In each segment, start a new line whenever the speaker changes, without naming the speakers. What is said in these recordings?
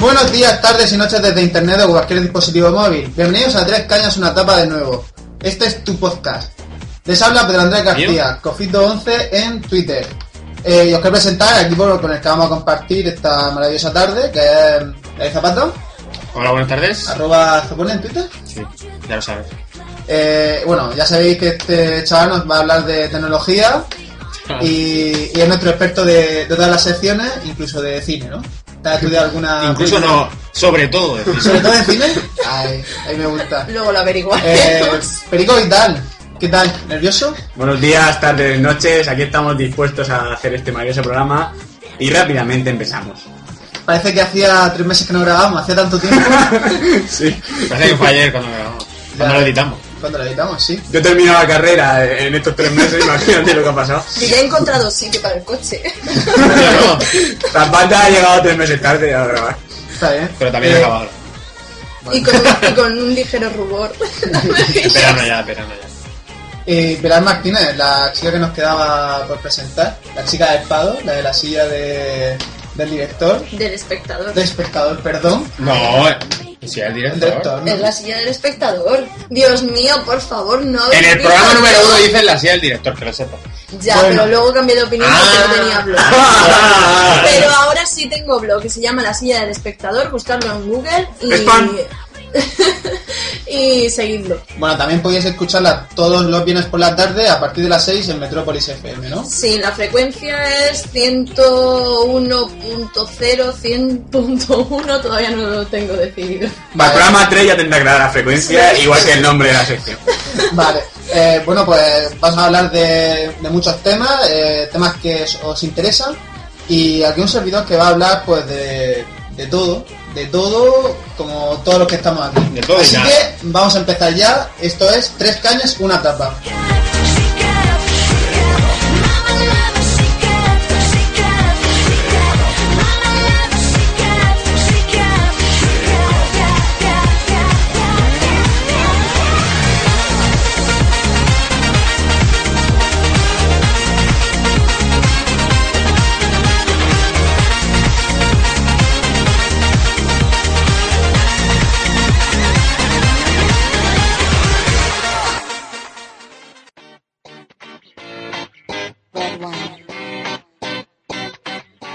Buenos días, tardes y noches desde internet o cualquier dispositivo móvil. Bienvenidos a Tres Cañas Una Tapa de nuevo. Este es tu podcast. Les habla Pedro Andrés García, Cofito11 en Twitter. Eh, y os quiero presentar el equipo con el que vamos a compartir esta maravillosa tarde, que es David Zapato,
Hola, buenas tardes.
arroba Zapone en Twitter.
Sí, ya lo sabes.
Eh, bueno, ya sabéis que este chaval nos va a hablar de tecnología Ah. y, y es nuestro experto de, de todas las secciones, incluso de cine, ¿no? ¿Te has estudiado alguna...
Ah, Incluso no, sobre todo. es decir,
¿Sobre todo de cine? Ay, ahí me gusta.
Luego lo
Eh,
averiguaremos.
Perico Vital, ¿qué tal? ¿Nervioso?
Buenos días, tardes, noches. Aquí estamos dispuestos a hacer este maravilloso programa y rápidamente empezamos.
Parece que hacía tres meses que no grabábamos, hacía tanto tiempo.
Sí.
Parece que fue ayer cuando grabamos. Cuando lo editamos.
Cuando lo editamos, sí.
Yo he terminado la carrera eh, en estos tres meses, imagínate lo que ha pasado.
Que ya he encontrado sitio para el coche.
Pero, no,
La banda ha llegado tres meses tarde a grabar.
Está bien.
pero también
Eh,
he acabado.
Y con, y con un ligero rubor.
Esperando ya, esperando ya.
Eh, Pilar Martínez, la chica que nos quedaba por presentar, la chica del Pado, la de la silla de, del director,
Del espectador.
de espectador, perdón.
No, eh, si es el
del
director.
director, ¿no?
Es la silla del espectador. Dios mío, por favor, no.
En el
habéis
programa
visto
número
todo.
uno dicen la silla del director, que lo sepa.
Ya,
Bueno.
pero luego cambié de opinión porque
Ah.
no tenía blog.
Ah.
Pero ahora sí tengo blog que se llama La Silla del Espectador. Buscarlo en Google y.
Spam.
y seguidlo.
Bueno, también podéis escucharla todos los viernes por la tarde a partir de las 6 en Metrópolis FM, ¿no?
Sí, la frecuencia es 101.0, 100.1, todavía no lo tengo decidido.
Para el programa 3 ya tendrá clara la frecuencia, igual que el nombre de la sección.
Vale, eh, bueno, pues vamos a hablar de, de muchos temas, eh, temas que os, os interesan. Y aquí un servidor que va a hablar, pues, de, de todo, de todo, como todos los que estamos aquí.
De todo y
Así
nada.
que vamos a empezar ya. Esto es Tres Cañas, una tapa.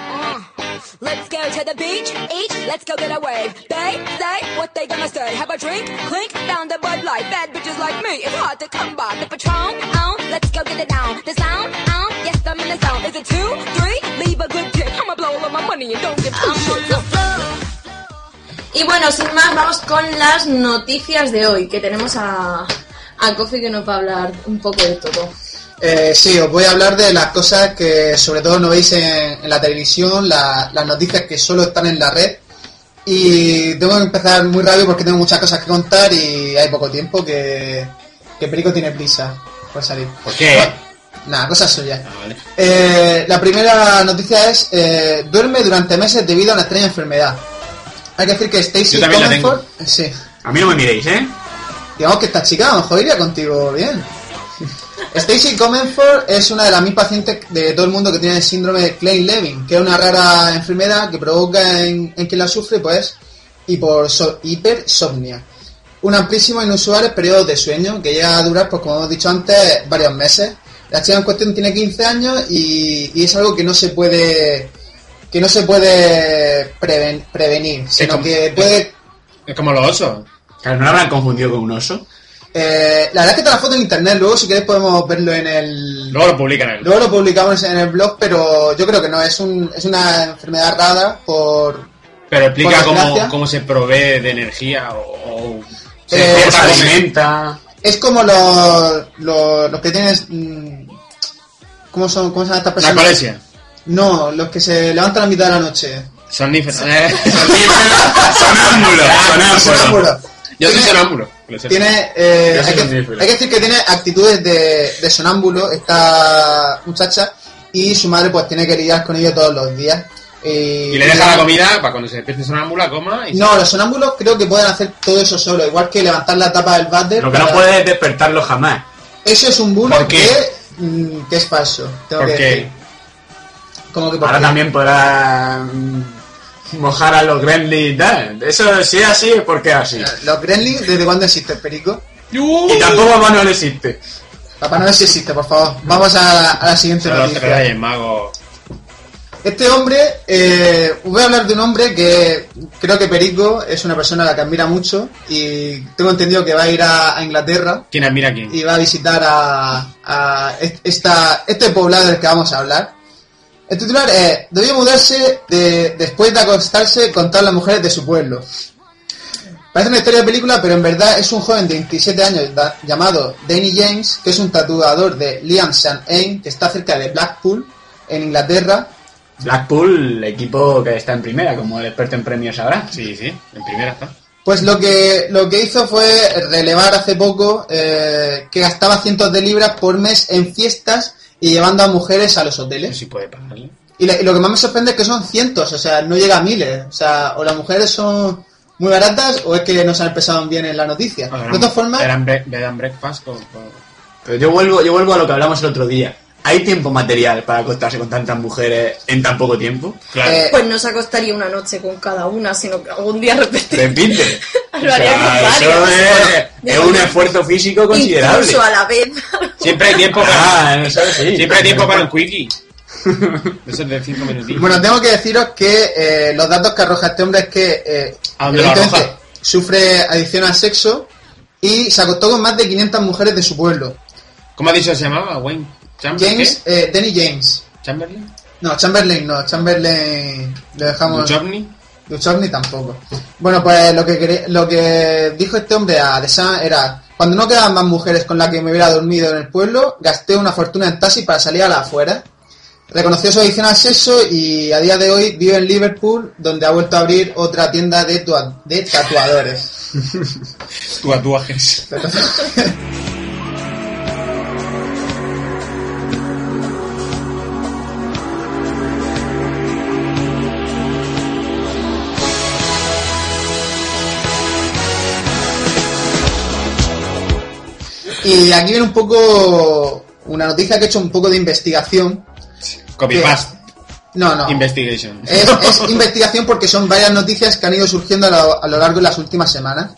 Uh, Let's go to the beach, eat, let's go get a wave. They say what they gonna say. Have a drink, clink, found a Bud Light. Bad bitches like me, it's hard to come by. The Patron, on, let's go get it down. The sound, on, yes, I'm in the zone. Is it two, three? Leave a good tip. I'ma blow all of my money and don't give a shit.
Y bueno, sin más, vamos con las noticias de hoy, que tenemos a, a Kofi que nos va a hablar un poco de todo.
Eh, sí, os voy a hablar de las cosas que sobre todo no veis en, en la televisión, la- las noticias que solo están en la red. Y tengo que empezar muy rápido porque tengo muchas cosas que contar y hay poco tiempo que, que Perico tiene prisa por salir.
¿Por qué?
Nada, cosas suyas.
Ah, vale.
Eh, la primera noticia es, eh, duerme durante meses debido a una extraña enfermedad. Hay que decir que Stacy
Yo también la
Comenford, sí,
A mí no me miréis, ¿eh?
Digamos "Oh, que esta chica a lo mejor iría contigo bien. Stacy Comenford es una de las mil pacientes de todo el mundo que tiene el síndrome de Klein-Levin, que es una rara enfermedad que provoca en, en quien la sufre, pues, hiper, hipersomnia. Un amplísimo e inusual periodo de sueño que llega a durar, pues, como hemos dicho antes, varios meses. La chica en cuestión tiene 15 años y, y es algo que no se puede que no se puede preven- prevenir, sino
como-
que puede
Es como los osos.
Claro, no la habrán confundido con un oso.
Eh, la verdad es que está la foto en internet, luego si queréis podemos verlo en el...
Luego lo publican en el.
Luego lo publicamos en el blog, pero yo creo que no, es, un, es una enfermedad rara por...
Pero explica
Por
cómo,
desgracia.
cómo se provee de energía o. o- se
Eh,
Se
despierta a comer.
alimenta.
Es como los los- los que tienes... mm, ¿Cómo son, cómo se llama estas personas?
Narcolepsia.
No, los que se levantan a la mitad de la noche.
Somnífero. Eh,
Sonámbulo,
Ah,
sonámbulo.
Sonámbulo.
Yo soy
Tiene-
sonámbulo. lo sé.
Tiene, eh,
Yo soy
hay, que,
somnífero.
hay que decir que tiene actitudes de, de sonámbulo esta muchacha y su madre pues tiene que lidiar con ello todos los días. Eh,
Y le deja la comida para cuando se despierte sonámbula, coma y
No, los sonámbulos creo que pueden hacer todo eso solo, igual que levantar la tapa del váter.
Lo que no
para-
puedes es despertarlo jamás.
Eso es un bulo
¿Por qué?
Que, mm, que es falso. Tengo que
porque
decir. Como que por
Ahora
qué.
también podrá mm, mojar a los gremlins y tal. Eso si es así es porque es así.
Los gremlins, ¿desde cuándo existe el perico?
Y tampoco Manuel existe.
Papá Noel sí existe, por favor. Vamos a, a la siguiente
Son los tres
noticia.
reyes magos.
Este hombre, eh, voy a hablar de un hombre que creo que Perico es una persona a la que admira mucho y tengo entendido que va a ir a, a Inglaterra
¿Quién admira a quién?
y va a visitar a, a est- esta, este poblado del que vamos a hablar. El titular es, debió mudarse de- después de acostarse con todas las mujeres de su pueblo. Parece una historia de película, pero en verdad es un joven de 27 años da- llamado Danny James, que es un tatuador de Liam St. Ain, que está cerca de Blackpool, en Inglaterra,
Blackpool, equipo que está en primera, como el experto en premios ahora.
Sí, sí, en primera está.
Pues lo que, lo que hizo fue relevar hace poco eh, que gastaba cientos de libras por mes en fiestas y llevando a mujeres a los
Eso
hoteles.
sí puede pagarle.
Y, le- y lo que más me sorprende es que son cientos, o sea, no llega a miles. O sea, o las mujeres son muy baratas o es que no se han expresado bien en la noticia.
O eran-
De todas formas,
Eran bre- bed and breakfast con. con-
Pero yo vuelvo, yo vuelvo a lo que hablamos el otro día. ¿Hay tiempo material para acostarse con tantas mujeres en tan poco tiempo?
Claro.
Eh,
Pues no se acostaría una noche con cada una, sino que algún día repetir.
Repite. Ah,
Lo haría con
eso
varias.
es, es un esfuerzo físico considerable.
Incluso a la vez.
Siempre hay tiempo para.
Ah, eso sí.
Siempre hay tiempo para un quickie. Eso es de 5 minutitos.
bueno, tengo que deciros que eh, los datos que arroja este hombre es que eh,
¿A dónde lo
evidentemente,
arroja?
sufre adicción al sexo y se acostó con más de 500 mujeres de su pueblo.
¿Cómo ha dicho que se llamaba? Wayne Chamberlain.
James, eh, Danny James.
¿qué? Chamberlain.
No, Chamberlain no, Chamberlain lo dejamos.
Duchovny.
Duchovny tampoco. Bueno, pues lo que quere- lo que dijo este hombre a The Sun era cuando no quedaban más mujeres con las que me hubiera dormido en el pueblo, gasté una fortuna en taxi para salir a la afuera. Reconoció su adicción al sexo y a día de hoy vive en Liverpool, donde ha vuelto a abrir otra tienda de, tua- de tatuadores.
Tu tatuajes.
Y aquí viene un poco una noticia que he hecho un poco de investigación.
Copy
¿Qué?
paste.
No, no.
Investigation.
Es, es investigación porque son varias noticias que han ido surgiendo a lo, a lo largo de las últimas semanas.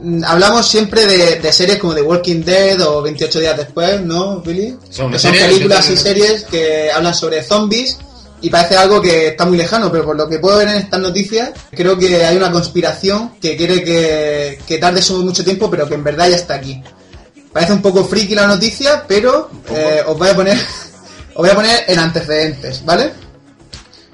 Mm, Hablamos siempre de, de series como The Walking Dead o 28 días después, ¿no, Billy?
Son
que
unas
son
series,
películas y
sí, sí.
series que hablan sobre zombies y parece algo que está muy lejano, pero por lo que puedo ver en estas noticias, creo que hay una conspiración que quiere que, que tarde su- mucho tiempo, pero que en verdad ya está aquí. Parece un poco friki la noticia, pero eh, os voy a poner os voy a poner en antecedentes, ¿vale?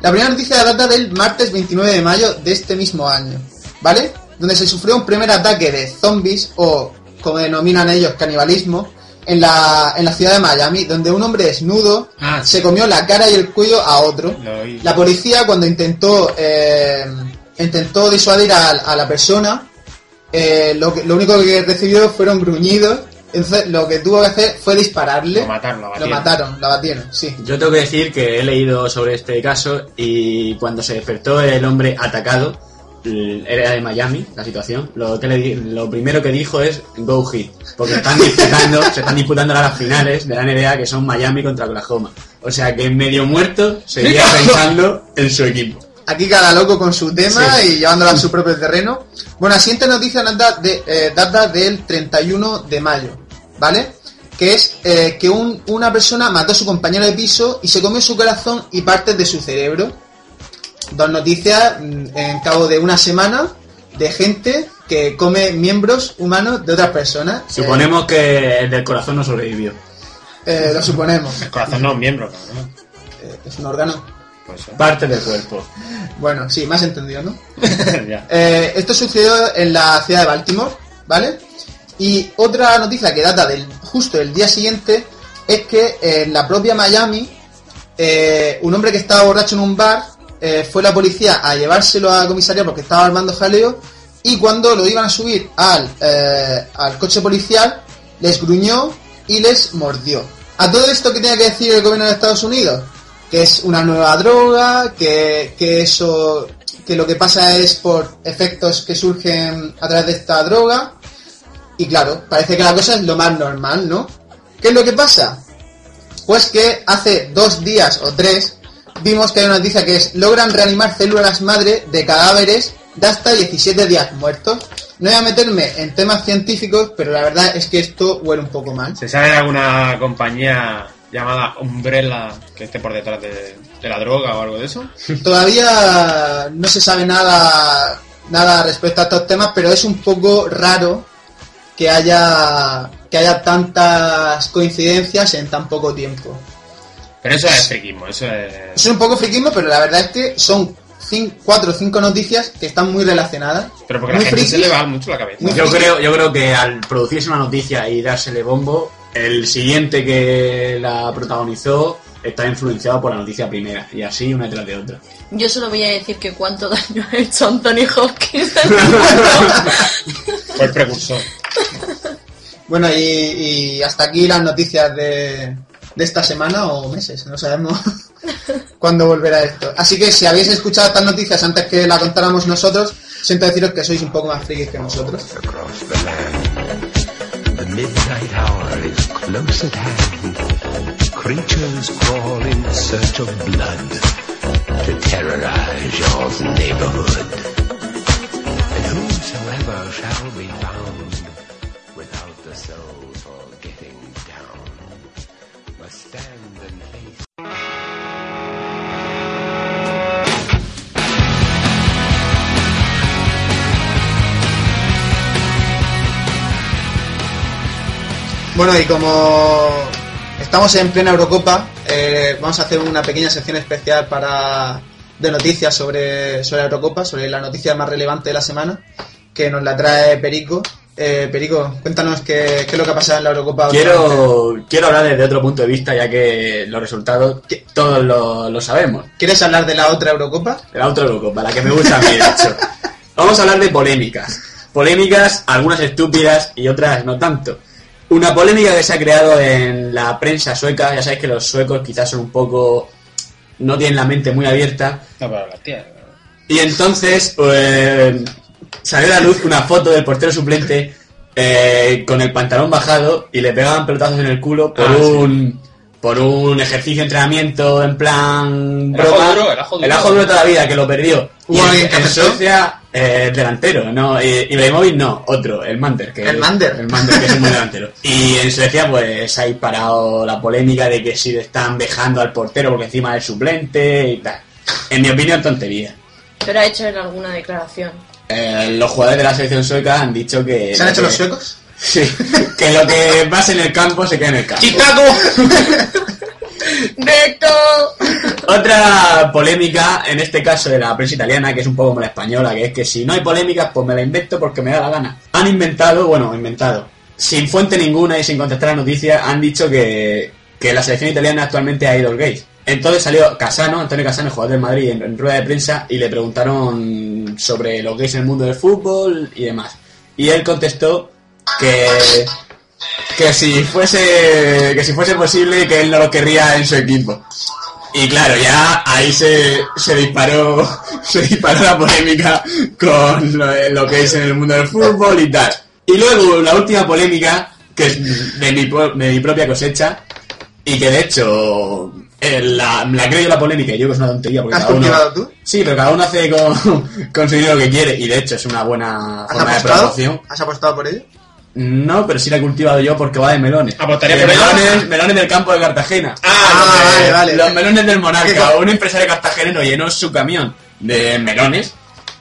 La primera noticia data del martes 29 de mayo de este mismo año, ¿vale? Donde se sufrió un primer ataque de zombies o, como denominan ellos, canibalismo, en la, en la ciudad de Miami, donde un hombre desnudo
Ah, sí.
se comió la cara y el cuello a otro.
Lo oí.
La policía cuando intentó eh, intentó disuadir a, a la persona, eh, lo, que- lo único que recibió fueron gruñidos. Entonces lo que tuvo que hacer fue dispararle.
Lo mataron, lo
Lo
batieron.
mataron, lo batieron, sí.
Yo tengo que decir que he leído sobre este caso y cuando se despertó el hombre atacado, l- era de Miami la situación, lo, que le di- lo primero que dijo es go hit, porque están disputando, se están disputando ahora las finales de la NBA que son Miami contra Oklahoma. O sea que medio muerto seguía pensando en su equipo.
Aquí cada loco con su tema
Sí.
y llevándola a su propio terreno. Bueno, la siguiente noticia data, de, eh, data del 31 de mayo, ¿vale? Que es eh, que un- una persona mató a su compañero de piso y se comió su corazón y partes de su cerebro. Dos noticias mm, en cabo de una semana de gente que come miembros humanos de otras personas.
Suponemos que el del corazón no sobrevivió.
Eh, eh, lo suponemos.
El corazón no es miembro, cabrón.
Eh, es un órgano.
Pues eso.
Parte del cuerpo.
Bueno, sí, más entendido, ¿no?
ya.
Eh, esto sucedió en la ciudad de Baltimore, ¿vale? Y otra noticia que data del justo del día siguiente es que en la propia Miami, eh, un hombre que estaba borracho en un bar eh, fue la policía a llevárselo a la comisaría porque estaba armando jaleo y cuando lo iban a subir al, eh, al coche policial les gruñó y les mordió. A todo esto que tiene que decir el gobierno de Estados Unidos, que es una nueva droga, que, que eso, que lo que pasa es por efectos que surgen a través de esta droga. Y claro, parece que la cosa es lo más normal, ¿no? ¿Qué es lo que pasa? Pues que hace dos días o tres vimos que hay una noticia que es logran reanimar células madre de cadáveres de hasta 17 días muertos. No voy a meterme en temas científicos, pero la verdad es que esto huele un poco mal.
¿Se sabe de alguna compañía llamada Umbrella que esté por detrás de, de la droga o algo de eso?
Todavía no se sabe nada, nada respecto a estos temas, pero es un poco raro que haya, que haya tantas coincidencias en tan poco tiempo.
Pero eso es friquismo, eso
Es
es...
un poco friquismo, pero la verdad es que son cin- cuatro o cinco noticias que están muy relacionadas.
Pero porque a la
muy
gente se
frikis.
le va mucho la cabeza.
Muy
Yo creo, yo creo que al producirse una noticia y dársele bombo, el siguiente que la protagonizó está influenciado por la noticia primera. Y así una tras de otra.
Yo solo voy a decir que cuánto daño ha hecho Anthony Hopkins.
Fue el precursor.
Bueno, y, y hasta aquí las noticias de, de esta semana o meses, no sabemos cuándo volverá esto. Así que si habéis escuchado estas noticias antes que la contáramos nosotros, siento deciros que sois un poco más frikis que nosotros.
across the land. The midnight hour is close at hand. Creatures crawl in search of blood to terrorize your neighborhood. And whosoever shall be found without the soul for getting down must stand and face.
Bueno, y como estamos en plena Eurocopa, eh, vamos a hacer una pequeña sección especial para de noticias sobre, sobre la Eurocopa, sobre la noticia más relevante de la semana, que nos la trae Perico. Eh, Perico, cuéntanos qué, qué es lo que ha pasado en la Eurocopa.
Quiero, quiero hablar desde otro punto de vista, ya que los resultados que todos lo, lo sabemos.
¿Quieres hablar de la otra Eurocopa?
El auto loco, para la que me gusta a mí, de hecho. Vamos a hablar de polémicas. Polémicas, algunas estúpidas y otras no tanto. Una polémica que se ha creado en la prensa sueca, ya sabéis que los suecos quizás son un poco... no tienen la mente muy abierta,
No, pero la tía...
y entonces eh, salió a la luz una foto del portero suplente eh, con el pantalón bajado y le pegaban pelotazos en el culo por
Ah, sí.
un por un ejercicio de entrenamiento en plan
El ajo
broma.
duro, el ajo duro.
El ajo duro de toda la vida que lo perdió.
¿Hubo
en-
alguien que
en
acertó?
Suecia, eh, el delantero, no, eh, Ibrahimovic no, otro, el Mander, que
El Mander.
el Mander que es un buen delantero. Y en Suecia pues ha disparado la polémica de que si le están dejando al portero porque encima es suplente y tal. En mi opinión tontería.
Pero ha hecho en alguna declaración.
Eh, los jugadores de la selección sueca han dicho que.
¿Se han hecho
que-
los suecos?
Sí, que lo que pasa en el campo se queda en el campo.
¡Beto!
Otra polémica, en este caso de la prensa italiana, que es un poco como la española, que es que si no hay polémicas, pues me la invento porque me da la gana. Han inventado, bueno, inventado, sin fuente ninguna y sin contestar a noticias, han dicho que, que la selección italiana actualmente ha ido gays. Entonces salió Casano, Antonio Casano, el jugador del Madrid, en, en rueda de prensa y le preguntaron sobre los gays en el mundo del fútbol y demás. Y él contestó que que si fuese que si fuese posible que él no lo querría en su equipo. Y claro, ya ahí se, se disparó se disparó la polémica con lo, lo que es en el mundo del fútbol y tal. Y luego la última polémica, que es de mi, po- de mi propia cosecha, y que de hecho eh, la, la creo yo la polémica, y yo creo que es una tontería porque
¿Has
cada uno-
cultivado tú?
Sí, pero cada uno hace con, con su dinero lo que quiere, y de hecho es una buena
¿Has
forma de
apostado?
promoción.
¿Has apostado por ello?
No, pero sí la he cultivado yo porque va de melones.
¿Apostaría
De
por ella?
melones, melones del campo de Cartagena.
Ah,
Los
vale,
de-
vale.
Los melones del
¿Qué co-
Monarca. Un empresario cartagenero llenó su camión de melones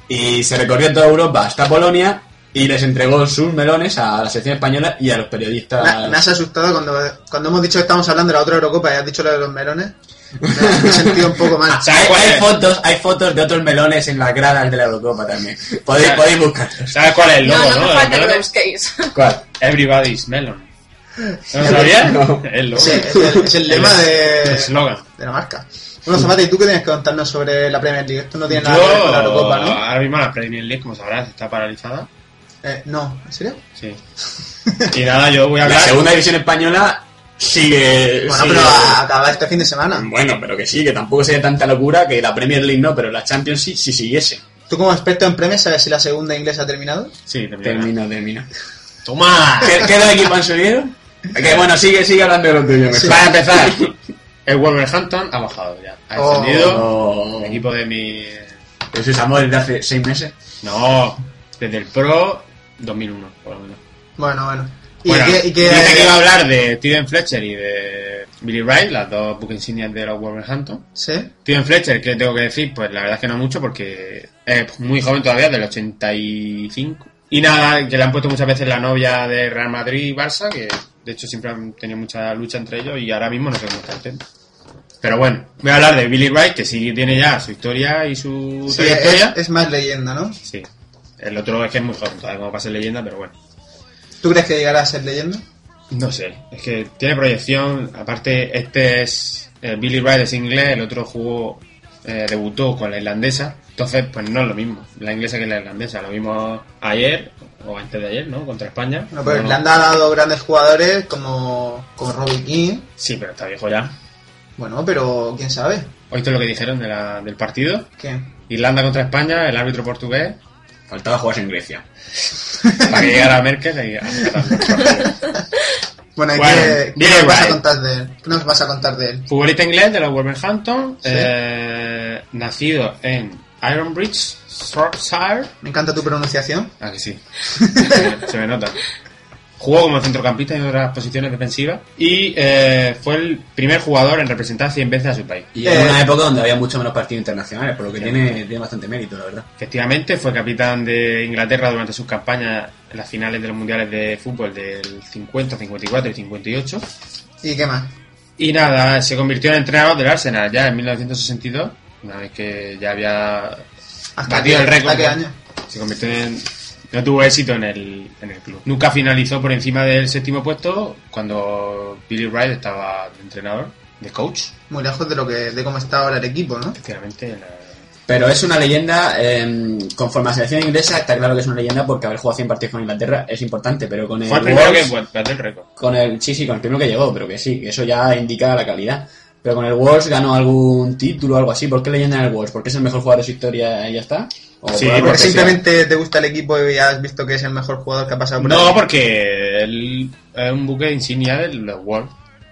y se recorrió toda Europa hasta Polonia y les entregó sus melones a la sección española y a los periodistas.
Me, me has asustado cuando, cuando hemos dicho que estamos hablando de la otra Eurocopa y has dicho lo de los melones. Me he sentido un poco mal.
¿Sabes
Hay,
cuál
hay
es?
fotos, hay fotos de otros melones en las gradas de la Eurocopa también. Podéis,
Ya.
podéis buscarlos.
¿Sabes cuál es el
No,
logo,
no,
no? El
me falta que
melón
lo
es
busquéis.
¿Cuál?
Everybody's melon. ¿No lo sabías?
No.
El logo.
Sí, es el, es el lema
El
de,
eslogan.
de la marca. Bueno, Zapata, ¿y tú qué tienes que contarnos sobre la Premier League? Esto no tiene nada que ver con la
Yo,
Eurocopa, ¿no?
ahora mismo la Premier League, como sabrás, está paralizada.
Eh, no, ¿en serio?
Sí. Y nada, yo voy a
La
hablar.
segunda división española sigue.
Bueno,
sigue-
pero a- acaba este fin de semana.
Bueno, pero que sí, que tampoco sería tanta locura que la Premier League no, pero la Champions sí, sí siguiese.
¿Tú como experto en premios sabes si la segunda inglesa ha terminado?
Sí, termina.
Termina, termina.
¡Toma!
¿Qué, qué dos equipos han subido? Que bueno, sigue, sigue hablando de lo tuyo.
Sí.
Para empezar, el Wolverhampton ha bajado ya. Ha
Oh.
descendido.
Oh,
El equipo de mi
Eso es amor desde hace seis meses.
No, desde el Pro 2001, por lo menos.
Bueno, bueno. ¿Y
Bueno,
qué- y qué-
dice que iba a hablar de Steven Fletcher y de Billy Wright, las dos book insignias de los Wolverhampton.
¿Sí?
Steven Fletcher, ¿qué tengo que decir? Pues la verdad es que no mucho porque es muy joven todavía, del 85. Y nada, que le han puesto muchas veces la novia de Real Madrid y Barça, que de hecho siempre han tenido mucha lucha entre ellos y ahora mismo no sé cómo está el tema. Pero bueno, voy a hablar de Billy Wright, que sí tiene ya su historia y su
Sí, es,
trayectoria.
es más leyenda, ¿no?
Sí. El otro es que es muy joven, todavía como pase leyenda, pero bueno.
¿Tú crees que llegará a ser leyenda?
No sé, es que tiene proyección. Aparte, este es. eh, Billy Wright es inglés, el otro jugó. eh, debutó con la irlandesa. Entonces, pues no es lo mismo. La inglesa que la irlandesa. Lo vimos ayer, o antes de ayer, ¿no? Contra España.
Bueno, pero
No,
Irlanda ha pues dado grandes jugadores como, como Robbie King.
Sí, pero está viejo ya.
Bueno, pero quién sabe.
¿Oíste lo que dijeron de la- del partido?
¿Qué?
Irlanda contra España, el árbitro portugués.
Faltaba jugarse en Grecia.
Para que llegara Merkel y a rescatarlo.
Bueno, ¿y
Bueno,
qué, qué
bien,
nos vas a
guay.
contar de él? ¿Qué nos vas a contar de él?
Futbolista inglés de los Wolverhampton,
Sí.
eh, nacido en Ironbridge, Shropshire.
Me encanta tu pronunciación.
Ah, que sí. se, se me nota. Jugó como centrocampista en otras posiciones defensivas y eh, fue el primer jugador en representar 100 veces a su país.
Y en
Eh.
una época donde había mucho menos partidos internacionales, por lo que tiene, tiene bastante mérito, la verdad.
Efectivamente, fue capitán de Inglaterra durante sus campañas en las finales de los mundiales de fútbol del 50, 54 y 58.
¿Y qué más?
Y nada, se convirtió en entrenador del Arsenal ya en 1962, una vez que ya había batido
qué-
el récord.
¿Hasta qué
ya.
año?
Se convirtió en... No tuvo éxito en el, en el club. Nunca finalizó por encima del séptimo puesto cuando Billy Wright estaba de entrenador, de coach,
Muy lejos de lo que de cómo está ahora el equipo, ¿no?
efectivamente. en la-
Pero es una leyenda, eh, conforme a la selección inglesa, está claro que es una leyenda porque haber jugado 100 partidos con Inglaterra es importante, pero con el,
Fue el primero que
Wolves-
bat- batió el récord.
con el sí, sí, con el primero que llegó, pero que sí, que eso ya indica la calidad. Pero con el Wolves ganó algún título o algo así. ¿Por qué leyenda en el Wolves? ¿Porque es el mejor jugador de su historia y ya está? ¿O
Sí,
por
Porque
algo especial?
simplemente te gusta el equipo y has visto que es el mejor jugador que ha pasado por
No,
ahí.
porque él es un buque insignia del World,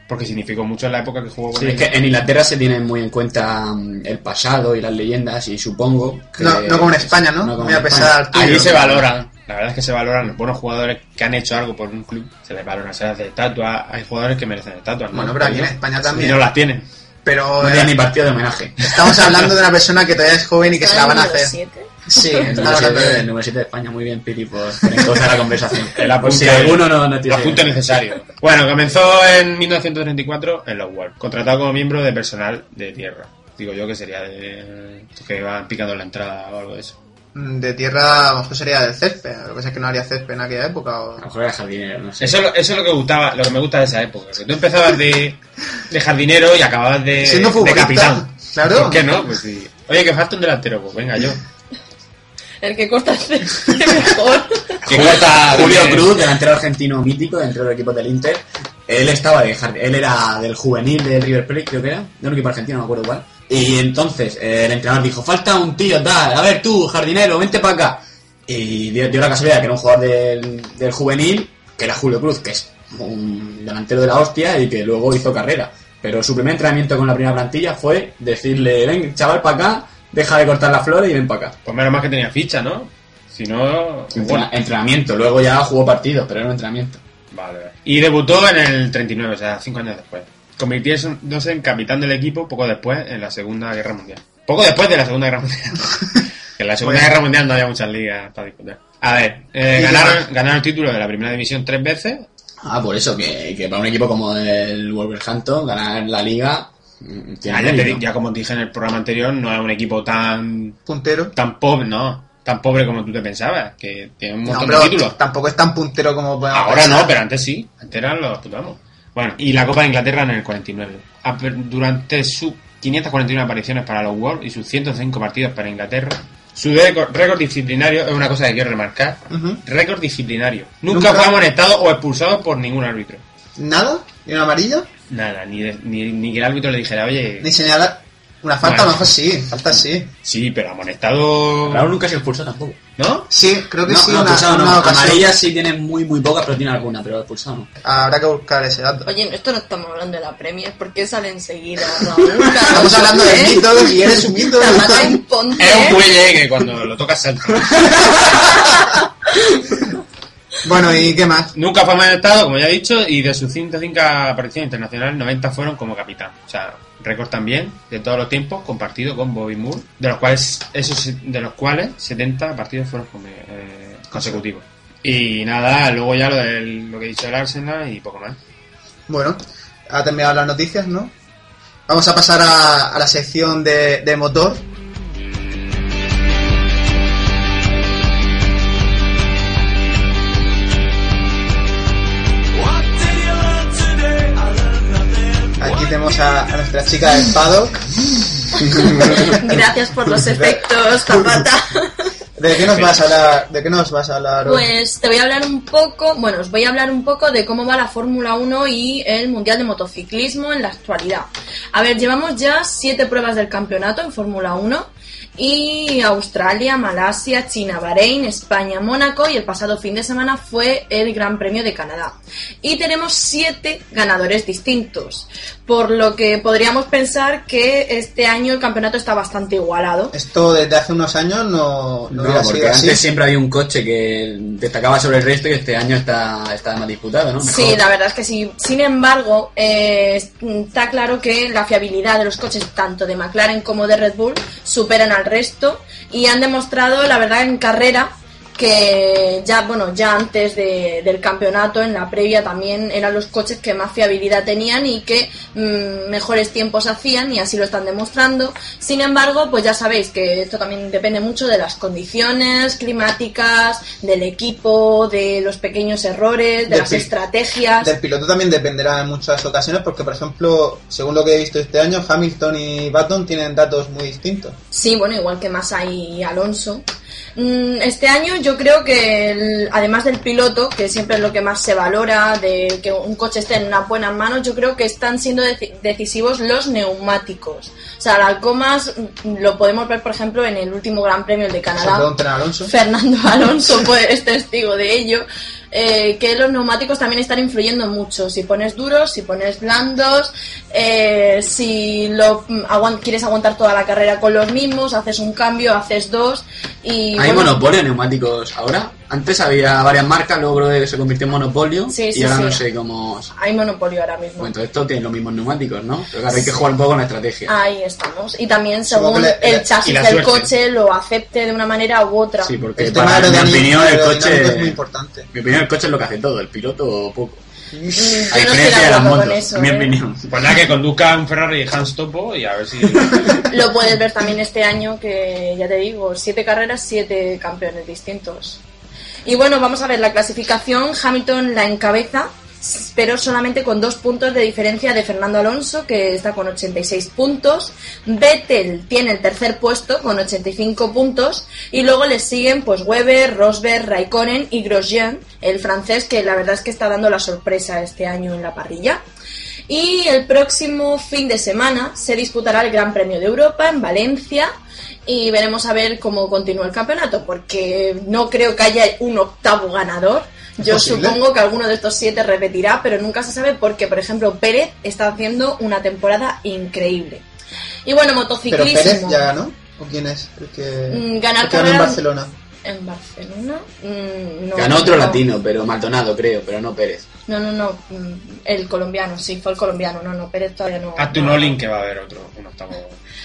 porque significó mucho en la época que jugó con
Sí, es
ellos.
que en Inglaterra se tienen muy en cuenta mm, el pasado y las leyendas y supongo que...
No, no como en España, ¿no?
como
Muy
en
a pesar
España.
tuyo.
Allí se valoran, Ah, la verdad es que se valoran los buenos jugadores que han hecho algo por un club. Se les valora, se les hace estatua. Hay jugadores que merecen estatuas. ¿no?
Bueno, pero aquí en España también.
Y no las tienen.
Pero
No
eh,
tiene ni partido de homenaje.
estamos hablando de una persona que todavía es joven y que se la
¿Está
van a
número
hacer.
siete?
Sí,
El
estamos
número
hablando
7
de
de, de España, muy bien, Pili, por por encauzar la conversación.
El apunte-
Por si alguno no, no
El
tiene...
apunte necesario. Bueno, comenzó en 1934 en los World, contratado como miembro de personal de tierra. Digo yo que sería de. que van picando en la entrada o algo de eso.
Mm, de tierra, a lo mejor sería del césped. Lo que pasa es que no haría césped en aquella época.
A
o-
lo mejor era jardinero, no sé.
Eso, es lo- eso es lo que gustaba, lo que me gusta de esa época. Que tú empezabas de, de jardinero y acababas de,
Siendo
de
futbolista,
capitán.
claro.
¿Por qué no? Pues sí. Oye, que falta un delantero, pues venga yo.
El que corta el césped mejor.
Que corta
Julio
también.
Cruz, delantero argentino mítico dentro del equipo del Inter. Él estaba de jard- él era del juvenil del River Plate, creo que era, de un equipo argentino, no me acuerdo cuál. Y entonces eh, el entrenador dijo, falta un tío, tal, a ver tú, jardinero, vente para acá. Y dio, dio la casualidad que era un jugador del, del juvenil, que era Julio Cruz, que es un delantero de la hostia y que luego hizo carrera. Pero su primer entrenamiento con la primera plantilla fue decirle, ven, chaval, para acá, deja de cortar las flores y ven para acá.
Pues menos mal que tenía ficha, ¿no? Si no.
Entrena- entrenamiento, luego ya jugó partidos, pero era un entrenamiento.
Vale, vale. Y debutó en el 39, o sea, cinco años después. Convirtiéndose en capitán del equipo poco después en la Segunda Guerra Mundial. Poco después de la Segunda Guerra Mundial. Que en la Segunda
Bueno.
Guerra Mundial no había muchas ligas para disputar. A ver, eh,
Y
ganaron, ganaron el título de la Primera División tres veces.
Ah, por eso, que, que para un equipo como el Wolverhampton, ganar la liga. mm, tiene
Ah, ya, te
mérito.
di- ya como dije en el programa anterior, no es un equipo tan,
Puntero.
tan pobre, no. Tan pobre como tú te pensabas, que tiene un
No,
montón
pero
de títulos.
tampoco es tan puntero como podemos
Ahora
pensar.
no, pero antes sí. Antes eran los putamos. Bueno, y la Copa de Inglaterra en el 49. A- Ah, Durante sus 541 apariciones para los World y sus 105 partidos para Inglaterra, su récord récord disciplinario es una cosa que quiero remarcar.
Ujú.
Récord disciplinario. Nunca,
Nunca.
fue amonestado o expulsado por ningún árbitro.
¿Nada? ¿Y una amarilla?
Nada, ni, de- ni, ni que el árbitro le dijera, oye,
Ni señalar. Una falta,
Bueno.
a lo mejor sí, falta sí.
sí, pero amonestado.
Raúl nunca se expulsó tampoco.
¿No?
Sí, creo que
No,
sí,
no,
una,
expulsado
una
no.
ocasión.
Amarillas sí tiene muy, muy pocas, pero tiene alguna, pero expulsado no.
Habrá que buscar ese dato.
Oye, esto no estamos hablando de la Premier, ¿por qué sale enseguida? Estamos
Estamos hablando de
¿eh?
mitos y eres un mito.
Es un buey, eh, que cuando lo tocas salta.
bueno, ¿y qué más?
Nunca fue amonestado, como ya he dicho, y de sus 105 apariciones internacionales, 90 fueron como capitán. O sea, récord también de todos los tiempos compartido con Bobby Moore, de los cuales esos se- de los cuales 70 partidos fueron con- eh, consecutivos. Y nada, luego ya lo, del, lo que he dicho del Arsenal y poco más.
Bueno, ha terminado las noticias, ¿no? Vamos a pasar a, a la sección de, de motor. Aquí tenemos a, a nuestra chica del paddock.
Gracias por los efectos, Zapata.
¿De qué nos vas a hablar? ¿De qué nos vas a hablar hoy?
Pues te voy a hablar un poco, bueno, os voy a hablar un poco de cómo va la Fórmula 1 y el Mundial de Motociclismo en la actualidad. A ver, llevamos ya siete pruebas del campeonato en Fórmula 1 y Australia, Malasia, China, Bahrein, España, Mónaco y el pasado fin de semana fue el Gran Premio de Canadá. Y tenemos siete ganadores distintos, por lo que podríamos pensar que este año el campeonato está bastante igualado.
Esto desde hace unos años no, no,
No,
hubiera
porque
sido
antes
así.
siempre había un coche que destacaba sobre el resto y este año está, está más disputado, ¿no?
Sí,
Mejor.
la verdad es que sí. Sin embargo, eh, está claro que la fiabilidad de los coches, tanto de McLaren como de Red Bull, superan al resto y han demostrado, la verdad, en carrera que ya, bueno, ya antes de- del campeonato, en la previa también eran los coches que más fiabilidad tenían y que mm, mejores tiempos hacían y así lo están demostrando. Sin embargo, pues ya sabéis que esto también depende mucho de las condiciones climáticas, del equipo, de los pequeños errores, de
Del
las
pi-
estrategias.
Del piloto también dependerá en muchas ocasiones porque, por ejemplo, según lo que he visto este año, Hamilton y Button tienen datos muy distintos.
Sí, bueno, igual que Massa y Alonso. Mm, Este año yo creo que, el- además del piloto, que siempre es lo que más se valora, de que un coche esté en unas buenas manos, yo creo que están siendo deci- decisivos los neumáticos. O sea, las gomas mm, lo podemos ver, por ejemplo, en el último Gran Premio el de
Se
Canadá.
preguntan a Alonso.
Fernando Alonso fue- es testigo de ello, eh, que los neumáticos también están influyendo mucho. Si pones duros, si pones blandos, eh, si lo, mm, aguan- quieres aguantar toda la carrera con los mismos, haces un cambio, haces dos y...
Hay
bueno,
monopolio de neumáticos ahora. Antes había varias marcas, luego creo que se convirtió en monopolio
Sí,
y
sí,
ahora
sí.
no sé cómo... se-
hay monopolio ahora mismo.
Bueno, entonces todos tienen los mismos neumáticos, ¿no? Pero claro, hay que jugar un poco con la estrategia.
Ahí estamos. Y también
Supongo
según
que la- la-
el
y
chasis
la
del
suerte.
coche lo acepte de una manera u otra.
Sí, porque
el Este tema
Eh, para mi
aerodinámico-
opinión el
aerodinámico es muy
coche...
importante.
Mi opinión el coche es lo que hace todo, el piloto poco.
Mm, yo
A
no estoy de
diferencia de las
acuerdo con
motos,
eso,
mi
¿eh?
opinión.
Pues nada, que conduzca un Ferrari Hans Topo y a ver si.
Lo puedes ver también este año, que ya te digo, siete carreras, siete campeones distintos. Y bueno, vamos a ver la clasificación. Hamilton la encabeza, pero solamente con dos puntos de diferencia de Fernando Alonso, que está con 86 puntos. Vettel tiene el tercer puesto con 85 puntos. Y luego le siguen pues Weber, Rosberg, Raikkonen y Grosjean, el francés, que la verdad es que está dando la sorpresa este año en la parrilla. Y el próximo fin de semana se disputará el Gran Premio de Europa en Valencia y veremos a ver cómo continúa el campeonato, porque no creo que haya un octavo ganador. Yo
posible?
supongo que alguno de estos siete repetirá, pero nunca se sabe porque, por ejemplo, Pérez está haciendo una temporada increíble. Y bueno,
Pero
motociclismo.
Pérez ya ganó. ¿O quién es? El que, el que
Mm, ganar
ganó en
carrera-
Barcelona.
En Barcelona. mm, no,
Ganó otro
no.
latino, pero Maldonado creo, pero no Pérez.
No, no, no. mm, El colombiano, sí, fue el colombiano. No, no, Pérez todavía no.
Hazte un
no.
all que va a haber otro. Un octavo.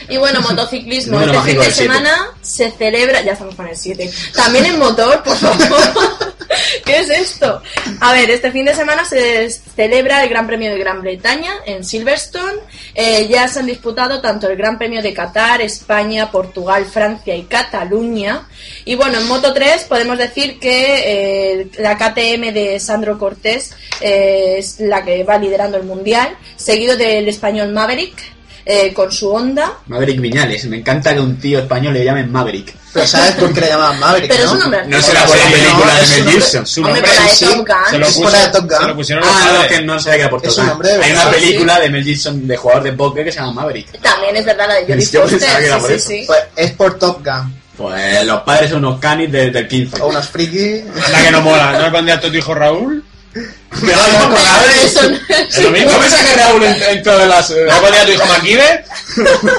Y bueno, motociclismo. Este
Número
fin
mágico
de
del siete.
semana se celebra. Ya estamos con el 7. También en motor, por favor. ¿Qué es esto? A ver, este fin de semana se celebra el Gran Premio de Gran Bretaña en Silverstone. Eh, ya se han disputado tanto el Gran Premio de Qatar, España, Portugal, Francia y Cataluña. Y bueno, en Moto 3 podemos decir que eh, la KTM de Sandro Cortés eh, es la que va liderando el mundial, seguido del español Maverick. eh, con su onda.
Maverick Viñales. Me encanta que un tío español le llamen Maverick.
Pero ¿sabes por qué le llamaban Maverick?
Pero
no?
es un hombre
No
artístico.
será por la
Sí,
película
no,
de
es
Mel
un hombre-
Gibson.
Su
Hombre,
nombre
para
sí,
Top Gun.
se lo,
Es por la de
puso-
Top Gun.
se lo pusieron los
Ah, no,
padres.
que no sabía que era por
Es un hombre de
Hay una
verdad,
película de Mel Gibson de jugador de póker que se llama Maverick.
También es verdad la de Jodie
Yo pensaba
Foster.
que era por
Sí,
eso.
sí, sí.
Pues es por Top Gun.
Pues los padres son unos canis de- del 15.
O unos frikis.
La que no mola. ¿No pondría a tu hijo Raúl?
Me da igual con Maverick.
Eso no-
Es lo mismo.
¿No me saca Raúl en- dentro de las... eh,
¿No pondría a tu hijo MacGyver?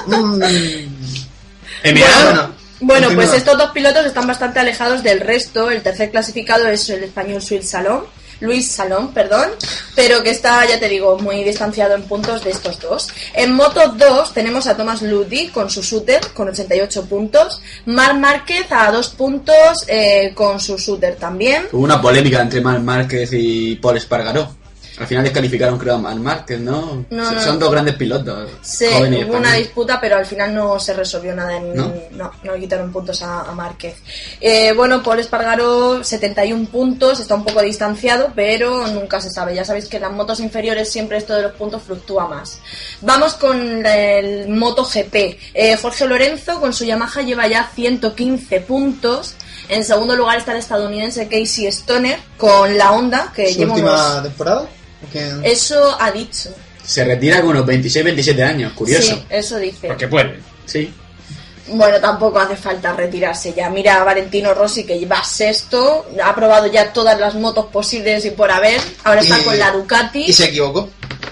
Mm,
¿Emilia?
bueno,
Bueno,
Continúa.
pues estos dos pilotos están bastante alejados del resto. El tercer clasificado es el español Luis Salón, Luis Salón, perdón, pero que está, ya te digo, muy distanciado en puntos de estos dos. En Moto 2 tenemos a Thomas Ludi con su shooter con 88 puntos, Marc Márquez a 2 puntos eh, con su shooter también.
Hubo una polémica entre Marc Márquez y Paul Espargaró. Al final descalificaron, creo, a Marc Márquez, ¿no?
No,
Son-
no.
Son dos grandes pilotos.
Se
jóvenes
hubo una
españoles.
disputa, pero al final no se resolvió nada. En,
¿No?
¿No? No, le quitaron puntos a, a Márquez. Eh, bueno, Paul Espargaró, 71 puntos, está un poco distanciado, pero nunca se sabe. Ya sabéis que en las motos inferiores siempre esto de los puntos fluctúa más. Vamos con la- el MotoGP. Eh, Jorge Lorenzo con su Yamaha lleva ya 115 puntos. En segundo lugar está el estadounidense Casey Stoner con la Honda, que
¿Su
lleva
última
unos- Eh,
temporada? ¿O quién?
Eso ha dicho.
Se retira con unos 26, 27 años, curioso.
Sí, eso dice.
Porque puede.
Sí.
Bueno, tampoco hace falta retirarse ya. Mira a Valentino Rossi que va sexto, ha probado ya todas las motos posibles y por haber. Ahora está
Y-
con la Ducati.
Y se equivocó.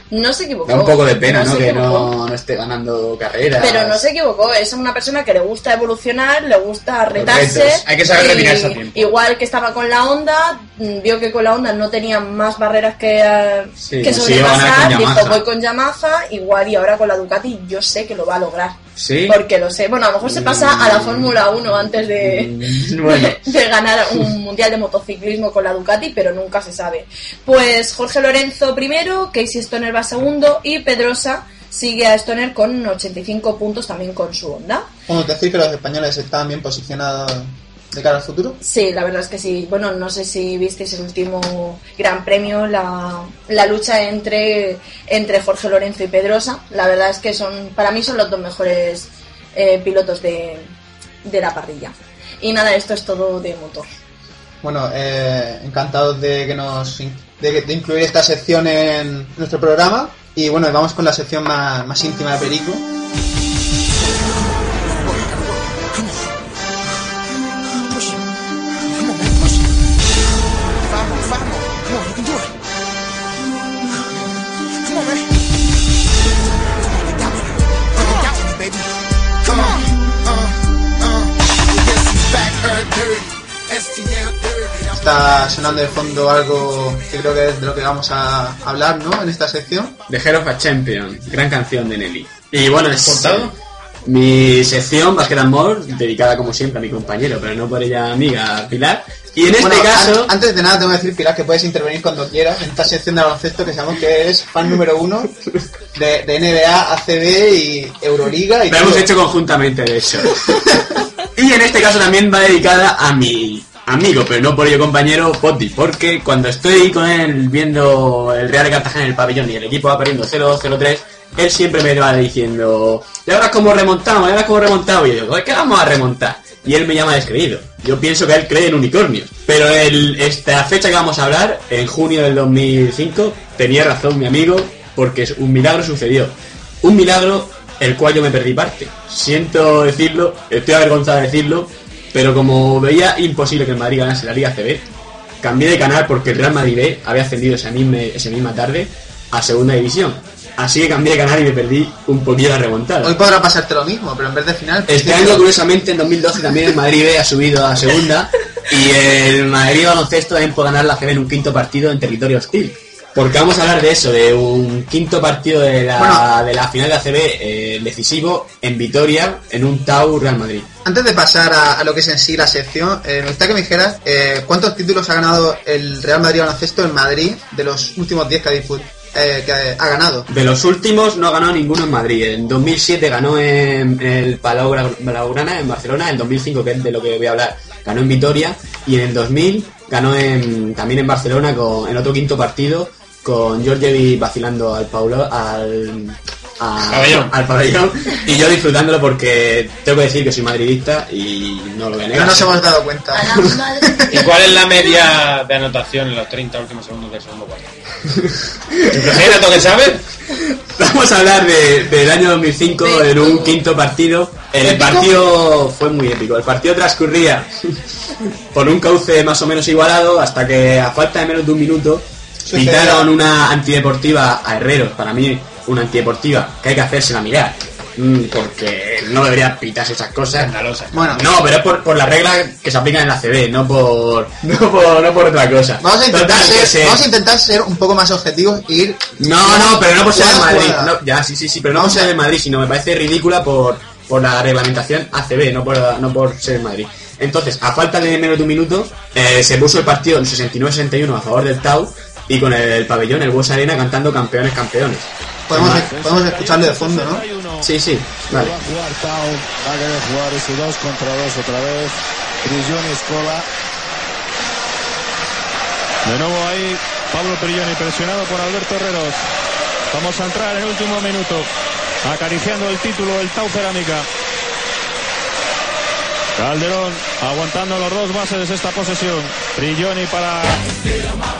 No se equivocó.
Da un poco de pena, ¿no?
se
Que
equivocó.
no, no esté ganando carreras.
Pero no se equivocó, es una persona que le gusta evolucionar, le gusta retarse.
retos.
Hay que saber
Y
retirarse a tiempo.
Igual que estaba con la Honda, mm, vio que con la Honda no tenía más barreras que, eh,
Sí,
que
consiguió ganar
sobrepasar.
con
Dijo,
Yamaha.
voy con Yamaha, igual y ahora con la Ducati yo sé que lo va a lograr.
Sí.
Porque lo sé. Bueno, a lo mejor se pasa a la Fórmula 1 antes de,
Mm, Bueno,
de ganar un mundial de motociclismo con la Ducati, pero nunca se sabe. Pues Jorge Lorenzo primero, Casey Stoner va segundo y Pedrosa sigue a Stoner con 85 puntos también con su Honda.
Bueno, decir que los españoles están bien posicionados de cara al futuro.
Sí, la verdad es que sí. Bueno, no sé si visteis el último gran premio, la, la lucha entre, entre Jorge Lorenzo y Pedrosa. La verdad es que son, para mí son los dos mejores eh, pilotos de, de la parrilla. Y nada, esto es todo de motor.
Bueno, eh, encantados de que nos in- de, que- de incluir esta sección en nuestro programa. Y bueno, vamos con la sección más, más íntima de Perico. Está sonando de fondo algo que creo que es de lo que vamos a hablar, ¿no? En esta sección.
The Hero of a Champion, gran canción de Nelly. Y bueno, es
¿Contado?
mi sección Basket and More, dedicada como siempre a mi compañero, pero no por ella amiga Pilar. Y en
Bueno,
este
an-
caso,
antes de nada tengo que decir, Pilar, que puedes intervenir cuando quieras en esta sección de baloncesto que sabemos que eres fan número uno de, de NBA, ACB y Euroliga. Y
Lo hemos
todo.
hecho conjuntamente, de hecho. y en este caso también va dedicada a mi amigo, pero no por ello compañero, Potti, porque cuando estoy con él viendo el Real Cartagena en el pabellón y el equipo va perdiendo 0-2, 0-3, él siempre me va diciendo, ¿y ahora cómo remontamos? ¿Y ahora cómo remontamos? Y yo digo, ¿qué vamos a remontar? Y él me llama descreído. Yo pienso que él cree en unicornios. Pero el, esta fecha que vamos a hablar, en junio del 2005, tenía razón mi amigo, porque es- un milagro sucedió. Un milagro el cual yo me perdí parte. Siento decirlo, estoy avergonzado de decirlo, pero como veía imposible que el Madrid ganase la Liga CB, cambié de canal porque el Real Madrid B había ascendido esa misma, esa misma tarde a Segunda División. Así que cambié de canal y me perdí un poquillo la remontada.
Hoy podrá pasarte lo mismo, pero en vez de final...
Este año, curiosamente, en 2012 también el Madrid B ha subido a segunda y el Madrid baloncesto también puede ganar la CB en un quinto partido en territorio hostil. Porque vamos a hablar de eso, de un quinto partido de la,
Bueno.
de la final de la CB eh, decisivo en Vitoria, en un Tau Real Madrid.
Antes de pasar a, a lo que es en sí la sección, eh, me gustaría que me dijeras eh, cuántos títulos ha ganado el Real Madrid baloncesto en Madrid de los últimos 10 que, ha disput- eh, que ha ganado.
De los últimos no ha ganado ninguno en Madrid. En 2007 ganó en, en el Palau Gra- Blaugrana, en Barcelona. En 2005, que es de lo que voy a hablar, ganó en Vitoria. Y en el 2000 ganó en- también en Barcelona con, en otro quinto partido con Georgievi vacilando al Paulo, al, a-
Pabellón.
al pabellón y yo disfrutándolo porque tengo que decir que soy madridista y no lo voy a negar.
No nos hemos dado cuenta.
A la madre.
¿Y cuál es la media de anotación en los 30 últimos segundos del segundo cuarto? Imagínate que sabes.
Vamos a hablar de- del año 2005 en un quinto partido. El
¿Épico?
partido fue muy épico. El partido transcurría por un cauce más o menos igualado hasta que a falta de menos de un minuto
Sucedió.
pitaron una antideportiva a Herreros. Para mí, una antideportiva que hay que hacérsela mirar. Mm, Porque no debería pitarse esas cosas.
Escandalosa.
Bueno,
No, pero es por, por la regla que se aplica en la CB, no por, no por, no por otra cosa.
vamos a intentar
Total, que
ser,
se-
vamos a intentar ser un poco más objetivos e ir.
no, no, pero no por ser de
Jugada,
Madrid.
jugada.
No, ya, sí, sí, sí, pero no por ser de Madrid, sino me parece ridícula por, por la reglamentación ACB, no por, no por ser de Madrid. Entonces, a falta de menos de un minuto, eh, se puso el partido en 69-61 a favor del Tau y con el pabellón, el Bues Arena, cantando campeones, campeones.
Podemos,
Vale.
podemos escucharle de fondo, ¿no?
Sí, sí, vale.
Va a jugar Tau, va a querer jugar ese 2 contra 2 otra vez. Prillón y Escola. De nuevo ahí Pablo Prilloni presionado por Alberto Herreros. Vamos a entrar en el último minuto. Acariciando el título el Tau Cerámica. Calderón aguantando los dos bases esta posesión. Prilloni para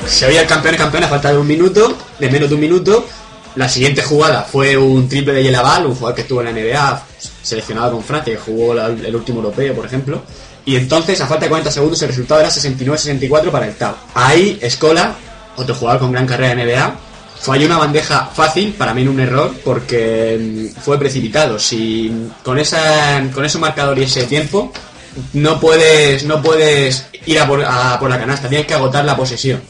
Se oía el campeón campeón a falta de un minuto, de menos de un minuto. La siguiente jugada fue un triple de Yelaval, un jugador que estuvo en la NBA, seleccionado con Francia, que jugó la- el último europeo, por ejemplo. Y entonces, a falta de 40 segundos, el resultado era 69-64 para el TAO. Ahí, Escola, otro jugador con gran carrera en NBA, falló una bandeja fácil, para mí en un error, porque mm, fue precipitado. Si con, esa, con ese marcador y ese tiempo, no puedes, no puedes ir a por, a por la canasta, tienes que agotar la posesión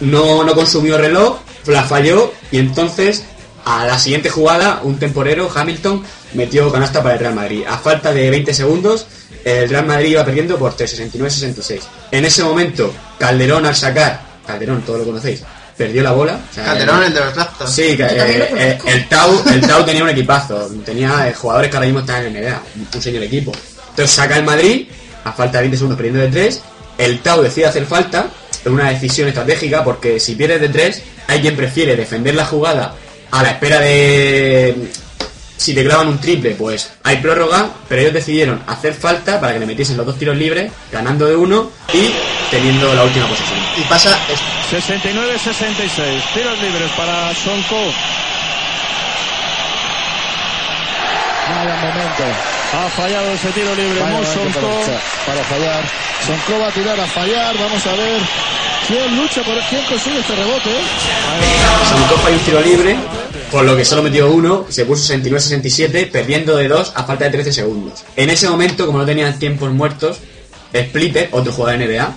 no, no consumió reloj, la falló y entonces a la siguiente jugada un temporero, Hamilton, metió canasta para el Real Madrid. A falta de 20 segundos, el Real Madrid iba perdiendo por 369-66. En ese momento, Calderón al sacar, Calderón, todo lo conocéis, perdió la bola. o sea,
Calderón, el de los laptops.
Sí, que,
Yo también lo
eh, eh,
conozco.
el, Tau, el Tau tenía un equipazo, tenía eh, jugadores que ahora mismo están en NBA, un- un señor equipo. Entonces saca el Madrid, a falta de 20 segundos perdiendo de 3, el Tau decide hacer falta, es una decisión estratégica porque si pierdes de 3, hay quien prefiere defender la jugada a la espera de... Si te clavan un triple, pues hay prórroga, pero ellos decidieron hacer falta para que le metiesen los dos tiros libres, ganando de uno y teniendo la última posición.
Y pasa esto.
69-66. Tiros libres para Sonko. Vaya momento. Ha fallado ese tiro libre Mon Sonko. Para, fallar. Sonko va a tirar a fallar. Vamos a ver quién lucha por quién consigue este rebote.
Santos falló un tiro libre, por lo que solo metió uno, se puso 69-67, perdiendo de 2 a falta de 13 segundos. En ese momento, como no tenían tiempos muertos, Splitter, otro jugador de NBA,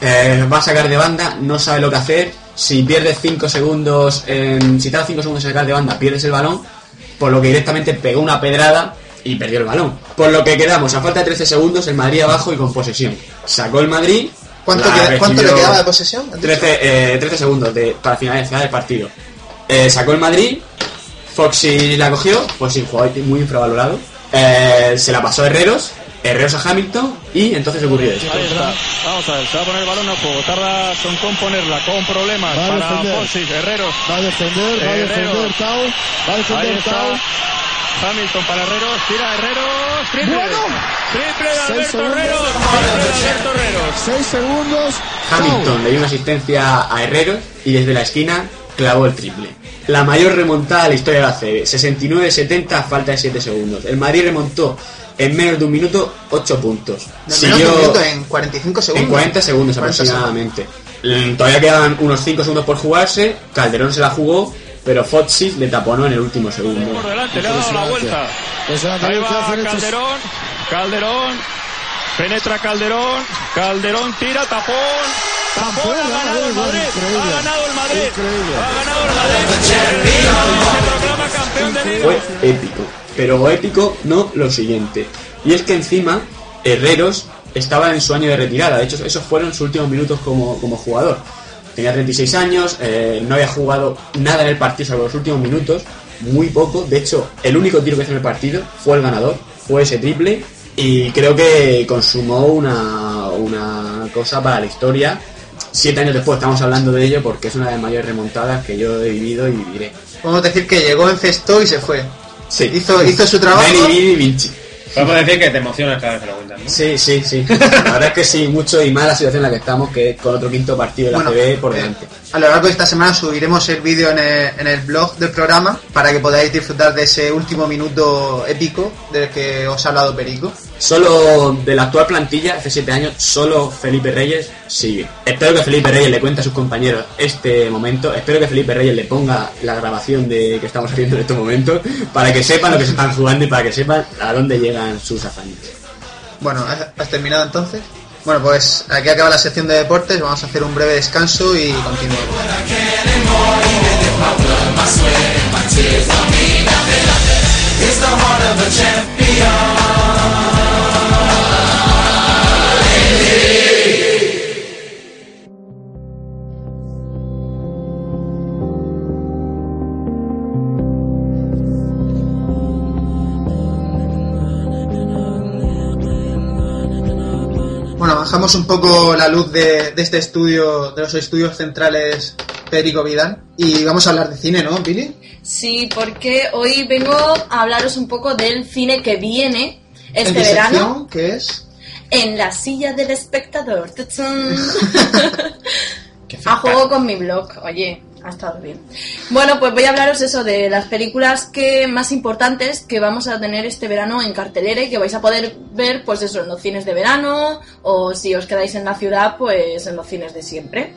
eh, va a sacar de banda, no sabe lo que hacer, si pierdes 5 segundos, en- si te das 5 segundos en sacar de banda, pierdes el balón, por lo que directamente pegó una pedrada y perdió el balón. Por lo que quedamos, a falta de 13 segundos, el Madrid abajo y con posesión. Sacó el Madrid.
¿Cuánto,
la
queda- cuánto le
recibió-
quedaba de posesión? ¿Has dicho?
13, eh, 13 segundos de- para finalizar el partido. Eh, sacó el Madrid, Foxy la cogió, Foxy un jugador muy infravalorado. Eh, se la pasó a Herreros, Herreros a Hamilton y entonces ocurrió esto.
Ahí está. Vamos a ver, se va a poner el balón a juego. Tarda Sonko en ponerla con problemas
Va a
para
defender.
Fonsi, Herreros.
Va a defender, va a
Herrero.
defender Tau. Va a
Ahí
defender
está.
Tau.
Hamilton para Herreros, tira Herreros, triple.
Bueno.
Triple de
Seis
Alberto
segundos.
Herreros. Triple de Alberto Herreros.
6 segundos. Tau.
Hamilton le dio una asistencia a Herreros y desde la esquina clavó el triple. La mayor remontada de la historia de la CB, 69-70 a falta de 7 segundos. El Madrid remontó en menos de un minuto 8 puntos.
De menos de un minuto en 45 segundos.
En 40 segundos
40
aproximadamente. Mm, Todavía quedaban unos 5 segundos por jugarse. Calderón se la jugó, pero Foxy le taponó en el último segundo.
Por delante, le ha dado la vuelta.
Impresionante.
Ahí
¿Qué hacen
va
estos-
Calderón, Calderón, penetra Calderón, Calderón tira, tapón, tapón, ha
Campeón,
ganado el
gol,
Madrid,
increíble.
ha ganado el Madrid,
Increíble.
ha ganado el Madrid, se proclama campeón de liga.
Fue épico. Pero épico no lo siguiente. Y es que encima, Herreros estaba en su año de retirada. De hecho, esos fueron sus últimos minutos como, como jugador. Tenía 36 años, eh, no había jugado nada en el partido salvo los últimos minutos, muy poco. De hecho, el único tiro que hizo en el partido fue el ganador, fue ese triple. Y creo que consumó una, una cosa para la historia. Siete años después estamos hablando de ello porque es una de las mayores remontadas que yo he vivido y viviré.
podemos decir que llegó, encestó y se fue.
Sí.
Hizo, hizo su trabajo.
Veni, vidi, vinci.
Podemos decir que te emocionas cada vez que lo cuentas, ¿no?
Sí, sí, sí. La verdad es que sí, mucho y más la situación en la que estamos, que es con otro quinto partido de la
Bueno,
CB por
eh,
delante.
A lo largo de esta semana subiremos el vídeo en el, en el blog del programa para que podáis disfrutar de ese último minuto épico del que os ha hablado Perico.
Solo de la actual plantilla, hace siete años, solo Felipe Reyes sigue. Espero que Felipe Reyes le cuente a sus compañeros este momento. Espero que Felipe Reyes le ponga la grabación de que estamos haciendo en estos momentos para que sepan lo que se están jugando y para que sepan a dónde llegan sus hazañas.
Bueno, ¿has, has terminado entonces? Bueno, pues aquí acaba la sección de deportes, vamos a hacer un breve descanso y continuamos. Bueno, bajamos un poco la luz de, de este estudio, de los estudios centrales Perico Vidal y vamos a hablar de cine, ¿no, Pili?
Sí, porque hoy vengo a hablaros un poco del cine que viene
En
este
mi sección,
verano.
que es?
En la silla del espectador. ¡Tuchun!
Qué
a
flipa.
Ah, juego con mi blog. Oye, ha estado bien. Bueno, pues voy a hablaros eso de las películas que más importantes que vamos a tener este verano en cartelera y que vais a poder ver, pues eso, en los cines de verano o si os quedáis en la ciudad, pues en los cines de siempre.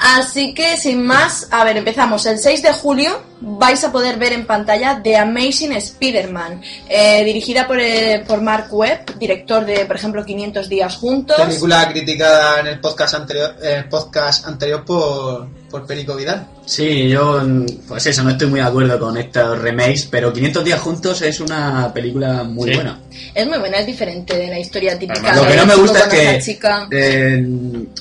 Así que sin más, a ver, empezamos. El 6 de julio vais a poder ver en pantalla The Amazing Spider-Man, eh, dirigida por, eh, por Mark Webb, director de, por ejemplo, 500 días juntos.
Película criticada en el podcast anterior, en el podcast anterior por, por Perico Vidal.
Sí, yo, mm, pues eso, no estoy muy de acuerdo con estos remakes, pero 500 días juntos es una película muy
Sí.
buena.
Es muy buena, es diferente de la historia típica.
Además,
Lo que
de
no me
chico
gusta es
con
que
esta chica.
eh,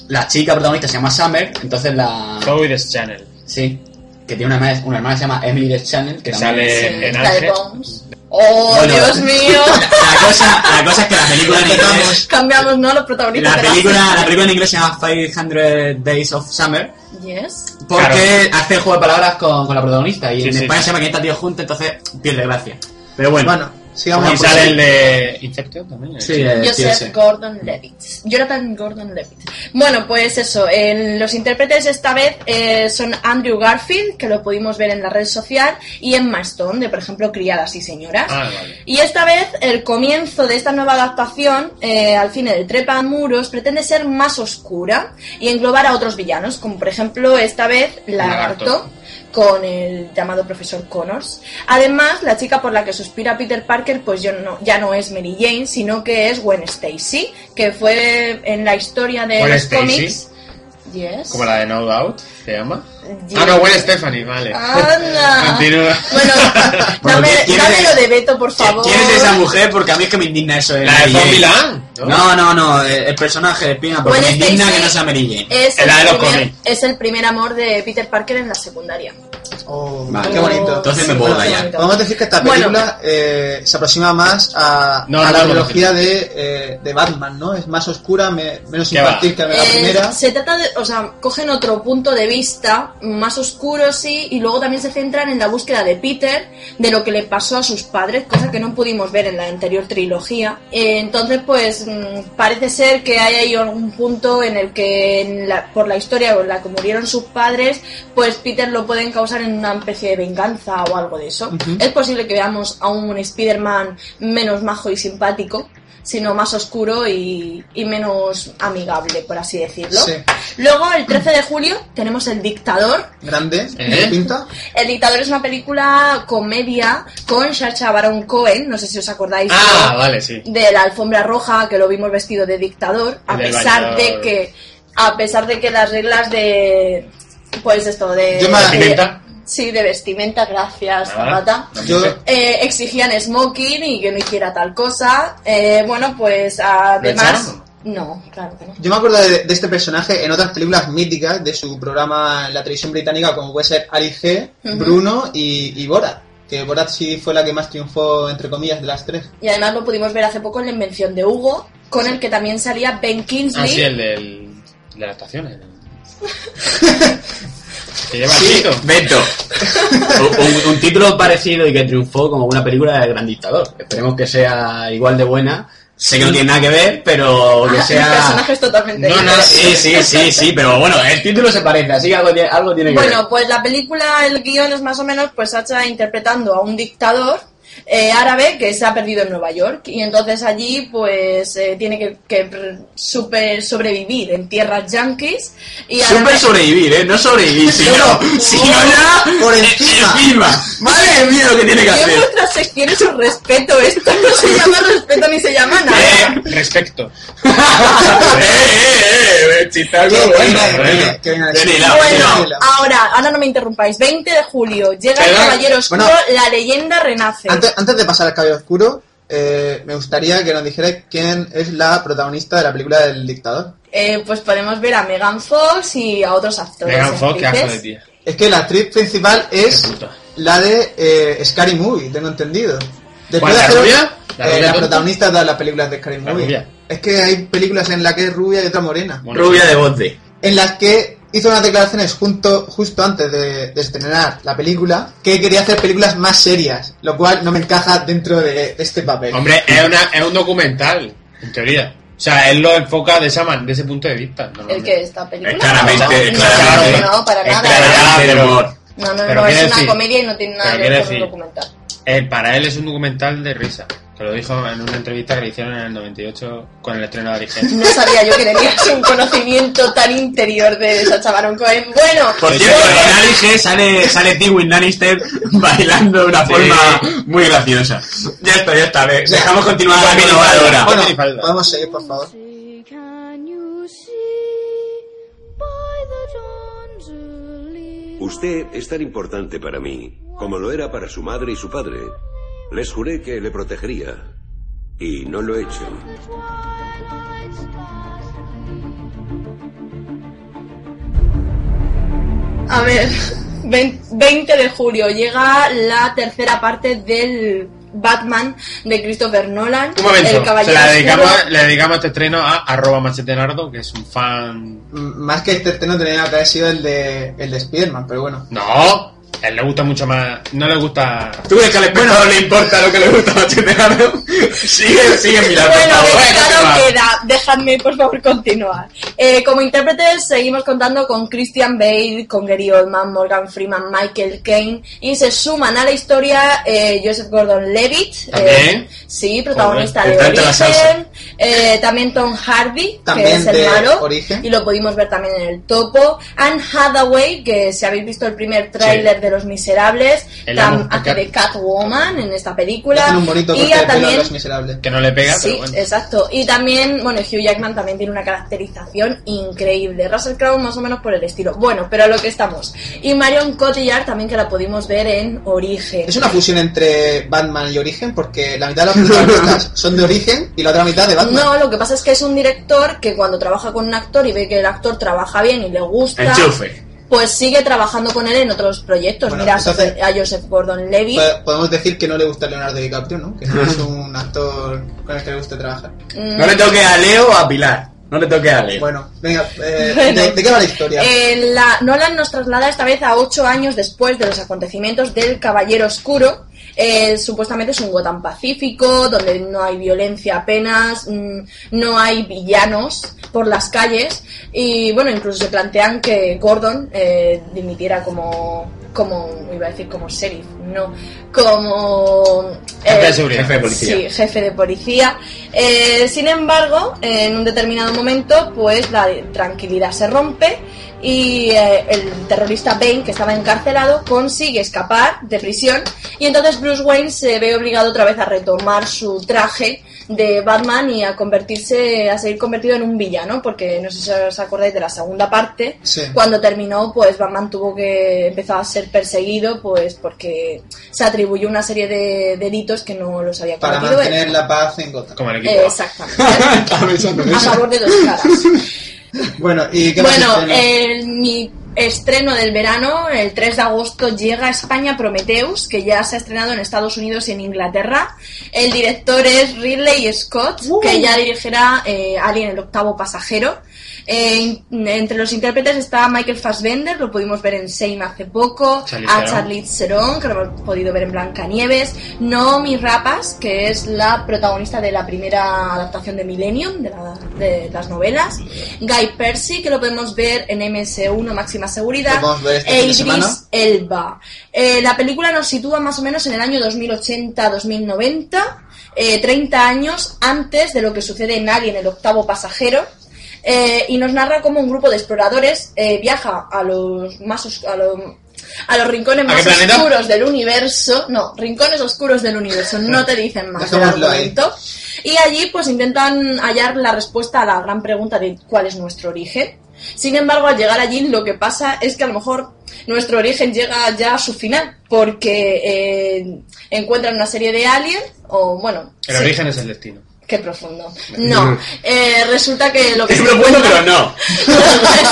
la chica protagonista se llama Summer, entonces la...
Zoe Deschanel, Channel.
Sí, que tiene una hermana, una hermana que se llama Emily Deschanel, Channel, que
Que
también-
sale
Sí,
en
la de
Ángel.
Bones. ¡Oh,
Bueno.
Dios mío!
La cosa, la cosa es que la película en inglés,
Cambiamos, ¿no? Los protagonistas
la
de la
película, la película en inglés se llama 500 Days of Summer
Yes.
porque hace el juego de palabras con, con la protagonista y
Sí,
en
sí.
España se llama 500 días juntos, entonces pierde gracia. Pero bueno,
Bueno, sigamos.
Vamos
Y
por
sale
ahí.
el de Inception también. ¿eh?
sí, eh, sí,
Joseph
sí.
Gordon-Levitt. Jonathan Gordon-Levitt. Bueno, pues eso. en los intérpretes esta vez eh, son Andrew Garfield, que lo pudimos ver en la red social, y Emma Stone, de, por ejemplo, Criadas y Señoras.
Ah, vale.
Y esta vez el comienzo de esta nueva adaptación eh, al cine de Trepa Muros pretende ser más oscura y englobar a otros villanos, como por ejemplo esta vez
Lagarto.
Lagarto con el llamado profesor Connors. Además, la chica por la que suspira Peter Parker pues yo no, ya no es Mary Jane, sino que es Gwen Stacy, que fue en la historia de
Gwen
los
Stacy.
cómics. Yes.
Como la de No Doubt, se llama.
Yes.
Ah, no, Gwen Stephanie, vale.
Anda.
Continúa.
Bueno,
Bueno,
dame,
¿quién- quién
dame
es-
lo de Beto, por favor.
¿Quién es esa mujer? Porque a mí es que me indigna eso. de
La de
Mary Jane.
Zombieland.
No, no, no, eh, el el personaje de Pina, porque
Gwen
me indigna
Stacy
que no sea Mary Jane.
Es el,
El Aero
primer,
Comic.
es el primer amor de Peter Parker en la secundaria.
Oh,
Vale.
qué bonito.
Entonces me
Sí,
puedo
qué
callar.
bonito.
Podemos decir que esta
Bueno.
película eh, se aproxima más a,
No,
a la
no, no, no,
trilogía de, eh, de Batman, ¿no? Es más oscura, me- menos
¿Qué va?
infantil que la
Eh,
primera.
se trata de, o sea, cogen otro punto de vista más oscuro, sí, y luego también se centran en la búsqueda de Peter, de lo que le pasó a sus padres, cosa que no pudimos ver en la anterior trilogía. Eh, entonces, pues mm, parece ser que hay ahí algún punto en el que en la- por la historia o en la que murieron sus padres, pues Peter lo pueden causar en una especie de venganza o algo de eso.
Ujú.
Es posible que veamos a un Spider-Man menos majo y simpático, sino más oscuro y, y menos amigable, por así decirlo.
Sí.
Luego, el 13 de julio, tenemos El Dictador.
Grande,
¿Eh?
¿qué pinta?
El Dictador es una película comedia con Sacha Baron Cohen, no sé si os acordáis.
Ah,
¿no?
vale, sí.
de la alfombra roja que lo vimos vestido de dictador a
El del
pesar de
bañador.
que a pesar de que las reglas de pues esto de
Yo me-
de-
Vestimenta.
sí de vestimenta gracias
Nada.
Zapata
Yo,
eh, exigían smoking y que no hiciera tal cosa Eh, bueno pues además
echaron?
no claro que no
yo me acuerdo de, de este personaje en otras películas míticas de su programa en la televisión británica, como puede ser Ali G,
Ujú.
Bruno y, y Borat. Que Borat sí fue la que más triunfó, entre comillas, de las tres.
y además lo pudimos ver hace poco en la invención de Hugo con el que también salía Ben Kingsley
Ah, sí, el del, de las estaciones. Que lleva
Sí.
el Tito.
Beto. un, un título parecido y que triunfó como una película del gran dictador. Esperemos que sea igual de buena. Sé que no tiene nada que ver, pero que
El personaje
sea.
es totalmente
No,
diferente.
no,
Sí, sí, sí, sí, pero bueno, el título se parece, así que algo, tiene- algo tiene que
Bueno, pues la película, el guión es más o menos, pues Sacha interpretando a un dictador eh, árabe que se ha perdido en Nueva York y entonces allí pues eh, tiene que, que pr- super- sobrevivir en tierras yanquis y
ver.
ahora-
Súper sobrevivir, ¿eh? No sobrevivir, sino,
No, no.
sino ya.
Por
eh,
encima.
encima. Madre mía, lo que tiene que
¿Qué
hacer.
vuestras secciones os respeto? Esto no se llama respeto ni se llama nada.
Eh,
Respecto.
eh, eh, eh, chistaco,
Qué
bueno,
buena,
bueno.
qué buena.
Bien hilado, bien hilado.
Bueno, ahora, ahora no me interrumpáis. 20 de julio, llega el
Perdón,
Caballero Oscuro,
bueno.
la leyenda renace.
Antes, antes de pasar al cabello oscuro, eh, me gustaría que nos dijerais quién es la protagonista de la película del dictador.
Eh, pues podemos ver a Megan Fox y a otros actores.
Megan Fox, qué asco de
actrices.
tía.
Es que la actriz principal es
Qué puta.
la de eh, Scary Movie, tengo entendido.
¿Cuál,
de
la
hacer-
rubia?
eh, ¿La,
¿La rubia tonta?
protagonista de las películas de Scary
La
Movie.
rubia.
Es que hay películas en las que es rubia y otra morena.
Bueno,
Rubia de bote.
En las que hizo unas declaraciones junto, justo antes de, de estrenar la película que quería hacer películas más serias, lo cual no me encaja dentro de, de este papel.
Hombre, es, una, es un documental, en teoría. O sea, él lo enfoca de, esa man- de ese punto de vista.
El
normalmente.
que esta película.
Es claramente,
no,
claramente.
No, no, para
Es
nada.
claramente.
Ah,
pero-
amor.
No, no,
Pero
no, es
quiere
una
decir-
comedia y no tiene nada
pero
que
quiere
ver con un
decir-
documental.
Él- eh, para él es un documental de risa. Que lo dijo en una entrevista que le hicieron en el 98 con el estreno de Origen.
No sabía yo que tenías un conocimiento tan interior de Sacha Baron Cohen. Bueno,
Por cierto, en Alige sale, sale Tywin Lannister bailando de una
Sí.
forma muy graciosa. Ya está, ya está. ve, Dejamos continuar la
Bueno,
minifaldora.
bueno.
bueno,
minifalda.
podemos seguir, por favor.
Usted es tan importante para mí como lo era para su madre y su padre. Les juré que le protegería. Y no lo he hecho.
a ver, 20 de julio llega la tercera parte del Batman de Christopher Nolan.
Un momento,
El
se
Caballero
la
Oscuro.
dedicamos, le dedicamos este estreno a arroba machetenardo, que es un fan...
M- Más que este estreno tenía que haber sido el de, el de Spiderman, pero bueno.
No, a él le gusta mucho más... No le gusta...
¿Tú crees que al espectador le importa lo que le gusta a Macheterano? sigue, sigue mirando,
Bueno,
por favor.
claro queda. Dejadme, por favor, continuar. Eh, como intérpretes, seguimos contando con Christian Bale, con Gary Oldman, Morgan Freeman, Michael Caine. Y se suman a la historia eh, Joseph Gordon-Levitt. eh,
También.
sí, protagonista
Joder,
de
te encanta la salsa.
Origen. eh, también Tom Hardy, que
También
es el
de
malo.
Origen.
Y lo pudimos ver también en el topo. Anne Hathaway, que si habéis visto el primer tráiler de Los Miserables,
El
tam-
amo de
hace de Catwoman en esta película.
Hacen un bonito
y
corte de
a
pelo a
también
los miserables.
Que no le pega,
Sí,
pero bueno.
exacto. Y también, bueno, Hugh Jackman también tiene una caracterización increíble. Russell Crowe más o menos por el estilo. Bueno, pero a lo que estamos. Y Marion Cotillard también que la pudimos ver en Origen.
Es una fusión entre Batman y Origen, porque la mitad de las protagonistas son de Origen y la otra mitad de Batman.
No, lo que pasa es que es un director que cuando trabaja con un actor y ve que el actor trabaja bien y le gusta,
Enchufe.
pues sigue trabajando con él en otros proyectos.
Bueno,
Mira a
entonces-
Joseph- a Joseph Gordon-Levitt.
Po- Pues, Podemos decir que no le gusta Leonardo DiCaprio, ¿no? Que no es un actor con el que le guste trabajar.
mm,
No le toque a Leo o a Pilar. No le toque a Leo.
Bueno, venga, eh,
Bueno.
¿de, de qué va la historia?
Eh, la- Nolan nos traslada esta vez a ocho años después de los acontecimientos del Caballero Oscuro. Eh, supuestamente es un Gotham pacífico, donde no hay violencia apenas, mm, no hay villanos por las calles. Y bueno, incluso se plantean que Gordon eh, dimitiera como, como, iba a decir como sheriff, no, como...
Jefe de
eh,
seguridad.
jefe de policía.
Sí, jefe de policía. Eh, sin embargo, en un determinado momento, pues la tranquilidad se rompe y eh, el terrorista Bane, que estaba encarcelado, consigue escapar de prisión y entonces Bruce Wayne se ve obligado otra vez a retomar su traje de Batman y a convertirse, a seguir convertido en un villano, porque no sé si os acordáis de la segunda parte,
Sí.
cuando terminó, pues Batman tuvo que empezar a ser perseguido, pues porque se atribuyó una serie de delitos que no los había
Para
cometido él.
mantener la paz en Gotham.
Como el equipo.
Eh, Exactamente.
Estaba pensando en
A
eso.
favor de dos caras.
Bueno, ¿y qué más Eh,
Bueno, eh,
estrena?
el- mi estreno del verano, el 3 de agosto, llega a España Prometheus, que ya se ha estrenado en Estados Unidos y en Inglaterra. El
Uh.
director es Ridley Scott, que ya dirigirá eh, Alien el octavo pasajero. Eh, in- entre los intérpretes está Michael Fassbender, lo pudimos ver en Shame hace poco,
Charlize
a
Theron.
Charlize Theron, que lo hemos podido ver en Blancanieves, Naomi Rapas, que es la protagonista de la primera adaptación de Millennium, de, la- de las novelas, Guy Percy, que lo podemos ver en MS1 Máxima Seguridad,
Lo podemos ver este
e
fin de
Idris
semana.
Elba. Eh, la película nos sitúa más o menos en el año 2080-2090, eh, 30 años antes de lo que sucede en Alien, el octavo pasajero, eh, y nos narra cómo un grupo de exploradores eh, viaja a los más os- a, lo- a los rincones
¿A
más
qué planeta?
oscuros del universo, no, rincones oscuros del universo, no te dicen más del
Dejémoslo ahí.
argumento. Y allí pues intentan hallar la respuesta a la gran pregunta de cuál es nuestro origen. Sin embargo, al llegar allí lo que pasa es que a lo mejor nuestro origen llega ya a su final, porque eh, encuentran una serie de aliens, o bueno...
El
sí,
origen es el destino.
Qué profundo. No, eh, resulta que lo que...
Es
se
profundo,
encuentra-
pero no.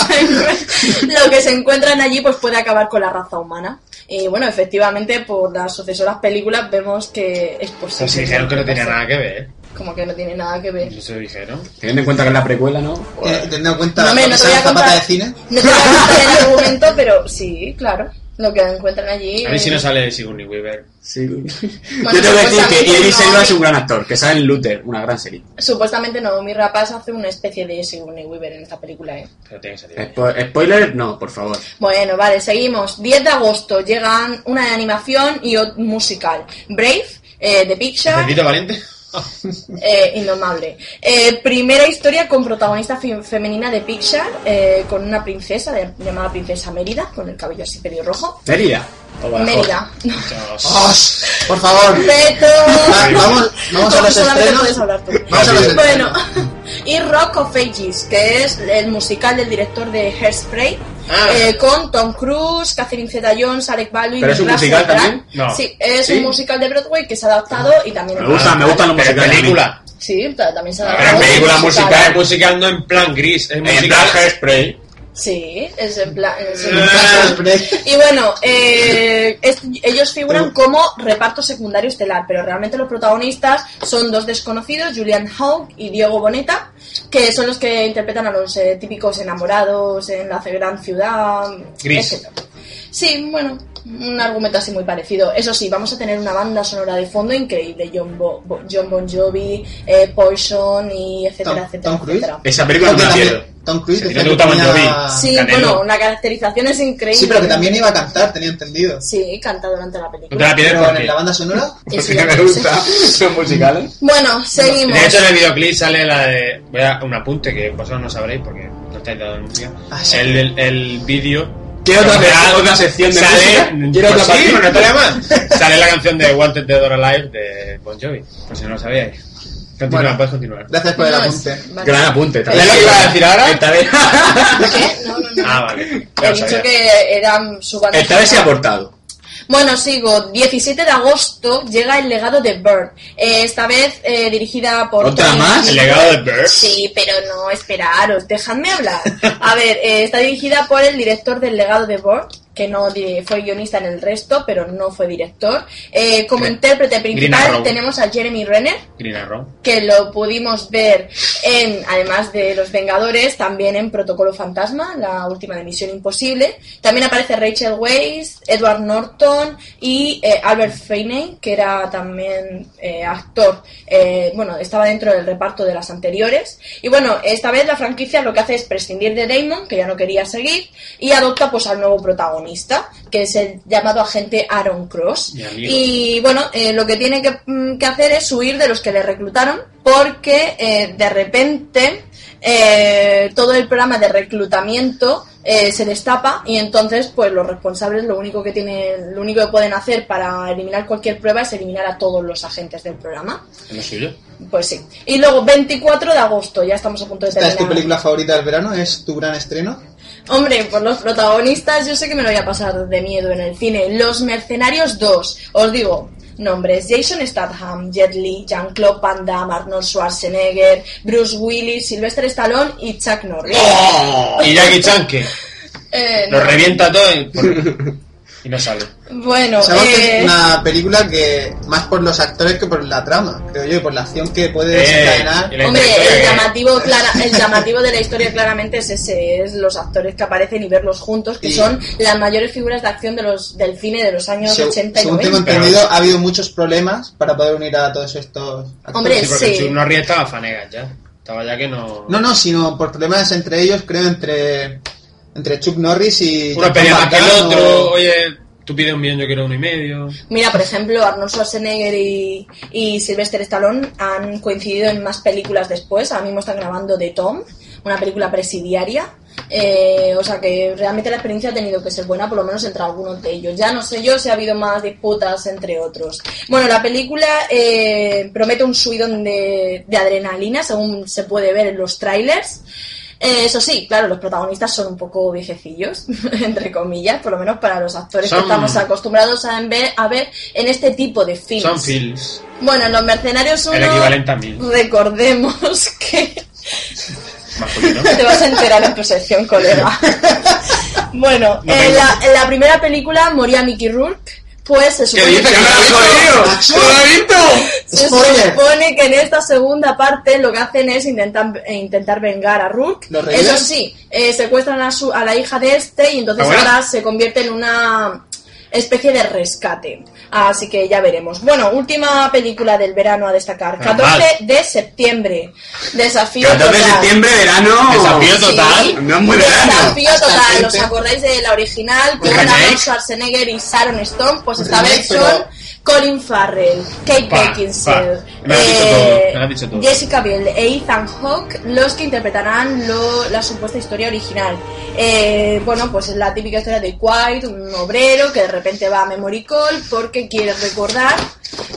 lo que se encuentran allí pues puede acabar con la raza humana. Y bueno, efectivamente, por las sucesoras películas vemos que es
O
posible.
sea, se dijeron Pues que no tenía nada que ver.
Como que no tiene nada que ver.
Eso dijeron.
Teniendo en cuenta que es la precuela, ¿no?
Eh, Teniendo en cuenta
No, hombre,
que
no te
sale
voy a
Zapata
contar,
de cine.
no te voy a contar el argumento, pero sí, claro. Lo que encuentran allí.
A ver si no
es-
sale Sigourney Weaver.
Sí. Yo tengo que decir que
supuestamente
Idris
no.
Elba es un gran actor, que sale en Luther, una gran serie.
Supuestamente Naomi Rapaz hace una especie de Sigourney Weaver en esta película, ¿eh?
Pero tiene que salir.
Spo- spoiler, no, por favor.
Bueno, vale, seguimos. 10 de agosto llegan una de animación y ot- musical. Brave, eh, The Picture,
¿Bendito Valiente?
Eh, indomable. Eh, primera historia con protagonista fi- femenina de Pixar, eh, con una princesa de- llamada Princesa Mérida, con el cabello así pelirrojo.
Mérida. O Badajoz.
Mérida.
Dios.
¡Os! Por favor.
¡Reto!
Va- vamos, vamos a los
Solamente
estrenos.
puedes hablar tú.
Vamos a los estrenos.
Bueno, y Rock of Ages, que es el musical del director de Hairspray,
Ah.
eh, con Tom Cruise, Catherine Zeta-Jones, Alec Baldwin,
¿Pero es un
Russell
musical
Brand.
también?
No.
Sí, es
¿Sí? Ah.
un musical de Broadway que se ha adaptado y también...
Me gusta, me gustan los
Pero
musicales.
película.
Ah, Sí, ta- también se ha
Pero
adaptado.
en película
Es un
musical. Es musical no en plan gris. Es
En
musical.
plan Hairspray.
Sí, es en plan. es
Ah.
en
Eh.
plan- Y bueno, eh, es- ellos figuran como reparto secundario estelar, pero realmente los protagonistas son dos desconocidos, Julian Hawke y Diego Boneta, que son los que interpretan a los eh, típicos enamorados en la gran ciudad.
Gris.
etcétera. Sí, bueno, un argumento así muy parecido. Eso sí, vamos a tener una banda sonora de fondo increíble, John, Bo- Bo- John Bon Jovi, eh, Poison y etcétera,
Tom-
etcétera,
Tom Cruise.
etcétera.
Esa película no me la pierdo.
Tom Cruise
Si no
decía
te
que
gusta Bon
tenía-
Jovi.
Sí,
Canelo.
bueno, la caracterización es increíble.
Sí, pero que también iba a cantar, tenía entendido.
Sí, canta durante la
No te la
película.
pierdes
Pero en
porque.
la banda sonora.
Eso
Porque
ya
me
no lo sé.
gusta. Son musicales.
Bueno, seguimos.
De hecho, en el videoclip sale la de. Voy a un apunte que vosotros no sabréis porque no estáis dando música.
Ah, sí.
El, el, el vídeo.
Quiero otra,
Pero
sec-
algo-
otra sección de
sale,
música. Quiero
pues
otra
sí,
partida.
pero no estaría mal. Sale la canción de Wanted Dead or Alive de Bon Jovi. Por si no lo sabíais. Continúa,
Bueno.
puedes continuar.
Gracias por el
No, es-
apunte.
vale.
Gran apunte.
¿Ves lo que iba a decir ahora?
Esta vez,
¿Qué? No, no, no.
Ah, vale. Ya
He
lo
dicho
sabía.
que eran su banda
esta vez se ha
sonora.
aportado.
Bueno, sigo. 17 de agosto llega el legado de Bird. Eh, esta vez eh, dirigida por.
¿Otra
Tony
más?
Smith.
El legado de Bird.
Sí, pero no, esperaros, dejadme hablar. A ver, eh, está dirigida por el director del legado de Borg, que no di- fue guionista en el resto, pero no fue director. Eh, como
Gre-
intérprete
Arrow.
principal tenemos a Jeremy Renner,
Green Arrow.
que lo pudimos ver en, además de Los Vengadores, también en Protocolo Fantasma, la última de Misión Imposible. También aparece Rachel Weisz, Edward Norton y eh, Albert Finney, que era también eh, actor, eh, bueno, estaba dentro del reparto de las anteriores. Y bueno, esta vez la franquicia lo que hace es prescindir de Damon, que ya no quería seguir, y adopta pues al nuevo protagonista, que es el llamado agente Aaron Cross.
Mi amigo.
Y y bueno, eh, lo que tiene que, mm, que hacer es huir de los que le reclutaron porque eh, de repente eh, todo el programa de reclutamiento eh, se destapa y entonces pues los responsables lo único que tienen, lo único que pueden hacer para eliminar cualquier prueba es eliminar a todos los agentes del programa.
¿Es lo suyo?
Pues sí. Y luego 24 de agosto, ya estamos a punto de
Esta
terminar.
es tu película favorita del verano, es tu gran estreno.
Hombre, por los protagonistas yo sé que me lo voy a pasar de miedo en el cine. Los Mercenarios 2, os digo, nombres Jason Statham, Jet Li, Jean-Claude Van Damme, Arnold Schwarzenegger, Bruce Willis, Sylvester Stallone y Chuck Norris.
Y Jackie Chan, que
Eh,
lo
no.
revienta todo. y- por- Y no sale.
Bueno,
Sabes que
eh,
es una película que más por los actores que por la trama, creo yo, y por la acción que puede
Eh,
desencadenar.
y la
Hombre,
historia
el
que-
llamativo, clara, el llamativo de la historia claramente es ese, es los actores que aparecen y verlos juntos, que
Sí.
son las mayores figuras de acción de los, del cine de los años
Seg-
80 y
según tengo
90.
entendido, ha habido muchos problemas para poder unir a todos estos actores.
Hombre,
Sí, porque
sí.
el Chur Norris estaba fanegas ya. Estaba ya que no.
No, no, sino por problemas entre ellos, creo, entre, entre Chuck Norris y...
uno
John
pelea más que el
McCain,
otro.
o-
Oye, tú pides un millón, yo quiero uno y medio.
Mira, por ejemplo, Arnold Schwarzenegger y, y Sylvester Stallone han coincidido en más películas después. Ahora mismo están grabando The Tom, una película presidiaria. Eh, o sea que realmente la experiencia ha tenido que ser buena, por lo menos entre algunos de ellos. Ya no sé yo si ha habido más disputas entre otros. Bueno, la película eh, promete un subidón de, de adrenalina, según se puede ver en los trailers. Eh, eso sí, claro, los protagonistas son un poco viejecillos, entre comillas, por lo menos para los actores
Son-
que estamos acostumbrados a ver, a ver en este tipo de films.
Son films.
Bueno, en Los Mercenarios 1,
El equivalente a mil.
recordemos que
Masculino.
te vas a enterar en tu sección, colega. Bueno,
No
en,
tengo.
la, en la primera película moría Mickey Rourke, pues se supone
dices?
¡Ya lo he
Macho.
jodido! ¡Lo he visto!
Se
Spoiler.
supone que en esta segunda parte lo que hacen es intentan, eh, intentar vengar a Rourke.
¿Los reyes?
Eso sí, eh, secuestran a, su, a la hija de este y entonces
¿Abuela?
ahora se convierte en una especie de rescate. Así que ya veremos. Bueno, última película del verano a
Ah,
destacar.
Normal.
14 de septiembre. Desafío
14 de
total.
septiembre, verano.
Desafío total.
Sí.
No es muy verano.
Desafío
Hasta
total.
gente.
¿Os acordáis de la original con
Un remake.
Arnold Schwarzenegger y Sharon Stone? Pues esta
remake,
vez son
pero-
Colin Farrell, Kate
Pa,
Beckinsale, eh,
pa. Me lo has dicho todo, me lo has dicho todo.
Jessica Biel e Ethan Hawke los que interpretarán lo- la supuesta historia original. Eh, bueno, pues es la típica historia de White, un obrero que de repente va a Memory Call porque quiere recordar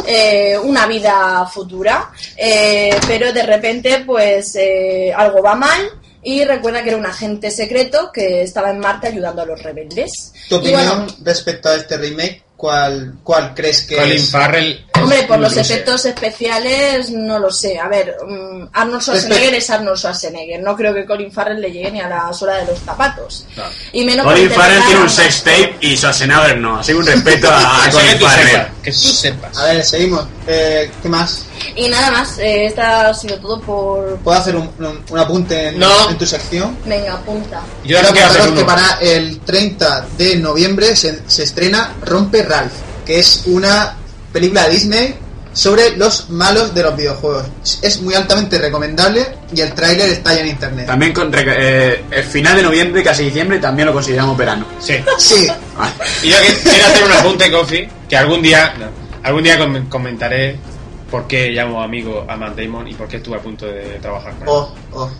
eh, una vida futura, Eh, pero de repente pues eh, algo va mal. Y recuerda que era un agente secreto que estaba en Marte ayudando a los rebeldes.
¿Tu
Y bueno,
opinión respecto a este remake? ¿Cuál, cuál crees que
Colin
es?
Farrell. es
Hombre, por
un
los
loser.
efectos especiales no lo sé. A ver, mm, Arnold Schwarzenegger es Arnold Schwarzenegger. No creo que Colin Farrell le llegue ni a la suela de los zapatos.
No.
Y menos para
Colin
interpretar
Farrell
a
tiene un
Arnold.
sex tape y Schwarzenegger no. Así que un respeto a a
Que
Colin
tú
Farrell.
sepas, Ah, Que sepas.
A ver, seguimos. Eh, ¿Qué más?
Y nada más, eh, esta ha sido todo por...
¿Puedo hacer un, un- un apunte en,
No.
en tu sección?
Venga, apunta.
Yo ahora
Quiero
quiero hacer
contaros que
uno.
para el 30 de noviembre se, se estrena Rompe Ralph, que es una película de Disney sobre los malos de los videojuegos. Es muy altamente recomendable y el tráiler está ya en internet.
También con, reca- eh, el final de noviembre, casi diciembre, también lo consideramos verano.
Sí.
Sí,
Y yo que- quiero hacer un apunte, Coffee, que algún día, no, algún día com- comentaré por qué llamo amigo a Matt Damon y por qué estuve a punto de trabajar con él.
oh, oh.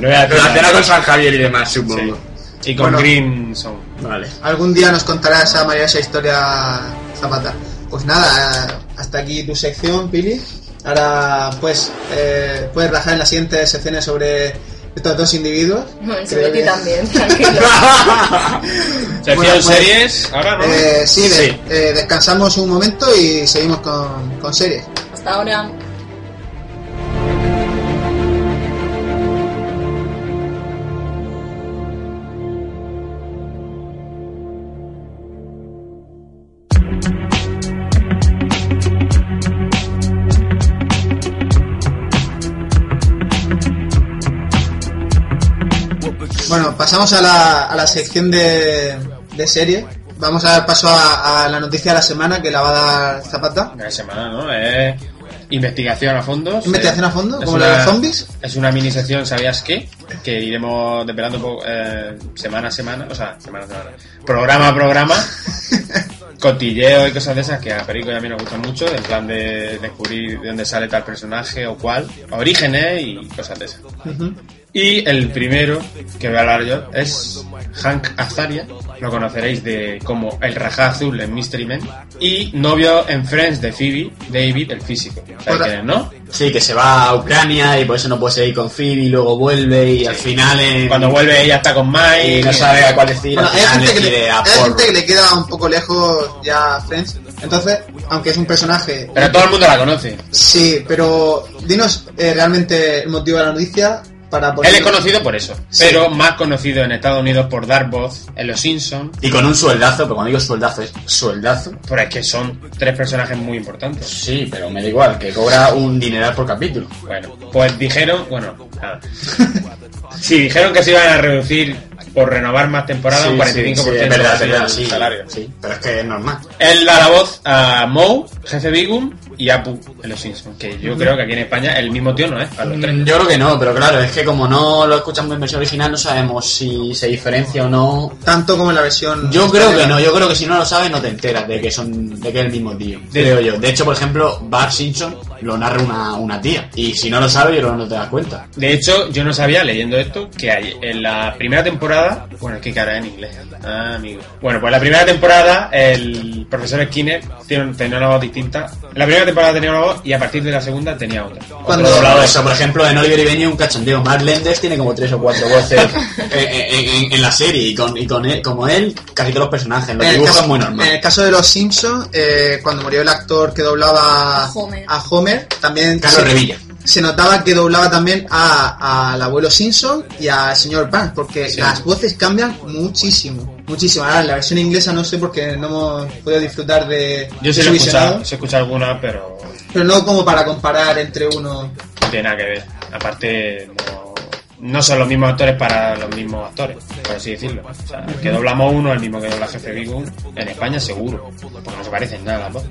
Lo voy a hacer
Relacionado con
ahora.
San Javier y demás,
Sí.
supongo.
Y con
Bueno.
Green Zone.
Vale.
Algún día nos contarás a María esa historia zapata. Pues nada, hasta aquí tu sección, Pili. Ahora pues eh, puedes rajar en las siguientes secciones sobre estos dos individuos.
Bueno,
Creo
sobre ti
que-
también, tranquilo.
Se
Bueno, pues,
hacían series, ahora no.
Eh, sí, de-
Sí.
eh, descansamos un momento y seguimos con, con series.
Hasta ahora.
Bueno, pasamos a la, a la sección de, de series. Vamos a dar paso a, a la noticia de la semana que la va a dar Zapata.
Una semana, ¿no? Eh, investigación a fondo.
¿Investigación a fondo?
Es
¿Como la de los zombies?
Es una mini sección, ¿sabías qué? Que iremos desvelando un poco, eh, semana a semana, o sea, semana a semana, programa a programa, cotilleo y cosas de esas que a Perico y a mí nos gustan mucho, en plan de descubrir de dónde sale tal personaje o cuál, orígenes y cosas de esas.
Ujú.
Y el primero que voy a hablar yo es Hank Azaria. Lo conoceréis de como el Rajá Azul en Mystery Men. Y novio en Friends de Phoebe, David, el físico. ¿Sabéis
Hola.
quién es, no?
Sí, que se va a Ucrania y por eso no puede seguir con Phoebe, y luego vuelve y al final. eh,
Cuando vuelve ella está con Mike.
y no sabe a cuál decir,
Bueno,
al
hay
final
gente, que
decide
le,
a
hay
Paul.
gente que le queda un poco lejos ya a Friends. Entonces, aunque es un personaje...
Pero todo el mundo la conoce.
Sí, pero dinos eh, realmente el motivo de la noticia para poner...
Él es conocido por eso,
Sí.
pero más conocido en Estados Unidos por dar voz en Los Simpsons.
Y con un sueldazo, pero cuando digo sueldazo es sueldazo.
Pero es que son tres personajes muy importantes.
Sí, pero me da igual, que cobra un dineral por capítulo.
Bueno, pues dijeron, bueno, nada. sí, dijeron que se iban a reducir por renovar más temporadas
Sí,
un 45%
sí, sí, es verdad, es
del
verdad, sí,
salario.
sí, pero es que es normal.
Él da la voz a Moe, jefe Bigum y Apu en Los Simpsons, que yo creo que aquí en España el mismo tío no es, para los tres.
Mm, Yo creo que no, pero claro, es que como no lo escuchamos en versión original, no sabemos si se diferencia o no.
Tanto como en la versión...
Yo creo que
española.
no, yo creo que si no lo sabes no te enteras de que son de que es el mismo tío.
Sí.
Creo yo. De hecho, por ejemplo, Bart Simpson lo narra una, una tía. Y si no lo sabes, yo creo que no te das cuenta.
De hecho, yo no sabía leyendo esto que hay en la primera temporada. Bueno, es que cara en inglés. Ah, amigo. Bueno, pues en la primera temporada el profesor Skinner tiene- tenía una voz distinta. En la primera temporada tenía una voz y a partir de la segunda tenía otra.
Cuando-
Otro
Por
doblador.
eso, por ejemplo, en Oliver y Benny un cachondeo. Mark Lenders tiene como tres o cuatro voces en, en- en- en la serie. Y, con, y con él- como él, casi todos los personajes. Los
En el,
dibujos
caso,
muy
en el
normal.
caso de los Simpsons, eh, cuando murió el actor que doblaba
A Homer.
a Homer, también
Carlos
se,
Revilla.
se notaba que doblaba también a- al abuelo Simpson y al señor Burns, porque las voces cambian muchísimo. Muchísimo. Ahora, en la versión inglesa no sé porque no hemos podido disfrutar de
Yo sí
de
lo
su visionado,
he escuchado, sí he escuchado alguna, pero
pero no como para comparar entre uno.
no tiene nada que ver. Aparte, no, no son los mismos actores para los mismos actores, por así decirlo. O sea, el que doblamos uno, el mismo que dobla Jefe Bigum, en España seguro, porque no se parecen nada las voces.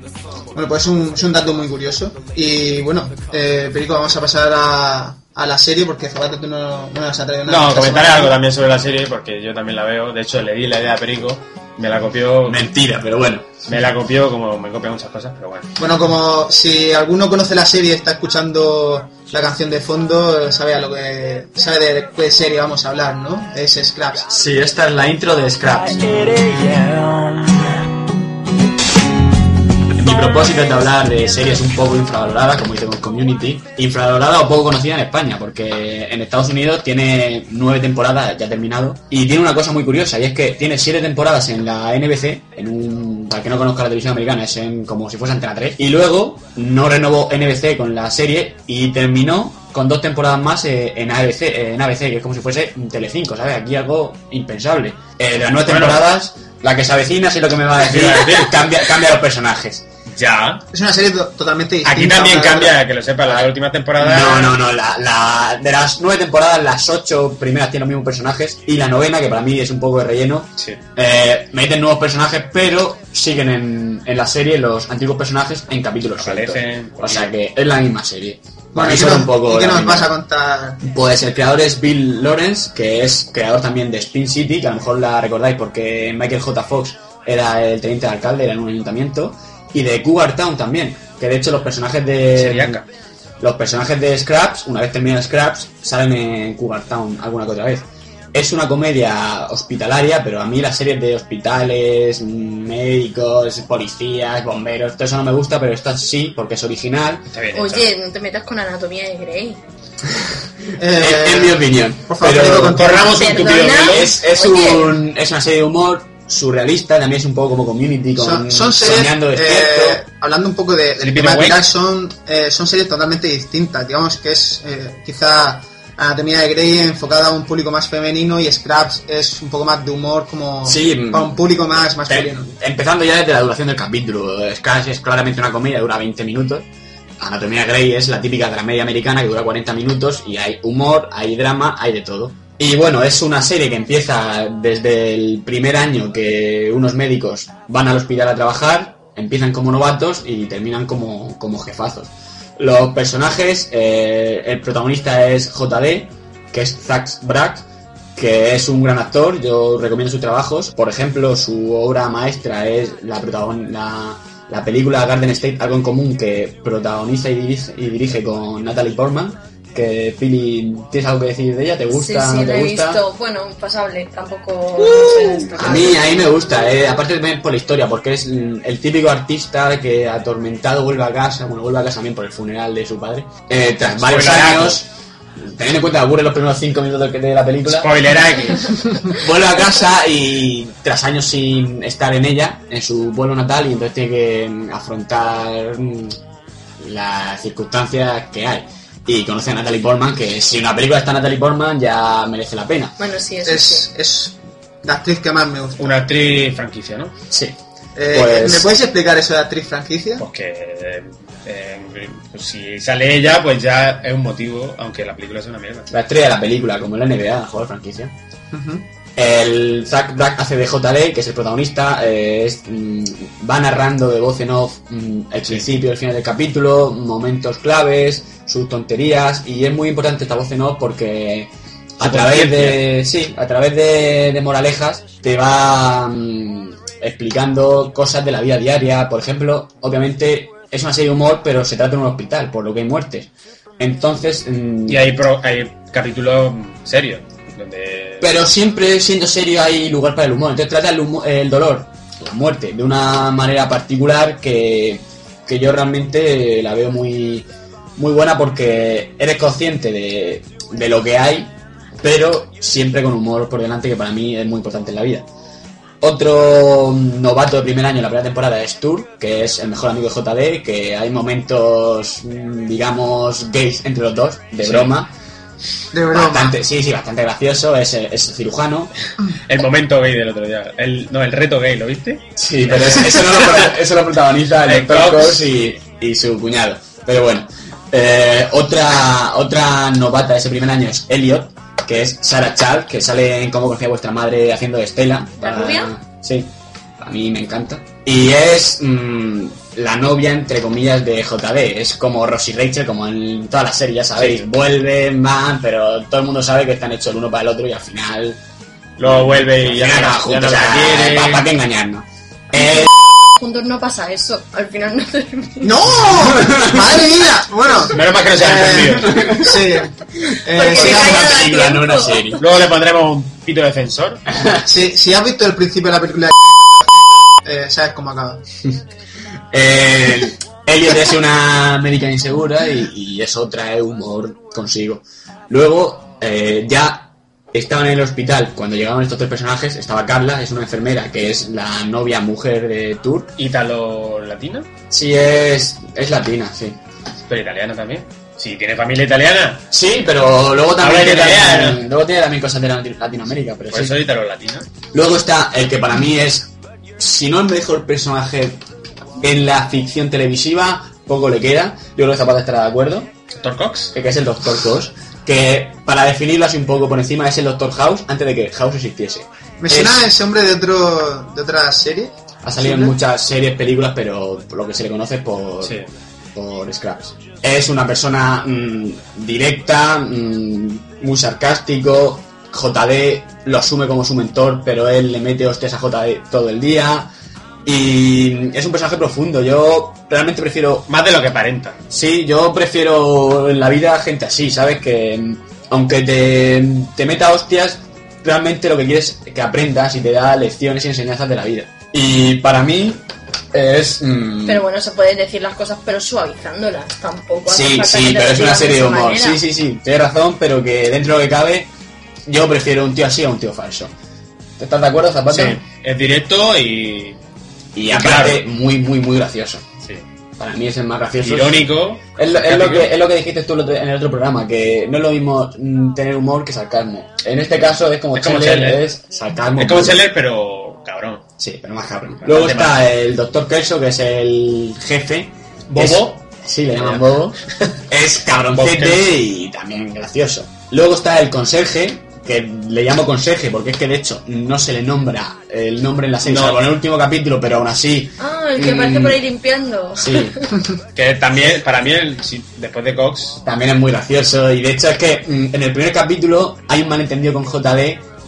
Bueno, pues es un, es un dato muy curioso. Y bueno, eh, Perico, vamos a pasar a, a la serie porque Zapata tú no, no nos has traído nada.
No,
esta
comentaré
semana.
algo también sobre la serie porque yo también la veo. De hecho, le di la idea a Perico, me la copió, me,
Mentira, pero bueno.
la copió como me copia muchas cosas, pero bueno.
Bueno, como si alguno conoce la serie y está escuchando la canción de fondo, sabe a lo que sabe de qué serie vamos a hablar, ¿no? Es Scraps.
Sí, esta es la intro de Scraps. Mi propósito es de hablar de series un poco infravaloradas, como hice con Community. Infravalorada o poco conocida en España, porque en Estados Unidos tiene nueve temporadas, ya terminado. Y tiene una cosa muy curiosa, y es que tiene siete temporadas en la NBC, en un... Para el que no conozca la televisión americana, es en, como si fuese Antena 3. Y luego no renovó NBC con la serie y terminó con dos temporadas más eh, en ABC, eh, en ABC, que es como si fuese Telecinco, ¿sabes? Aquí algo impensable. Eh, de las nueve
Bueno.
temporadas, la que se avecina, sé lo que me va a decir,
iba a decir.
cambia, cambia los personajes.
Ya.
Es una serie to- totalmente distinta.
Aquí también
una de
cambia,
otra.
que lo sepa, la última temporada.
No, no, no. La, la- de las nueve temporadas, las ocho primeras tienen los mismos personajes. Y la novena, que para mí es un poco de relleno,
Sí.
eh, meten nuevos personajes, pero siguen en, en la serie los antiguos personajes en capítulos sueltos.
Aparecen.
O sea que es la misma serie.
Bueno,
Para
¿y
mí
qué
son
nos-
un poco
¿y qué
la
nos
misma.
vas a contar?
Pues el creador es Bill Lawrence, que es creador también de Spin City, que a lo mejor la recordáis porque Michael J. Fox era el teniente de alcalde, era en un ayuntamiento, y de Cougar Town también, que de hecho los personajes de...
Seriaca.
Los personajes de Scraps, una vez terminan Scraps, salen en Cougar Town alguna que otra vez. Es una comedia hospitalaria, pero a mí las series de hospitales, mm, médicos, policías, bomberos, todo eso no me gusta, pero esta sí, porque es original.
Está bien. hecho.
Oye, no te metas con anatomía de Grey.
Eh,
en, en mi opinión.
por favor,
pero-
Perico, contad.
Corramos un tupido
Perdona.
velo.
es, es
Oye.
un- es una serie de humor surrealista, también es un poco como community, con
Son, son series,
soñando
eh,
despierto.
hablando un poco de, del
Sleeping
tema de
Awake.
Pilar, son, eh, son series totalmente distintas. Digamos que es eh, quizá Anatomía de Grey enfocada a un público más femenino y Scraps es un poco más de humor como
Sí,
para un público más
Te-
masculino.
empezando ya desde la duración del capítulo, es, casi- es claramente una comedia, dura 20 minutos. Anatomía Grey es la típica dramedia americana que dura 40 minutos y hay humor, hay drama, hay de todo. Y bueno, es una serie que empieza desde el primer año que unos médicos van al hospital a trabajar, empiezan como novatos y terminan como, como jefazos. Los personajes, eh, el protagonista es JD, que es Zack Brack, que es un gran actor, yo recomiendo sus trabajos. Por ejemplo, su obra maestra es la, protagon- la, la película Garden State, algo en común, que protagoniza y dirige, y dirige con Natalie Portman. Que Pili, ¿tienes algo que decir de ella? ¿Te gusta?
sí, sí,
¿No
la
te
he
gusta? Uh,
visto. Bueno, pasable, tampoco.
A mí, a mí me gusta, eh, aparte también por la historia, porque es mm, el típico artista que atormentado vuelve a casa, bueno, vuelve a casa también por el funeral de su padre, eh, tras varios
Spoilerazo.
años, teniendo en cuenta que ocurre los primeros cinco minutos de la película,
Spoiler X.
vuelve a casa y tras años sin estar en ella, en su pueblo natal, y em, entonces tiene que mm, afrontar mm, las circunstancias que hay. y conoce a Natalie Portman, que si una película está Natalie Portman ya merece la pena.
Bueno, sí, eso
Es,
sí.
es la actriz que más me gusta.
Una actriz franquicia, ¿no?
Sí.
Eh,
Pues-
¿Me puedes explicar eso de actriz franquicia?
Pues que eh, eh, pues si sale ella, pues ya es un motivo, aunque la película es una mierda.
La estrella de la película, como en la NBA, juego de franquicia.
Ujú.
El Zack Black hace de JL, que es el protagonista, eh, es, mm, va narrando de voz en off mm, el principio, el final del capítulo, momentos claves, sus tonterías, y es muy importante esta voz en off porque a
Su
través de
conciencia.
sí, a través de, de moralejas te va mm, explicando cosas de la vida diaria. Por ejemplo, obviamente es una serie de humor, pero se trata de un hospital, por lo que hay muertes. Entonces, mm,
Y hay, pro- hay capítulos serios, donde...
pero siempre siendo serio hay lugar para el humor. Entonces trata el, humo- el dolor, la muerte, de una manera particular que, que yo realmente la veo muy, muy buena porque eres consciente de, de lo que hay, pero siempre con humor por delante, que para mí es muy importante en la vida. Otro novato de primer año en la primera temporada es Tour, que es el mejor amigo de JD, que hay momentos, mm, digamos, gays entre los dos, de
Sí.
broma.
De broma.
Bastante, sí, sí, bastante gracioso, es, es cirujano,
El momento gay del otro día. El, no, el reto gay, ¿lo viste?
Sí, pero es- eso, no lo, pro- eso lo protagoniza el
El
doctor
Cox.
Cox y, y su cuñado. Pero bueno, eh, otra, otra novata de ese primer año es Elliot, que es Sarah Charles, que sale en Cómo conocía vuestra madre haciendo de Estela.
¿La
Para-
rubia?
Sí, a mí me encanta. Y es mm, la novia, entre comillas, de JD. Es como Rosie Rachel, como en toda la serie, ya sabéis.
Sí.
Vuelven, van, pero todo el mundo sabe que están hechos el uno para el otro y al final
Luego vuelve y ya,
Eh, ya,
no-
nada
ya no
juntos.
la quiere.
¿Para qué engañarnos? Eh,
Juntos no pasa eso. Al final no
Mm.
¡No! ¡Madre mía! Bueno.
Menos mal que no se
eh,
han entendido.
sí. Eh,
Porque
si,
se
has,
cae-
una
caiga
película,
tiempo.
no una serie.
Luego le pondremos un pito defensor.
si- si has visto el principio de la película, eh, sabes cómo acaba.
Eh, Elliot es una médica insegura y, y eso trae humor consigo. Luego, eh, ya estaban en el hospital cuando llegaban estos tres personajes. Estaba Carla, es una enfermera que es la novia mujer de Tour.
Ítalo latina,
Sí, es, es latina, sí.
pero italiana también. Si tiene familia italiana,
Sí, pero luego también
Habla
tiene,
italiano.
luego tiene también cosas de Latino- Latinoamérica. Pero
pues
sí.
eso es ítalo latina.
Luego está el que para mí es, si no el mejor personaje en la ficción televisiva, poco le queda. Yo creo que Zapata estará de acuerdo,
Doctor Cox.
que es el Doctor House, que para definirlo así un poco por encima es el Doctor House antes de que House existiese.
Me
Es-
suena ese hombre de otro de otra serie.
Ha salido en
¿Suena?
muchas series, películas, pero por lo que se le conoce es por,
Sí.
por Scraps. Es una persona mm, directa, mm, muy sarcástico. JD lo asume como su mentor, pero él le mete hostias a JD todo el día. Y es un personaje profundo. Yo realmente prefiero.
Más de lo que aparenta.
Sí, yo prefiero en la vida gente así, ¿sabes? Que mm, aunque te, te meta hostias, realmente lo que quieres es que aprendas y te da lecciones y enseñanzas de la vida. Y para mí es. mm,
Pero bueno, se pueden decir las cosas, pero suavizándolas tampoco. hace
Sí,
falta que
sí,
te
pero
lo
es una
digan
serie de
esa
humor.
manera.
Sí, sí, sí, tienes razón, pero que dentro de lo que cabe, yo prefiero un tío así a un tío falso. ¿Te ¿Estás de acuerdo, Zapata?
Sí. Es directo y.
Y aparte,
Claro.
muy, muy, muy gracioso.
sí.
Para mí es el más gracioso.
Irónico.
Es lo, es lo que,
sarcástico.
es lo que dijiste tú el otro- en el otro programa, que no es lo mismo mm, tener humor que sarcasmo. En este caso es como
Es como
Chandler,
Chandler.
es sarcasmo.
Es como
puro.
Scheller, pero cabrón.
Sí, pero más cabrón.
Bastante
Luego está
más.
el doctor Kelso, que es el jefe.
Bobo.
Es- sí, le llaman Bobo. es
Bob
cabroncete
Kelso.
y también gracioso. Luego está el conserje, que le llamo conserje porque es que de hecho no se le nombra el nombre en la serie,
No.
salvo en el último capítulo, pero aún así...
Ah, el que aparece
Mm.
por ahí limpiando.
Sí,
Que también, para mí, el- sí, después de Cox.
también es muy gracioso y de hecho es que mm, en el primer capítulo hay un malentendido con JD
Y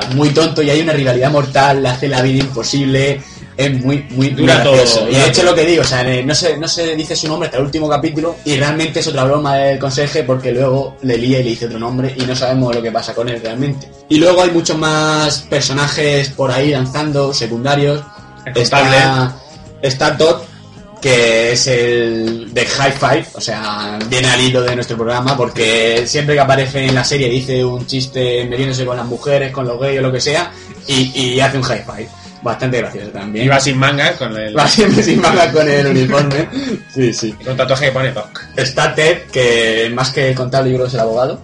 ya-
muy tonto y hay una rivalidad mortal, le hace la vida imposible, es muy muy
Dura
muy
todo,
gracioso. Y
dura
de hecho es
todo.
lo que digo, o sea, eh, no se, no se dice su nombre hasta el último capítulo y realmente es otra broma del conserje porque luego le lía y le dice otro nombre y no sabemos lo que pasa con él realmente. Y luego hay muchos más personajes por ahí danzando, secundarios.
El
Está, está Todd, que es el de High Five, o sea, viene al hilo de nuestro programa, porque siempre que aparece en la serie dice un chiste metiéndose con las mujeres, con los gays o lo que sea, y, y hace un High Five. bastante graciosa también.
Iba sin manga con el.
Va siempre sin manga con el uniforme. Sí, sí.
Con tatuaje que pone Doc.
Está Ted, que más que contable yo creo que es el abogado,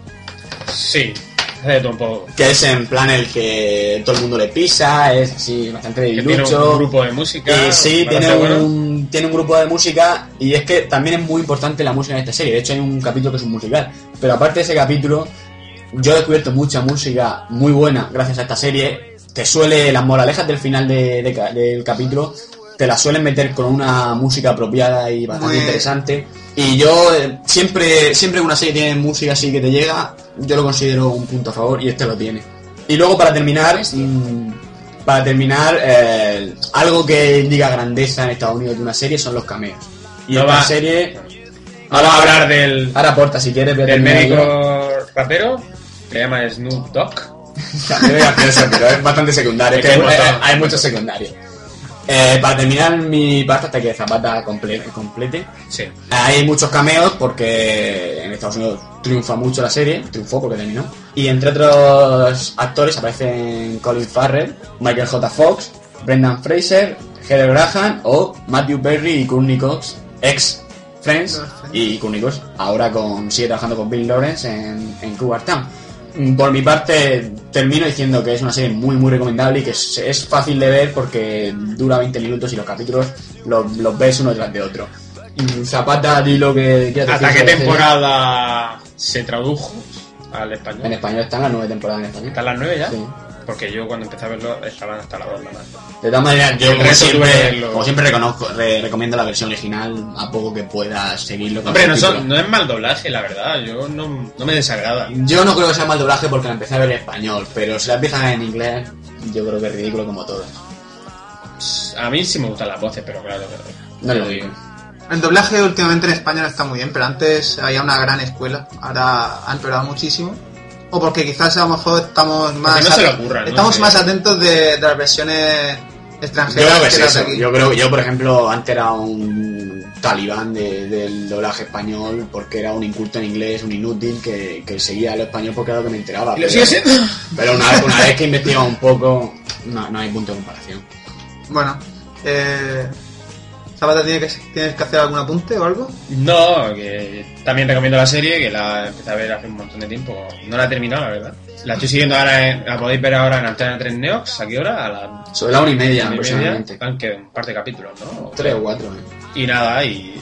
Sí, hace de todo un poco.
que es en plan el que todo el mundo le pisa, es así bastante
Que tiene un
dilucho.
grupo de música.
Y Eh, sí,
bastante
tiene
bueno.
un, tiene un grupo de música y es que también es muy importante la música en esta serie. De hecho hay un capítulo que es un musical. Pero aparte de ese capítulo, yo he descubierto mucha música muy buena gracias a esta serie. Te suele, las moralejas del final de- de ca- del capítulo, te las suelen meter con una música apropiada y bastante
Muy-
interesante. Y yo eh, siempre, siempre que una serie tiene música así que te llega, yo lo considero un punto a favor y este lo tiene. Y luego para terminar, mm, para terminar, eh, algo que diga grandeza en Estados Unidos de una serie son los cameos. Y
No
esta
va-
serie,
Ahora va a hablar del,
ahora aporta si quieres, voy a
del
terminar yo.
médico rapero, que se llama Snoop Dogg.
También es gracioso, pero es bastante secundario. es que hay,
Hemos
eh,
estado-
hay muchos secundarios. Eh, para terminar mi parte hasta que Zapata comple- complete,
Sí.
hay muchos cameos porque en Estados Unidos triunfa mucho la serie, triunfó porque terminó. Y entre otros actores aparecen Colin Farrell, Michael J. Fox, Brendan Fraser, Heather Graham o Matthew Perry y Courtney Cox, ex Friends y Courtney Cox, ahora con, sigue trabajando con Bill Lawrence en, en Cougar Town. Mm, Por mi parte, termino diciendo que es una serie muy, muy recomendable y que es, es fácil de ver porque dura 20 minutos y los capítulos los, los ves uno tras de otro. Mm, Zapata, di lo que quieras
¿Hasta
decir
qué
sobre la
temporada se tradujo al
serie.
español?
En español están las nueve temporadas en español.
¿Están las nueve ya?
Sí.
Porque yo cuando empecé a verlo estaban hasta la dos nada más.
De todas maneras, yo
El
como
resto tuve que
siempre,
verlo.
como siempre reconozco, re- recomiendo la versión original a poco que puedas seguirlo. con
Hombre, no, son-
subtítulos.
no es mal doblaje, la verdad. Yo no, no me desagrada.
Yo no creo que sea mal doblaje porque la empecé a ver en español, pero si la empiezas en inglés, yo creo que es ridículo como todas.
A mí sí me gustan las voces, pero claro. claro.
No lo digo.
El doblaje últimamente en España no está muy bien, pero antes había una gran escuela. Ahora han empeorado muchísimo. O porque quizás a lo mejor estamos más,
no se le
at-
ocurra, ¿no?
estamos
Que-
más atentos de, de las versiones
Yo
extranjeras
creo que es
las de
eso.
aquí.
Yo creo, yo por ejemplo, antes era un talibán de- del doblaje español porque era un inculto en inglés, un inútil que, que seguía el español porque era lo que me enteraba.
Y lo
pero-
sigue siendo.
Pero una vez, una vez que investigaba un poco, no, no hay punto de comparación.
Bueno, eh, Zapata, ¿tiene que- ¿tienes que hacer algún apunte o algo?
No, que también recomiendo la serie, que la empecé a ver hace un montón de tiempo. No la he terminado, la verdad. La estoy siguiendo ahora, en- la podéis ver ahora en Antena 3 Neox, ¿a qué hora? A las
Sobre la una y media,
y media.
aproximadamente.
Aunque un par de capítulos, ¿no?
Tres o cuatro. eh.
Y nada, y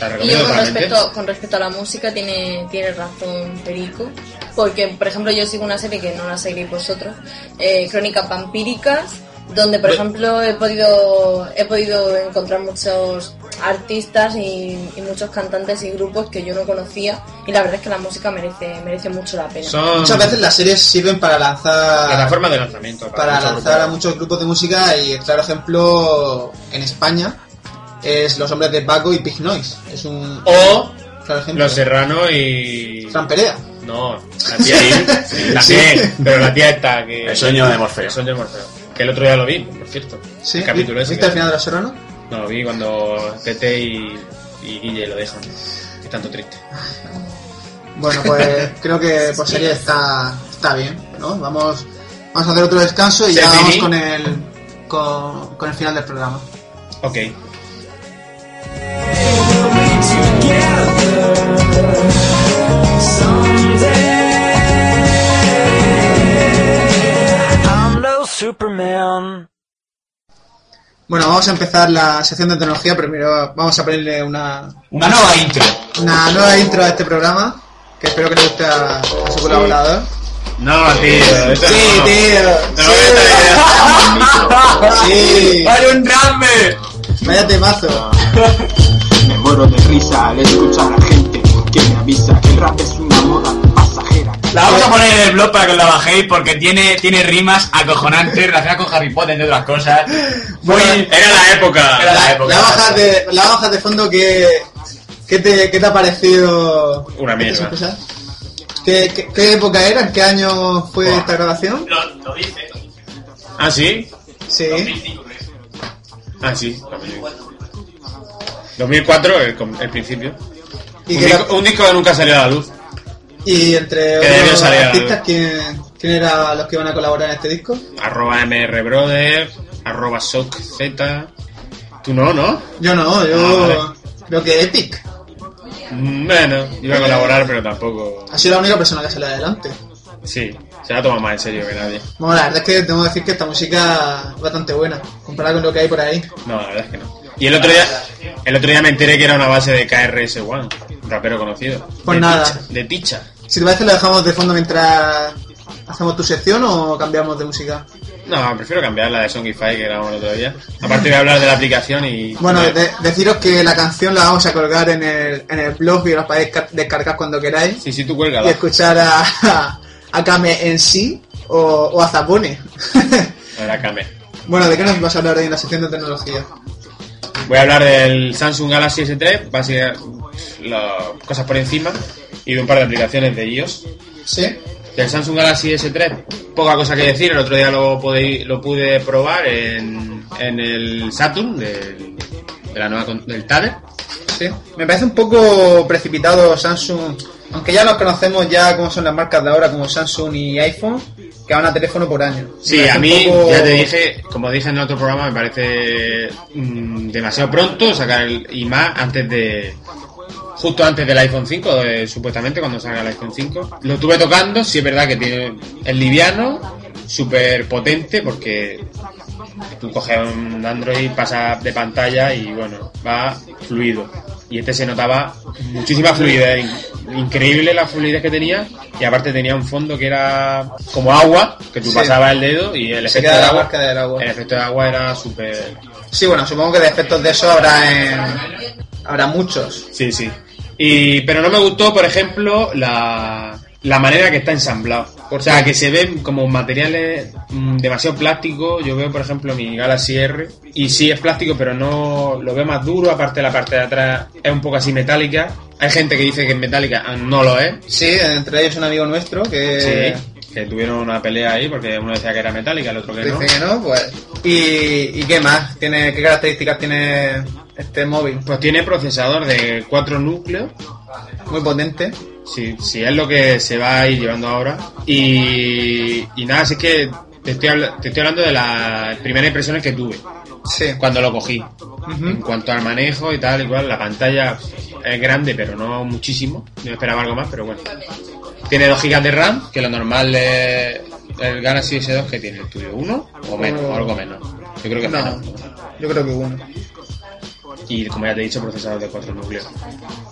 la
Y
recomiendo
yo con
totalmente.
respecto, con respecto a la música tiene, tiene razón Perico, porque por ejemplo yo sigo una serie que no la seguís vosotros, eh, Crónicas Vampíricas, donde por
Ve-
ejemplo he podido, he podido encontrar muchos artistas y, y muchos cantantes y grupos que yo no conocía y la verdad es que la música merece, merece mucho la pena.
Son
Muchas veces las series sirven para lanzar
plataformas de lanzamiento.
para
muchos
lanzar a
grupos.
muchos grupos de música y el claro ejemplo en España es Los Hombres de Paco y Big Noise. Es un
O
claro ejemplo.
Oh, Los Serrano y...
Fran Perea.
No, la tía la tía, pero la tía esta
Eh,
que...
El sueño de Morfeo.
El sueño de Morfeo. Que el otro día lo vi, por cierto.
¿Sí?
El capítulo ese.
¿Viste
que-
el final de Los Serranos?
No, lo vi cuando Tete y, y Guille lo dejan. Qué tanto triste.
Bueno, pues creo que por serie está, está bien, ¿no? Vamos, vamos a hacer otro descanso y
Se
ya vamos
finí.
con el, con, con el final del programa.
Ok.
I'm no Superman.
Bueno, vamos a empezar la sección de tecnología, pero primero vamos a ponerle una,
Una nueva intro.
una nueva intro a este programa, que espero que le guste a, a su colaborador.
No, tío. eso
Sí,
no.
tío.
No, esta
Sí.
¡Hay un drame!
Vaya temazo.
Me muero de risa al escuchar a gente que me avisa que el rap es una moda pasajera.
La vamos a poner en el blog para que os la bajéis porque tiene, tiene rimas acojonantes relacionadas con Harry Potter, entre otras cosas. Muy...
idea. Era la época.
Era la época.
La hoja de, la hoja de fondo que, que, te, que te ha parecido...
Una mierda.
esas cosas. ¿Qué, qué, qué época era? ¿En qué año fue esta grabación?
Ah, sí.
Sí.
Ah, sí. 2004, el, com- el principio.
Y,
un,
que
disco,
la-
un disco que nunca salió a la luz.
y entre
que debió
otros
salir a la
artistas,
luz.
¿quién, ¿quién eran los que iban a colaborar en este disco?
Arroba MR Brother, arroba sockz. Tú no, ¿no?
Yo no,
Ah,
yo creo que Epic
Mm, Bueno, iba a colaborar, pero tampoco.
ha sido la única persona que sale adelante.
Sí, se la toma más en serio que nadie.
Bueno, la verdad es que tengo que decir que esta música es bastante buena, comparada con lo que hay por ahí.
No, la verdad es que no. Y el otro día, el otro día me enteré que era una base de KRS-One, un rapero conocido.
Pues
De
nada.
Picha- de Picha.
Si te parece, la dejamos de fondo mientras hacemos tu sección o cambiamos de música.
No, prefiero cambiar la de Songify que grabamos el otro día. Aparte voy a hablar de la aplicación y...
Bueno, de- deciros que la canción la vamos a colgar en el, en el blog y la podéis ca- descargar cuando queráis.
Sí, sí, tú cuelga.
y escuchar a, a, a Kame en sí o, o a Zapone.
Ahora Kame.
bueno, ¿de qué nos vas a hablar hoy en la sección de tecnología?
Voy a hablar del Samsung Galaxy S3, básicamente las cosas por encima, y de un par de aplicaciones de iOS.
¿Sí?
Del Samsung Galaxy S3, poca cosa que decir, el otro día lo, podéis- lo pude probar en, en el Saturn del, de la nueva, con- del TADE.
Sí. Me parece un poco precipitado Samsung, aunque ya nos conocemos ya cómo son las marcas de ahora como Samsung y iPhone, que van a teléfono por año.
Sí,
Me parece
a mí,
un poco-
ya te dije, como dije en otro programa, me parece mm, demasiado pronto sacar el IMA antes de. Justo antes del iPhone 5, eh, supuestamente, cuando salga el iPhone 5. Lo estuve tocando, sí es verdad que tiene. Es liviano, súper potente, porque tú coges un Android, pasa de pantalla y bueno, va fluido. Y este se notaba muchísima fluidez, in- increíble la fluidez que tenía. Y aparte tenía un fondo que era como agua, que tú
Sí.
pasabas el dedo y el
Se
efecto
queda
de
la
agua.
marca del agua.
El efecto de agua era súper.
Sí, bueno, supongo que de efectos de eso habrá en- habrá muchos.
Sí, sí. Y, pero no me gustó, por ejemplo, la, la manera que está ensamblado. O sea, que se ven como materiales mm, demasiado plásticos. Yo veo, por ejemplo, mi Galaxy R. Y sí es plástico, pero no lo veo más duro. Aparte, la parte de atrás es un poco así metálica. Hay gente que dice que es metálica, ah, no lo es.
Sí, entre ellos un amigo nuestro que
Sí, que tuvieron una pelea ahí porque uno decía que era metálica, el otro que no.
dice que no, pues. ¿Y, y qué más? ¿Tiene, ¿Qué características tiene este móvil?
Pues tiene procesador de cuatro núcleos.
Muy potente.
si, si es lo que se va a ir llevando ahora. Y, y nada, así que te estoy, habla- te estoy hablando de las primeras impresiones que tuve
Sí.
cuando lo cogí.
Ujú.
En cuanto al manejo y tal, igual, la pantalla es grande, pero no muchísimo. Yo esperaba algo más, pero bueno. Tiene 2 GB de RAM, que lo normal de el Galaxy S2 que tiene el tuyo, uno o menos, o algo menos. Yo creo que
No.
menos.
Yo creo que uno.
Y como ya te he dicho, procesador de cuatro núcleos.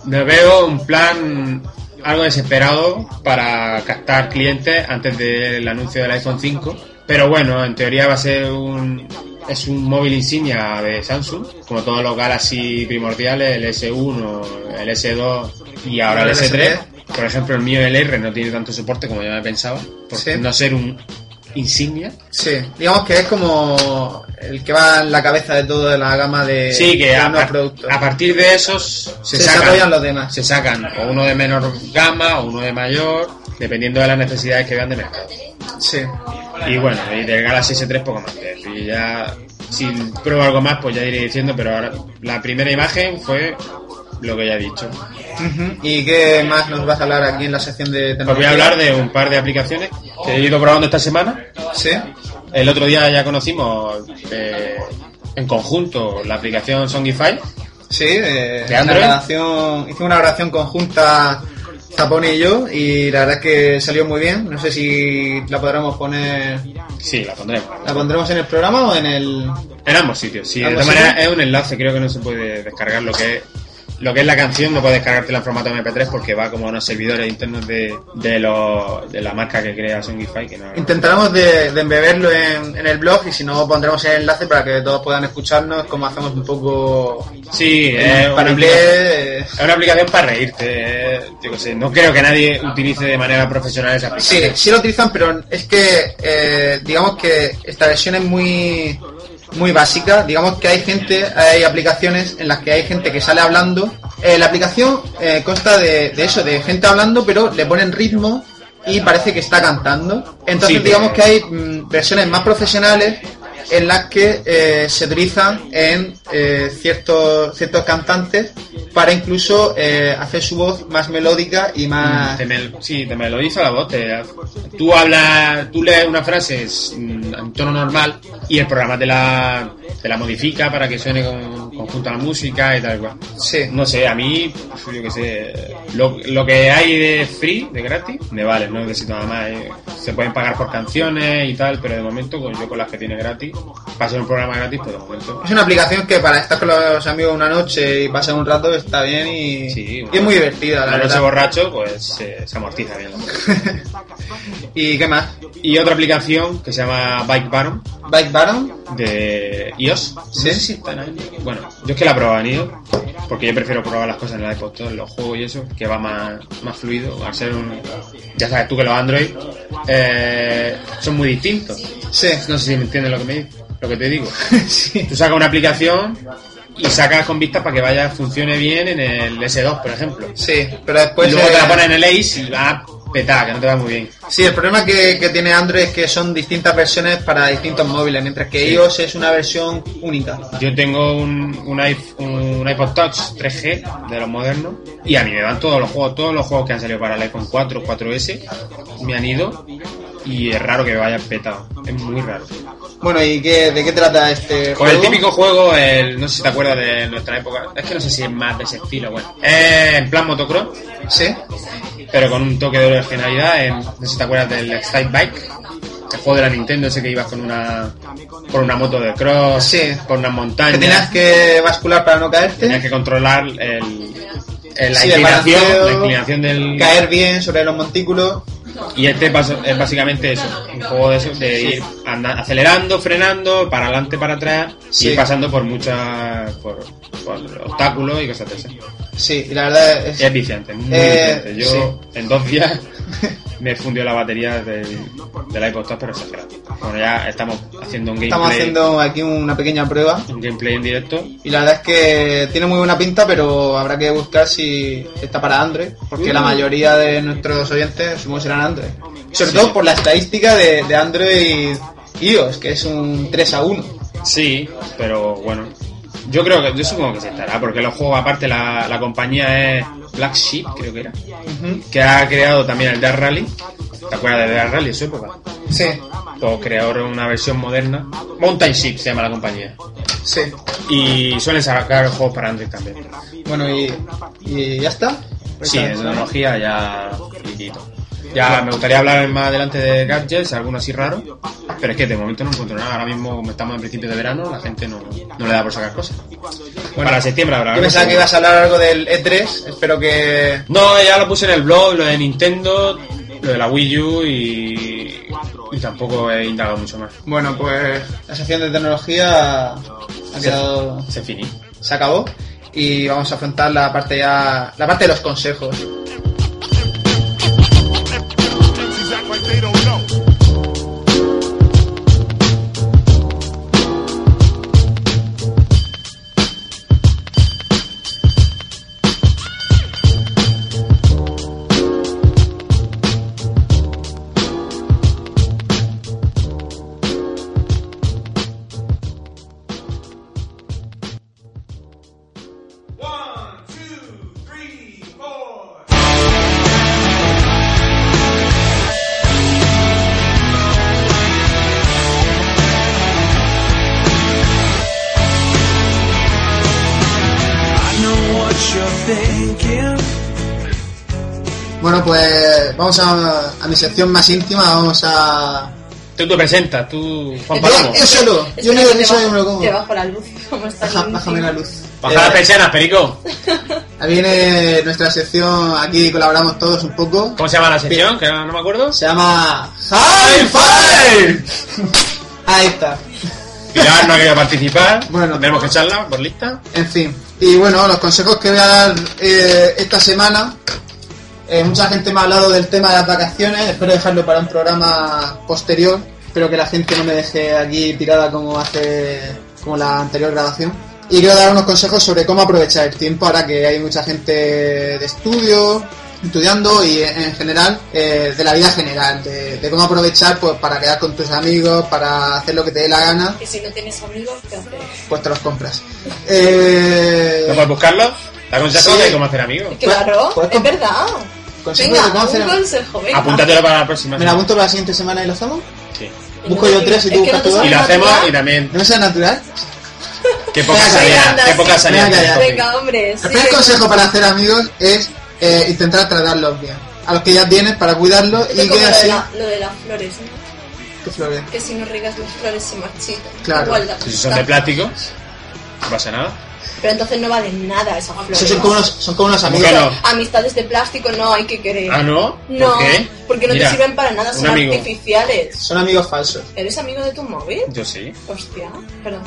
Me veo un plan algo desesperado para captar clientes antes del anuncio del iPhone 5. Pero bueno, en teoría va a ser un. Es un móvil insignia de Samsung, como todos los Galaxy primordiales, el S1, el S2 y ahora el
El
S3.
S3.
Por ejemplo, el mío, el R, no tiene tanto soporte como yo me pensaba, por
Sí.
no ser un insignia.
Sí, digamos que es como el que va en la cabeza de toda la gama de,
Sí, que
de
a,
unos
par-
productos.
a partir de esos se,
se
sacan-
desarrollan los demás.
se sacan o uno de menor gama o uno de mayor, dependiendo de las necesidades que vean de mercado.
Sí.
Y bueno, y del Galaxy S3 poco más. que decir. Y ya, si pruebo algo más, pues ya iré diciendo, pero ahora la primera imagen fue lo que ya he dicho.
Ujú. ¿Y qué más nos vas a hablar aquí en la sección de
Os voy a
tecnología?
hablar de un par de aplicaciones que he ido probando esta semana.
Sí,
El otro día ya conocimos eh, en conjunto la aplicación Songify.
sí. eh,
¿De Android?
una grabación- hice una grabación conjunta Zapone y yo y la verdad es que salió muy bien. No sé si la podremos poner...
Sí, la pondremos.
¿La pondremos en el programa o en el...?
En ambos sitios, sí. De
¿Ambos
todas maneras,
sitios?
es un enlace, creo que no se puede descargar lo que es. Lo que es la canción no puedes descargártela en formato MP3 porque va como a unos servidores internos de, de, los- de la marca que crea Songify. Que no,
Intentaremos de, de embeberlo en, en el blog y si no pondremos el enlace para que todos puedan escucharnos como hacemos un poco
Sí, es
eh,
una,
para
aplicación,
que eh,
es una aplicación para reírte. eh, yo qué sé, no creo que nadie utilice de manera profesional esa
sí
aplicación.
sí lo utilizan pero es que eh, digamos que esta versión es muy muy básica digamos que hay gente hay aplicaciones en las que hay gente que sale hablando Eh, la aplicación eh, consta de, de eso de gente hablando pero le ponen ritmo y parece que está cantando entonces
Sí,
digamos
pero-
que hay mm, versiones más profesionales en las que eh, se utilizan en eh, ciertos, ciertos cantantes para incluso eh, hacer su voz más melódica y más...
Ah. Mm, Te mel- sí, te melodiza la voz. te- tú hablas, tú lees una frase es, mm, en tono normal y el programa te la, te la modifica para que suene con, conjunto a la música y tal cual.
Sí.
No sé, a mí, yo qué sé, lo, lo que hay de free, de gratis, me vale, no necesito nada más. eh. Se pueden pagar por canciones y tal, pero de momento con- yo con las que tiene gratis, para ser un programa gratis, pues de momento.
Es una aplicación que para estar con los amigos una noche y pasar un rato está bien y,
Sí,
y es muy divertida, la
Cuando se
verdad.
borracho, pues eh, se amortiza bien la cosa.
¿Y qué más?
Y otra aplicación que se llama Bike Baron
¿Bike Baron?
de iOS.
Sí.
No sé si está en iOS. Bueno, yo es que la probaba en iOS porque yo prefiero probar las cosas en el iPod, todos los juegos y eso, que va más, más fluido. Al ser un. Ya sabes tú que los Android eh, son muy distintos.
Sí.
No sé si me entiendes lo que, me, lo que te digo.
sí.
Tú sacas una aplicación y sacas con vistas para que vaya, funcione bien en el S2, por ejemplo.
Sí, pero después...
y luego
eh,
te la pones en el Ace y va a petar, que no te va muy bien.
Sí, el problema que, que tiene Android es que son distintas versiones para distintos móviles, mientras que iOS es una versión única.
Yo tengo un, un, iP- un iPod Touch 3G de los modernos y a mí me van todos los juegos, todos los juegos que han salido para el iPhone 4, 4S, me han ido y es raro que me vayan petado, es muy raro.
Bueno, ¿y qué, de qué trata este
Pues
juego?
el típico juego, el, no sé si te acuerdas de nuestra época, es que no sé si es más de ese estilo, bueno, es en plan motocross,
Sí.
pero con un toque de originalidad, en- no sé si te acuerdas del Excite Bike, el juego de la Nintendo ese que ibas con una, por una moto de cross,
Sí.
por unas
Que
montañas.
tenías que bascular para no caerte,
Tenías que controlar el, el- la,
¿Eh? Sí, el
inclinación,
balanceo,
la inclinación del...
caer bien sobre los montículos.
Y este es bas- es básicamente eso, un juego de, eso, de ir anda- acelerando, frenando, para adelante, para atrás,
Sí.
y ir pasando por muchas... Por, por obstáculos y cosas de esas.
Sí, y la verdad es...
Es viciante, muy
Eh,
viciante. Yo en dos días me fundió la batería del, del iPod Touch, pero exagerado. Bueno, ya estamos haciendo un gameplay,
Estamos haciendo aquí una pequeña prueba.
un gameplay en directo.
Y la verdad es que tiene muy buena pinta, pero habrá que buscar si está para Android, porque la mayoría de nuestros oyentes supongo serán Android. Sobre
Sí.
todo por la estadística de, de Android iOS, que es un 3 a 1.
Sí, pero bueno. Yo creo que, yo supongo que se estará, porque los juegos, aparte, la, la compañía es Black Sheep, creo que era,
Ujú.
que ha creado también el Death Rally. ¿Te acuerdas de Death Rally en su época?
Sí,
Pues crearon una versión moderna. Mountain Sheep se llama la compañía.
sí.
Y suelen sacar juegos para Android también.
Bueno, y, y ya está. Pues
Sí,
ya,
en
¿no?
tecnología ya finiquito. Ya me gustaría hablar más adelante de gadgets, alguno así raro, pero es que de momento no encuentro nada. Ahora mismo, como estamos en principio de verano, la gente no, no le da por sacar cosas. Bueno, para septiembre habrá.
Yo pensaba
algo.
que ibas a hablar algo del E3, espero que...
No, ya lo puse en el blog, lo de Nintendo, lo de la Wii U y, y tampoco he indagado mucho más.
Bueno, pues la sección de tecnología ha quedado...
Se finí.
se acabó y vamos a afrontar la parte ya la parte de los consejos bueno pues vamos a, a mi sección más íntima vamos a
Tú te presentas, tú, Juan
Yo-
Palomo.
yo solo yo no
Espera, te
eso
bajo-
yo me lo como
Te bajo la luz. ¿Cómo estás?
Baja- bájame la luz
Baja las
Eh,
persianas, Perico.
ahí viene nuestra sección aquí colaboramos todos un poco
¿Cómo se llama la sección? Que no no me acuerdo.
se llama High Five ahí está
Pilar no ha querido participar.
Bueno.
Bueno, tenemos que echarla por lista.
En fin. Y bueno, los consejos que voy a dar eh, esta semana. eh, mucha gente me ha hablado del tema de las vacaciones. Espero dejarlo para un programa posterior. Espero que la gente no me deje aquí tirada como hace como la anterior grabación. Y quiero dar unos consejos sobre cómo aprovechar el tiempo ahora que hay mucha gente de estudio estudiando y eh, en general eh, de la vida general, de, de cómo aprovechar pues para quedar con tus amigos, para hacer lo que te dé la gana,
Que si no tienes amigos, ¿qué haces?
pues te los compras. Eh,
¿No puedes buscarlo? ¿Te aconsejo
Sí.
de cómo hacer amigos?
Claro,
pues,
es verdad.
consejo de
Venga, un
cómo hacer-
consejo, venga.
Apúntatelo para la próxima.
¿Me la apunto para la siguiente semana y lo hacemos?
Sí.
Busco yo tres y tú
Es que
buscas
no te
todas.
Y lo
¿Natural?
hacemos y también.
¿No sea natural?
Qué poca
Venga,
salida,
anda,
qué
sí.
poca salida.
Venga, ya.
tienes, Joaquín.
Venga, hombre,
El primer
sí.
consejo para hacer amigos es eh, intentar tratarlos bien. A los que ya tienes para cuidarlos
Esto
y
es como
que
lo, de
así...
la- lo de las flores, ¿no?
Qué flores.
Que si no riegas las flores se marchitan.
Claro.
Igual da
Si son de
pasta.
plástico, no pasa nada.
Pero entonces no valen nada esas flores.
Sí, son como unos, son como unos
¿Cómo
amigos.
que no?
Amistades de plástico no hay que querer.
Ah, no. ¿Por
No,
qué?
porque no
Mira,
te sirven para nada,
un
son
amigo.
artificiales.
Son amigos falsos.
¿Eres amigo de tu móvil?
Yo sí.
Hostia, perdón.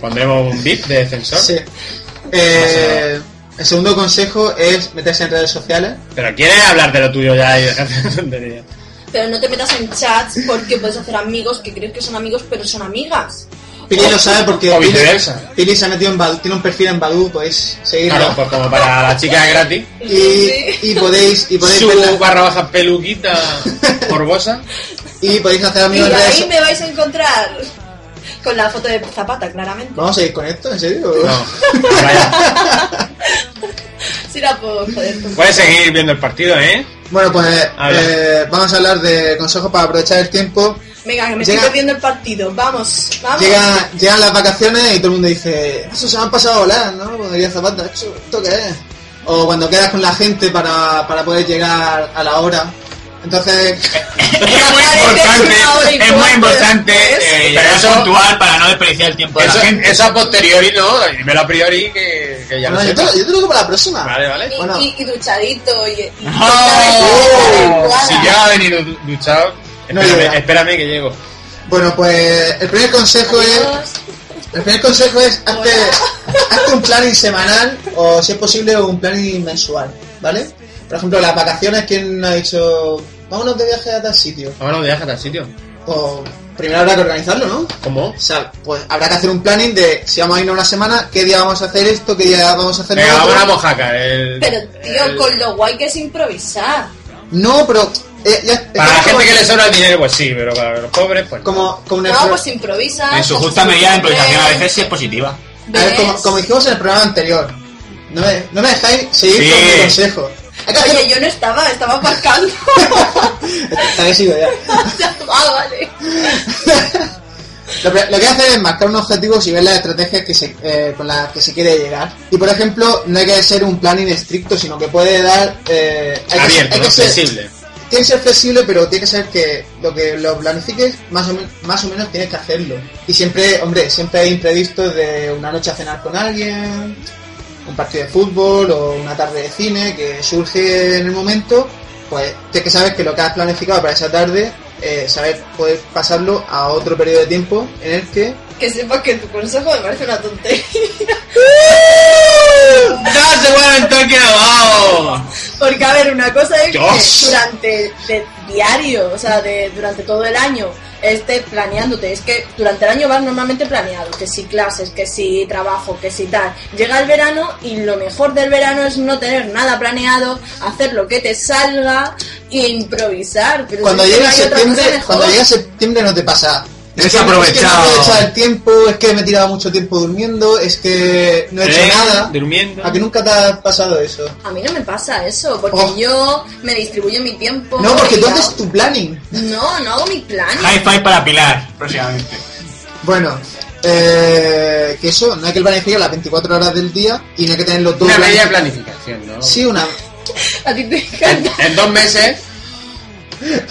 Pondremos un bip de defensor.
Sí. Eh, el segundo consejo es meterse en redes sociales.
Pero quieres hablar de lo tuyo ya y dejar de tontería.
Pero no te metas en chats porque puedes hacer amigos que crees que son amigos, pero son amigas.
Pili lo sabe porque
O
Pili,
viceversa.
Pili se ha metido en Badoo, tiene un perfil en Badoo, podéis seguirlo.
Claro, pues como para la chica es gratis.
Sí.
Y, y podéis y podéis
Su
verla-
barra baja peluquita morbosa.
y podéis hacer
Y
amigos en redes
ahí
sociales.
me vais a encontrar con la foto de Zapata, claramente.
Vamos a ir con esto, en serio.
No. Vaya.
Si la puedo joder. con-
Puedes seguir viendo el partido, ¿eh?
Bueno, pues
Habla.
eh, vamos a hablar de consejos para aprovechar el tiempo.
Venga, que me
Llega-
estoy perdiendo el partido. Vamos, vamos.
Llega, llegan las vacaciones y todo el mundo dice, eso se me han pasado volar, ¿no? Cuando diría Zapata, "Eso, ¿esto qué es? O cuando quedas con la gente para, para poder llegar a la hora. Entonces,
Es muy
Una hora y
importante, es muy
cuarto
importante
después.
eh,
Pero
llegar
eso-
puntual para no desperdiciar el tiempo de
Eso,
la gente.
eso a posteriori no, dímelo a priori que, que ya
bueno, yo,
lo sé.
te, lo- yo te lo digo para la próxima.
Vale, vale.
Y,
Bueno.
y- y duchadito y, y-
¡Oh!
Si ya ha venido du- duchado,
No
espérame,
llega.
espérame que llego.
Bueno, pues el primer consejo es, el primer consejo es hazte, hazte un planning semanal o si es posible un planning mensual, ¿vale? Por ejemplo, las vacaciones, ¿quién ha dicho, vámonos de viaje a tal sitio?
Vámonos de viaje a tal sitio.
O Pues, primero habrá que organizarlo, ¿no?
¿Cómo?
O sea, pues habrá que hacer un planning de si vamos a irnos una semana, qué día vamos a hacer esto, qué día vamos a hacer
Venga,
lo otro.
vamos a Mojaca. el-
Pero, tío,
el-
con lo guay que es improvisar.
No, pero eh, ya- es
Para la
como-
gente que le sobra el dinero, pues sí, pero para los pobres, pues. no.
como, como en el
No,
pro-
pues improvisa.
En su
haces
justa
tu
medida la improvisación a
papel,
veces sí es positiva.
a ver,
ves.
como, como dijimos en el programa anterior, no me, no me dejáis seguir
Sí.
con mi consejo. Hay que hacer-
Oye, yo no estaba, estaba aparcando.
Te habéis ido ya.
ah, vale.
Lo, que- lo que hace es marcar unos objetivos y ver las estrategias que se, eh, con las que se quiere llegar. Y por ejemplo, no hay que ser un planning estricto, sino que puede dar... eh, hay que ser-
Abierto,
hay
¿no?
que ser-
Flexible.
Tiene que ser flexible, pero tiene que ser que lo que lo planifiques, más o, men- más o menos tienes que hacerlo. Y siempre, hombre, siempre hay imprevistos de una noche a cenar con alguien, un partido de fútbol o una tarde de cine que surge en el momento, pues tienes que saber que lo que has planificado para esa tarde, eh, saber poder pasarlo a otro periodo de tiempo en el que...
Que sepas que tu consejo me parece una tontería.
¡No se mueve en Tokio! ¡Vamos!
Porque, a ver, una cosa es
Dios.
que durante de diario, o sea, de, durante todo el año, estés planeándote. Es que durante el año vas normalmente planeado. Que si clases, que si trabajo, que si tal. Llega el verano y lo mejor del verano es no tener nada planeado, hacer lo que te salga e improvisar. Pero
Cuando
si es que
llega
no hay otra cosa
septiembre,
mejor.
cuando llega septiembre no te pasa. Es que- Es
Desaprovechado.
que no he aprovechado el tiempo, es que me he tirado mucho tiempo durmiendo, es que no he hecho
Eh,
nada.
Durmiendo.
¿A Ah, que nunca te ha pasado eso?
A mí no me pasa eso, porque
Oh.
yo me distribuyo mi tiempo.
No, porque tú
y
haces
hago-
tu planning.
No, no hago mi plan.
High five para Pilar, próximamente.
Bueno, eh, que eso, no hay que planificar las 24 horas del día y no hay que tenerlo todo.
Una media
planificado.
planificación, ¿no?
Sí, una.
A ti te
En,
encanta.
en dos meses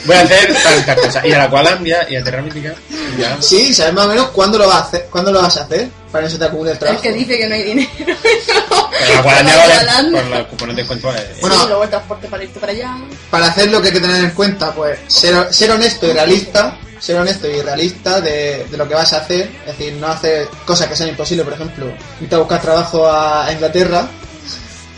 voy a hacer tantas cosas. Y a la Cualandia y a Terra Mítica. y ya.
Sí, sabes más o menos cuándo lo vas a hacer, cuándo lo vas a hacer para que no se te acumule el
El
trabajo.
que dice que no hay dinero.
Pero la Cualandia vale por los cupones de descuento. eh,
Bueno.
Bueno. luego el transporte para irte para allá.
Para hacerlo que hay que tener en cuenta, pues, ser, ser honesto y realista, ser honesto y realista de, de lo que vas a hacer, es decir, no hacer cosas que sean imposibles, por ejemplo, irte a buscar trabajo a Inglaterra,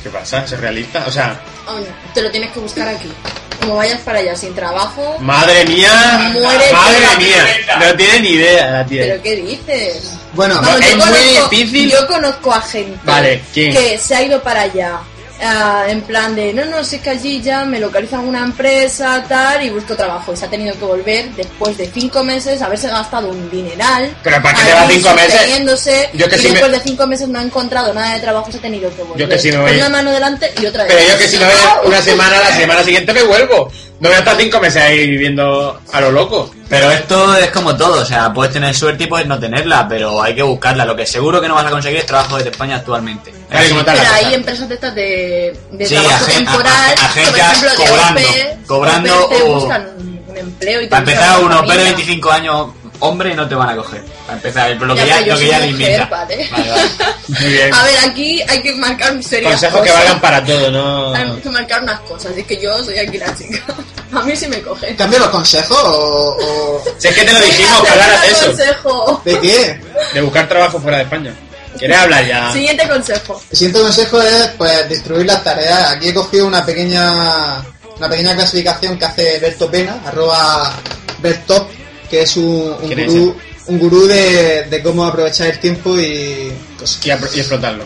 ¿Qué pasa? ¿Es realista? O sea,
Oh, no, te lo tienes que buscar aquí. Como vayas para allá sin trabajo.
madre mía.
Muérete
madre
la
mía. No tiene ni idea la tía.
¿Pero qué dices?
Bueno,
Ah, es
yo
muy
conozco-
difícil.
Yo conozco a gente
Vale, ¿quién?
que se ha ido para allá ah, en plan de, no, no, si es que allí ya me localizan una empresa, tal, y busco trabajo. Y se ha tenido que volver después de cinco meses, haberse gastado un dineral.
Pero ¿para qué te vas
allí
cinco meses?
sosteniéndose,
Yo que
y
sí me-
después de cinco meses no ha encontrado nada de trabajo, se ha tenido que volver.
Yo que sí me
Con
voy.
una mano delante y otra
Pero
detrás.
yo que si no ves una semana, la semana siguiente me vuelvo. No voy a estar cinco meses ahí viviendo a lo loco.
Pero esto es como todo, o sea, puedes tener suerte y puedes no tenerla, pero hay que buscarla. Lo que seguro que no vas a conseguir es trabajo desde España actualmente. Así.
Pero hay empresas de estas de, de
Sí,
trabajo
agen-
temporal,
a- a-
por
agencias
ejemplo, de
cobrando,
OPE,
cobrando
OPE te
o-
buscan un, un empleo y te
Para
buscan
empezar,
una
uno, pero
familia.
25 años, hombre, no te van a coger. Para empezar, lo que
Ya,
ya,
pero yo
lo que
soy
ya
mujer,
limita.
vale.
Vale, vale.
Muy bien.
Ah,
A ver, aquí hay que marcar serias
Consejos que
cosas.
valgan para todo, ¿no?
Hay que marcar unas cosas, es que yo soy aquí la chica. A mí sí me cogen.
¿Cambio los consejos o...? o-
Si es que te lo dijimos, que hablaras de eso.
consejo.
¿De qué?
De buscar trabajo fuera de España. ¿Quieres hablar
Ah.
ya?
Siguiente consejo.
El siguiente consejo es pues distribuir las tareas. Aquí he cogido una pequeña una pequeña clasificación que hace Berto Pena, arroba Bertop, que es un, un
¿Quién es
gurú, un gurú de, de cómo aprovechar el tiempo y
Y, apro- y explotarlo.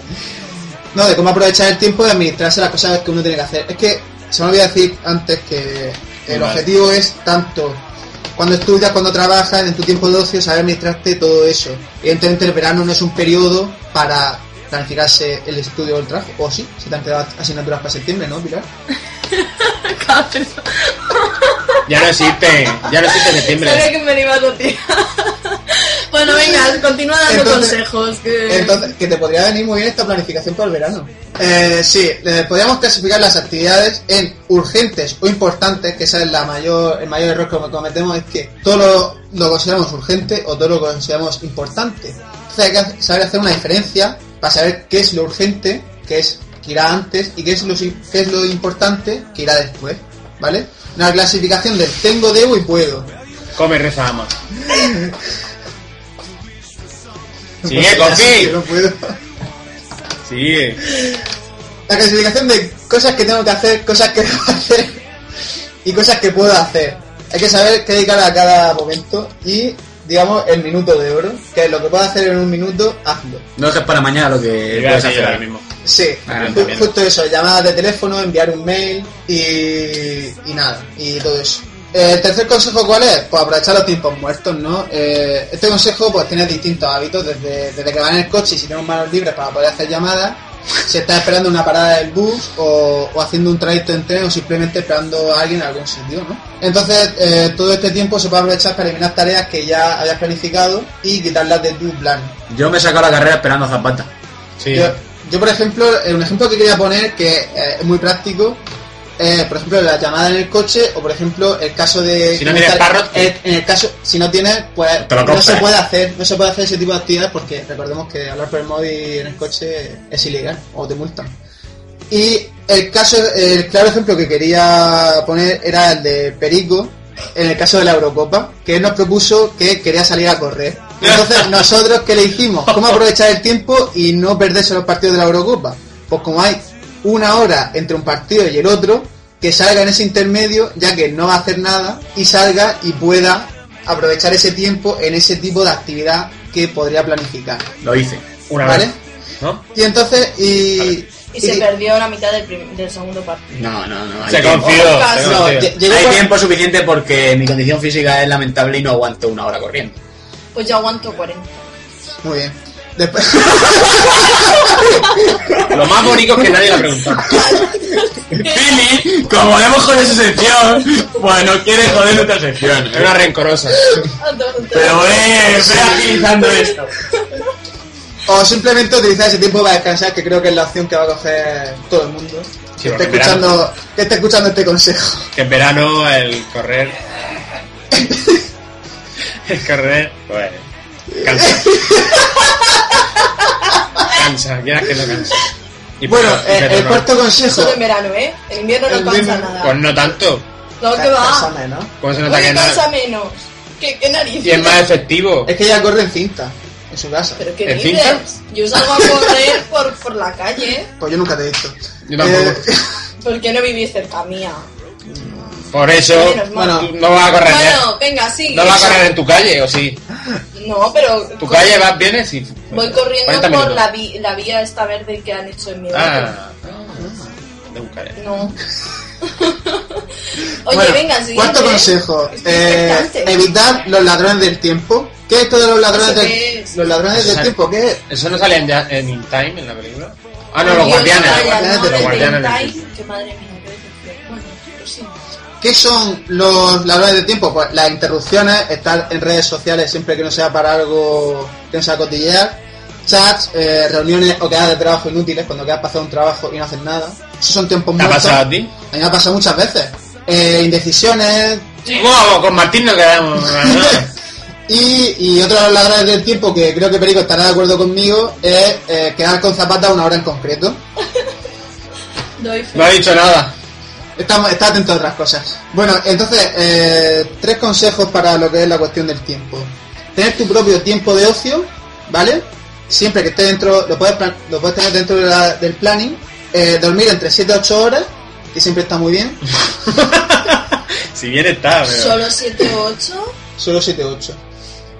no, de cómo aprovechar el tiempo y administrarse las cosas que uno tiene que hacer. Es que se me olvidó decir antes que el
Vale.
objetivo es tanto cuando estudias, cuando trabajas, en tu tiempo de ocio, saber administrarte todo eso. Evidentemente el verano no es un periodo para planificarse el estudio o el trabajo, o sí, si te han quedado asignaturas para septiembre, ¿no, Pilar?
Ya no existe. Ya no existe
Sabía
septiembre.
que me lo iba a decir. bueno, venga, continúa dando
Entonces-
consejos. Que...
Entonces, que te podría venir muy bien esta planificación para el verano. Eh, sí, eh, podríamos clasificar las actividades en urgentes o importantes, que ese es la mayor, el mayor error que cometemos, es que todo lo, lo consideramos urgente o todo lo consideramos importante. Entonces hay que hacer- saber hacer una diferencia para saber qué es lo urgente, qué es que irá antes y qué es lo, si- qué es lo importante que irá después, ¿vale? Una clasificación del tengo, debo y puedo.
Come, reza, ama. Sigue, Coqui.
No puedo.
Sigue.
La clasificación de cosas que tengo que hacer, cosas que debo hacer y cosas que puedo hacer. Hay que saber qué dedicar a cada momento y, digamos, el minuto de oro, que es lo que puedo hacer en un minuto, hazlo.
No dejes para mañana lo que
Iba a decir
puedes
yo
hacer.
ahora
ahora.
mismo.
Sí,
Ah,
ju-
también.
justo eso, llamadas de teléfono, enviar un mail y, y nada, y todo eso. Eh, ¿El tercer consejo cuál es? Pues aprovechar los tiempos muertos, ¿no? Eh, este consejo pues tiene distintos hábitos, desde, desde que va en el coche y si tenemos manos libres para poder hacer llamadas, si estás esperando una parada del bus o, o haciendo un trayecto en tren o simplemente esperando a alguien en algún sitio, ¿no? Entonces, eh, todo este tiempo se puede aprovechar para eliminar tareas que ya habías planificado y quitarlas de tu plan.
Yo me he sacado la carrera esperando a Zapata.
Sí.
Yo, yo, por ejemplo, eh, un ejemplo que quería poner que eh, es muy práctico, eh, por ejemplo, la llamada en el coche o, por ejemplo, el caso de...
Si no tienes parrot,
eh, en el caso, si no tienes, pues
Te lo
no se
compras.
puede hacer, no se puede hacer ese tipo de actividades porque recordemos que hablar por el móvil en el coche es ilegal o te multan. Y el caso, el claro ejemplo que quería poner era el de Perico, en el caso de la Eurocopa, que él nos propuso que quería salir a correr. Entonces, nosotros, ¿qué le dijimos? ¿Cómo aprovechar el tiempo y no perderse los partidos de la Eurocopa? Pues como hay una hora entre un partido y el otro, que salga en ese intermedio, ya que no va a hacer nada, y salga y pueda aprovechar ese tiempo en ese tipo de actividad que podría planificar.
Lo hice.
Una
¿Vale?
vez. ¿No?
Y entonces, y...
Y se perdió la mitad del, prim- del segundo partido.
No, no, no. hay
Se
tiempo.
confió. Se
No,
confió.
lle- llegó
Hay
por-
tiempo suficiente porque mi condición física es lamentable y no aguanto una hora corriendo.
Pues yo aguanto 40.
Muy bien. Después...
Lo más bonito es que nadie la preguntado.
Pili, como hemos jodido su sección, pues no quiere joder nuestra sección.
Es una rencorosa.
Pero eh, estoy agilizando esto.
O simplemente utilizar ese tiempo para descansar, que creo que es la opción que va a coger todo el mundo.
Sí,
que, esté
porque en verano-
escuchando, que esté escuchando este consejo.
Que en verano el correr. El correr, pues. Cansa. Cansa, quieras que no cansa. Y
bueno,
petrol- y
eh, el
petrol.
cuarto consejo.
Eso en verano, ¿eh? En invierno
En
no cansa
invierno-
nada.
Pues no tanto.
No, que va.
Pásame, ¿no?
¿Cómo se nota que
Oye,
no?
cansa menos. ¿Qué, qué narices?
Y es más efectivo.
Es que ella corre en cinta, en su casa.
¿Pero qué
¿En
dices? Yo salgo a correr por, por la calle
Pues yo nunca te he Eh, visto.
Yo tampoco.
porque no vivís cerca mía.
Por eso,
Menos mal.
bueno, tú no vas a correr. ¿eh?
Bueno, venga, sigue.
No vas a correr en tu calle, o sí.
No, pero
Tu calle vas, vienes y.
voy
40
corriendo por
minutos.
la, vi- la vía esta verde que han hecho en mi barrio.
Ah, de Bucarest.
No. Oye,
Bueno,
venga, siguiente.
Cuarto consejo. Eh,
importante.
evitad los ladrones del tiempo. ¿Qué es esto de los ladrones
¿Eso
del
qué es?
Los ladrones
Eso
del
sale-
tiempo, ¿qué es?
¿Eso no sale en, ya- en In Time, en la película? Ah, no,
Dios,
los guardianes.
vaya,
los guardianes,
no,
los
desde
guardianes del
Time,
tiempo.
que madre mía, qué decepción. Bueno, pero sí.
¿Qué son los ladrones del tiempo? Pues las interrupciones, estar en redes sociales siempre que no sea para algo que no sea cotillear, chats, eh, reuniones o quedas de trabajo inútiles cuando quedas para hacer un trabajo y no haces nada. Esos son tiempos
¿Te ha
muertos.
pasado a ti?
A mí me ha pasado muchas veces. Eh, indecisiones,
Wow, con Martín no quedamos.
Y, y otro de los ladrones del tiempo que creo que Perico estará de acuerdo conmigo es eh, quedar con Zapata una hora en concreto.
Doy
No ha dicho nada.
Estamos, está atento a otras cosas. Bueno, entonces, eh, tres consejos para lo que es la cuestión del tiempo. Tener tu propio tiempo de ocio, ¿vale? Siempre que esté dentro, lo puedes, plan- lo puedes tener dentro de la- del planning. Eh, dormir entre 7 y 8 horas, que siempre está muy bien.
Si bien está, pero.
Solo 7 o 8.
Solo 7 8.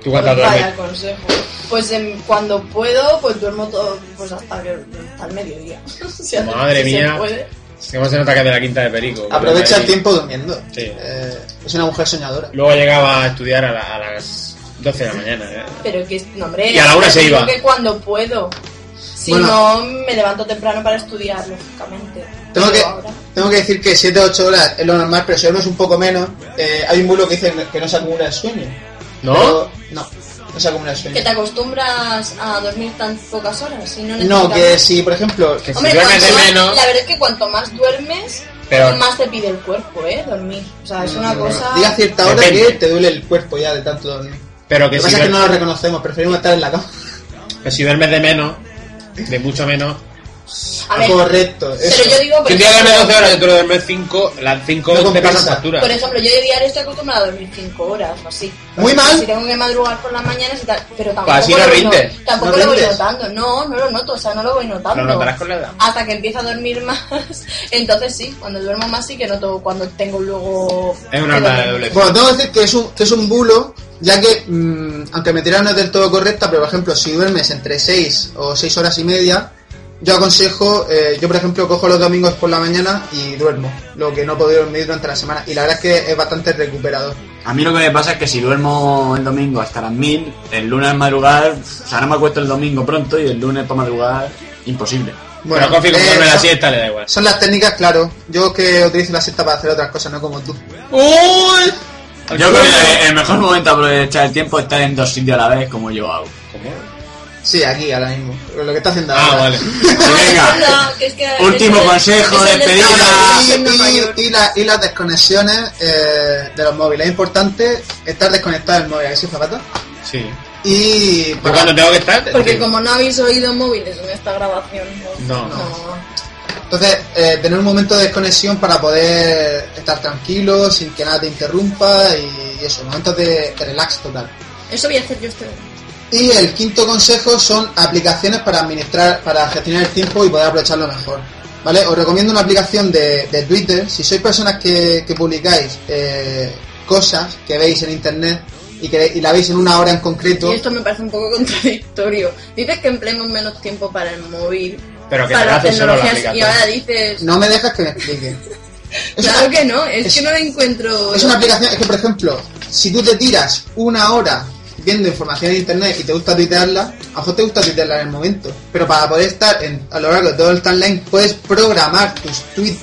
¿Tú cuántas
Vaya
duermes?
consejo. Pues em, cuando puedo, pues duermo todo, pues hasta, que- hasta el mediodía. Si hace-
Madre
si se
mía.
puede.
Si hemos nota que es de la quinta de Perico.
Aprovecha el
Ahí.
tiempo durmiendo.
Sí.
Eh, es una mujer soñadora.
Luego llegaba a estudiar a, la- a las 12 de la mañana. ¿eh?
Pero que, no, hombre.
Y a la una se
digo
iba.
que cuando puedo. Si
Bueno.
no, me levanto temprano para estudiar, lógicamente.
Tengo
Pero
que,
ahora-
tengo que decir que 7 o 8 horas es lo normal, pero si duermes un poco menos, eh, hay un bulo que dice que no se acumula el sueño.
¿No?
Pero- no, no se acumula el sueño.
Que te acostumbras a dormir tan pocas horas y no
No,
necesitas-
que si, por ejemplo,
Que
Hombre,
si duermes
cuanto
de
más-
menos.
la verdad es que cuanto más duermes,
Peor.
más te pide el cuerpo, ¿eh? Dormir. O sea, es una
no,
cosa...
diga cierta hora
Depende.
que te duele el cuerpo ya de tanto dormir.
Pero
Lo
que
que
si,
pasa es que no
duer-
lo reconocemos, preferimos estar en la cama.
que si duermes de menos, de mucho menos.
A ver,
Correcto.
pero
eso.
yo digo, por
Si un día
ejemplo,
duermes 12 horas y otro duermes 5, las 5
No
te
compensa.
pasan factura.
por ejemplo, yo de diario estoy acostumbrada a dormir 5 horas o así.
Muy mal.
Si tengo que madrugar por las mañanas y tal, pero tampoco,
Pues así no
lo, voy
rindes.
no- tampoco
No
lo voy
rindes.
notando. No, no lo noto, o sea, no lo voy notando.
Lo notarás con la edad.
Hasta que empiezo a dormir más. Entonces sí, cuando duermo más sí que noto cuando tengo luego...
Es una
que
arma de
dormir.
doble filo.
Bueno, tengo que decir que es un, que es un bulo, ya que, mm, aunque mi teoría no es del todo correcta, pero por ejemplo, si duermes entre 6 o 6 horas y media, yo aconsejo, eh, yo por ejemplo cojo los domingos por la mañana y duermo, lo que no he podido dormir durante la semana, y la verdad es que es bastante recuperador.
A mí lo que me pasa es que si duermo el domingo hasta las 1000, el lunes madrugar, o sea, no me acuesto el domingo pronto y el lunes para madrugar, imposible.
Pero Coffee
eh,
con duerme la
son-
siesta le da igual.
Son las técnicas, claro. Yo que utilizo la siesta para hacer otras cosas, no como tú.
¡Uy!
Yo creo
eh,
que el mejor momento para aprovechar el tiempo es estar en dos sitios a la vez, como yo hago.
¿Cómo?
Sí, aquí ahora mismo. Lo que está haciendo
Ah,
ahora.
vale.
Venga,
No, que es que-
último
es-
consejo,
es el
despedida.
Y,
Siendo mayor.
y- y la- y las desconexiones eh, de los móviles. Es importante estar desconectado del móvil. ¿Ahí sí, Zapata?
Sí.
Y
Yo cuando tengo que estar.
Porque
sí.
como no habéis oído móviles en esta grabación,
No.
entonces eh, tener un momento de desconexión para poder estar tranquilo, sin que nada te interrumpa y, y eso, momentos de, de relax total.
Eso voy a hacer yo este.
Y el quinto consejo son aplicaciones para administrar, para gestionar el tiempo y poder aprovecharlo mejor. ¿Vale? Os recomiendo una aplicación de, de Twitter. Si sois personas que, que publicáis eh, cosas que veis en internet y, que, y la veis en una hora en concreto,
Y esto me parece un poco contradictorio. Dices que empleemos menos tiempo para el móvil,
Pero que te
para
la
las
haces solo la
tecnologías, y
aplicación.
ahora dices.
no me dejas que me explique. Es
Claro
una-
que no, es,
es-
que no lo encuentro.
Es una aplicación, es que por ejemplo, si tú te tiras una hora viendo información en internet y te gusta tuitearla, a lo mejor te gusta tuitearla en el momento, pero para poder estar en- a lo largo de todo el timeline puedes programar tus tweets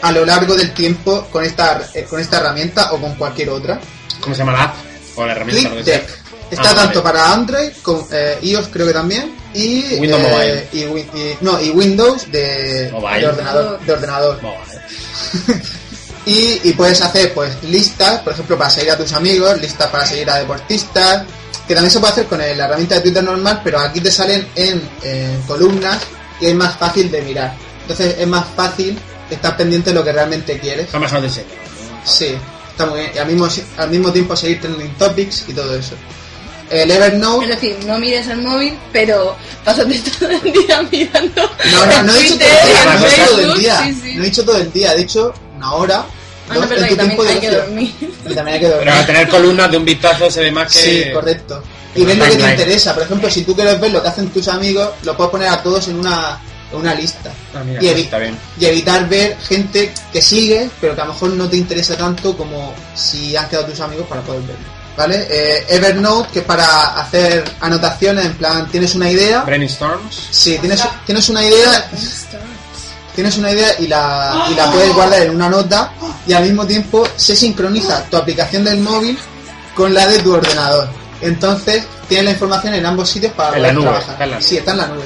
a lo largo del tiempo con esta eh, con esta herramienta o con cualquier otra.
¿Cómo se llama la app? O la herramienta, lo que sea.
ClickDeck está
Ah, vale.
tanto para Android, con, eh, iOS creo que también y
Windows
eh, y Win- y- no, y Windows de,
Mobile.
de ordenador, de ordenador.
Vamos a ver.
Y, y puedes hacer pues listas, por ejemplo, para seguir a tus amigos, listas para seguir a deportistas, que también se puede hacer con el- la herramienta de Twitter normal, pero aquí te salen en, en columnas y es más fácil de mirar. Entonces es más fácil estar pendiente de lo que realmente quieres.
Jamás os enseño.
Sí, está muy bien. Y al mismo, al mismo tiempo seguir trending topics y todo eso. El Evernote
Es decir, no mires el móvil, pero pásate todo el día mirando. Ah,
No, no, no he dicho todo el día, no he dicho todo el
en
Facebook,
día,
sí, sí.
no he dicho todo el día, he dicho una hora,
Ah,
dos,
no,
en
verdad,
tu
que también
tiempo de
hay que
ocio.
dormir.
Y también hay que dormir.
Pero al tener columnas de un vistazo se ve más que.
Sí, correcto.
que
Y ves lo que te
timeline.
interesa. Por ejemplo, si tú quieres ver lo que hacen tus amigos, lo puedes poner a todos en una una lista.
Ah, mira,
y, evi-
está bien.
y evitar ver gente que sigue, pero que a lo mejor no te interesa tanto como si han quedado tus amigos para poder verlo. ¿Vale? Eh, Evernote, que es para hacer anotaciones, en plan, tienes una
Ah.
idea.
Brainstorms.
Sí, tienes, tienes una idea. Tienes una idea y la, y la puedes guardar en una nota y al mismo tiempo se sincroniza tu aplicación del móvil con la de tu ordenador. Entonces tienes la información en ambos sitios para
En la
poder
nube,
trabajar.
está en la nube.
Sí, está en la nube.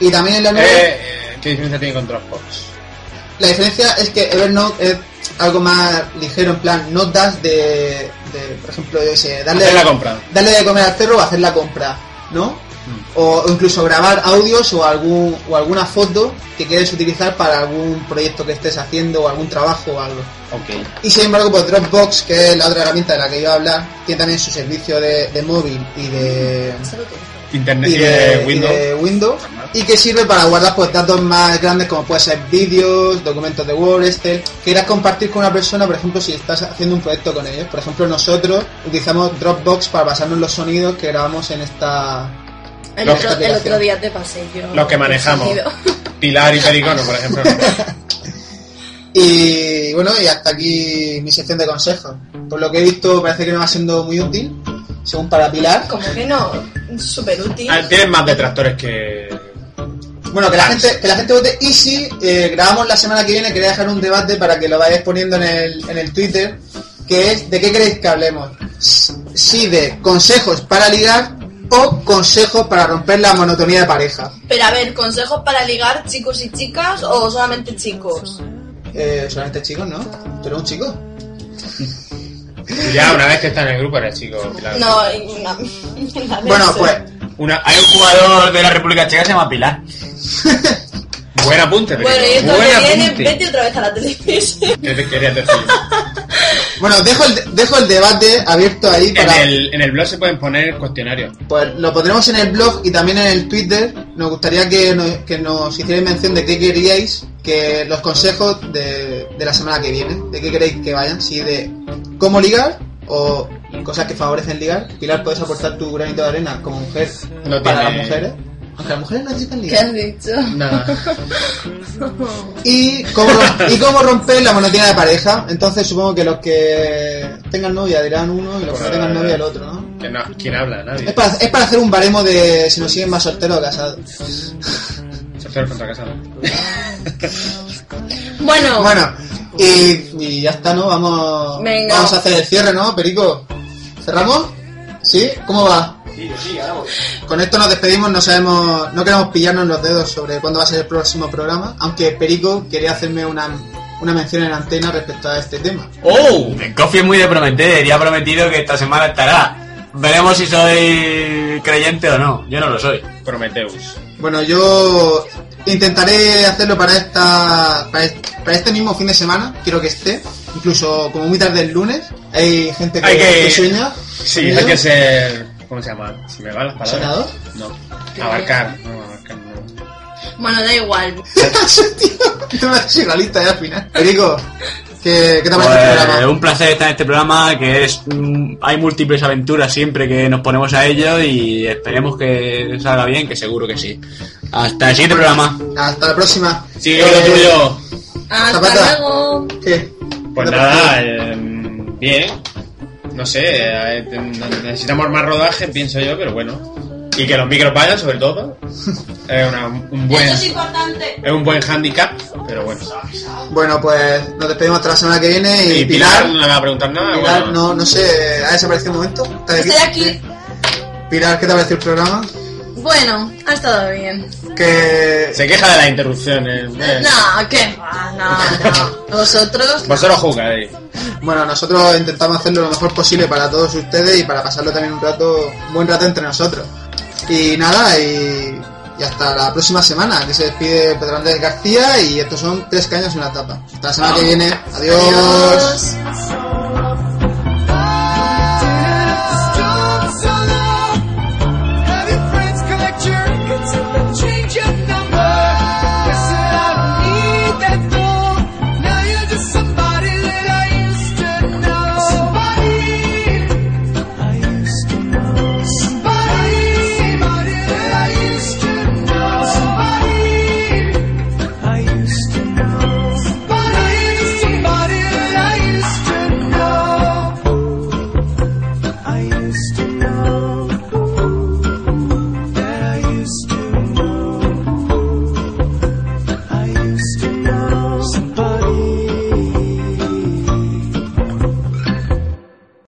Y también en la
Eh,
nube
eh, ¿Qué diferencia tiene con Dropbox?
la diferencia es que Evernote es algo más ligero, en plan, no das de, de, por ejemplo, yo qué sé, darle,
Hacer la compra.
darle de comer al perro o hacer la compra, ¿no? O o incluso grabar audios o, algún, o alguna foto que quieres utilizar para algún proyecto que estés haciendo o algún trabajo o algo.
Ok.
Y sin embargo, pues Dropbox, que es la otra herramienta de la que iba a hablar, tiene también su servicio de, de móvil y de,
Internet
y
y,
de,
eh, Windows.
y de Windows, y que sirve para guardar pues, datos más grandes como puede ser vídeos, documentos de Word, Excel, quieras compartir con una persona, por ejemplo, si estás haciendo un proyecto con ellos. Por ejemplo, nosotros utilizamos Dropbox para basarnos los sonidos que grabamos en esta...
El,
en esta
otro, el
aplicación.
otro día te pasé yo.
Los que manejamos.
el sonido.
Pilar y Pericono, por ejemplo.
Y bueno, y hasta aquí mi sección de consejos. Por lo que he visto, parece que no va siendo muy útil, según para Pilar.
Como que no, súper útil.
Ah, Tienen más detractores que.
Bueno, que la gente, que la gente vote. Y si eh, grabamos la semana que viene, quería dejar un debate para que lo vayáis poniendo en el, en el Twitter, que es de qué queréis que hablemos. S- Si de consejos para ligar o consejos para romper la monotonía de pareja.
Pero a ver, consejos para ligar chicos y chicas o solamente chicos.
Eh, solamente chicos, ¿no? ¿Tú eres un chico?
Ya, una vez que está en el grupo, eres chico. Pilar.
No, en la- en la
Bueno,
mesa.
pues
Una,
Hay un jugador de la República Checa que se llama Pilar.
buen apunte,
Bueno, y
Pericono.
esto
Buen
que viene,
apunte.
vete otra vez a la televisión.
¿Qué te querías decir?
Bueno, dejo el, dejo el debate abierto ahí
En
para...
el, en el blog se pueden poner cuestionarios.
Pues lo pondremos en el blog y también en el Twitter. Nos gustaría que nos, que nos hicierais mención de qué queríais, que los consejos de, de la semana que viene, de qué queréis que vayan, si de cómo ligar o cosas que favorecen ligar. Pilar, puedes aportar tu granito de arena como mujer
No
para
tiene-
las mujeres. Aunque las mujeres no necesitan
¿Qué
ligar.
has dicho?
Nada.
Y cómo, rom- y cómo romper la monotonía de pareja. Entonces supongo que los que tengan novia dirán uno y los que
Pues,
no tengan novia el otro, ¿no?
Que no- ¿Quién habla?
Es
Nadie.
para, es para hacer un baremo de si nos siguen más solteros o casados.
Soltero contra casado.
Bueno,
Bueno, y, y ya está, ¿no? Vamos,
Venga.
vamos a hacer el cierre, ¿no, Perico? ¿Cerramos? ¿Sí? ¿Cómo va? Con esto nos despedimos, no sabemos, no queremos pillarnos los dedos sobre cuándo va a ser el próximo programa, aunque Perico quería hacerme una, una mención en antena respecto a este tema.
¡Oh! El coffee es muy de prometer y ha prometido que esta semana estará. Veremos si soy creyente o no. Yo no lo soy.
Prometeus.
Bueno, yo intentaré hacerlo para esta para este, para este mismo fin de semana, quiero que esté, incluso como muy tarde el lunes, hay gente que,
Hay que-
que sueña.
Sí,
¿no?
hay que ser. ¿Cómo se llama? ¿Se me van las palabras?
¿Sonador?
No. Abarcar. No, abarcar no.
bueno, da igual.
Tú me has hecho la lista ya al final. Perico, ¿qué, qué te parece el
Pues,
este programa?
un placer estar en este programa que es mm, hay múltiples aventuras siempre que nos ponemos a ello y esperemos que salga bien, que seguro que sí. Hasta el siguiente programa.
Hasta la próxima.
Sí, lo tuyo.
Hasta
Zapata.
luego.
¿Qué?
Pues
¿Qué te
nada,
parece?
eh, bien. No sé, eh, te- necesitamos más rodaje, pienso yo, pero bueno. Y que los micros vayan, sobre todo. Es una- un buen.
Eso es importante.
Es un buen handicap, pero bueno.
Bueno, pues nos despedimos hasta la semana que viene. Y,
Y Pilar, no le va a preguntar nada.
Pilar,
bueno.
no, no sé, ¿ha desaparecido un momento? ¿Estás
Estoy aquí.
Pilar, ¿qué te parece el programa?
Bueno, ha estado bien.
Que...
Se queja de las interrupciones. eh.
No, ¿qué?
Ah,
va, No, no. Vosotros
Vosotros jugáis.
Bueno, nosotros intentamos hacerlo lo mejor posible para todos ustedes y para pasarlo también un rato, un buen rato entre nosotros. Y nada, y, y hasta la próxima semana, que se despide Pedro Andrés García y estos son tres caños en la tapa. Hasta la semana que viene, adiós.
Adiós.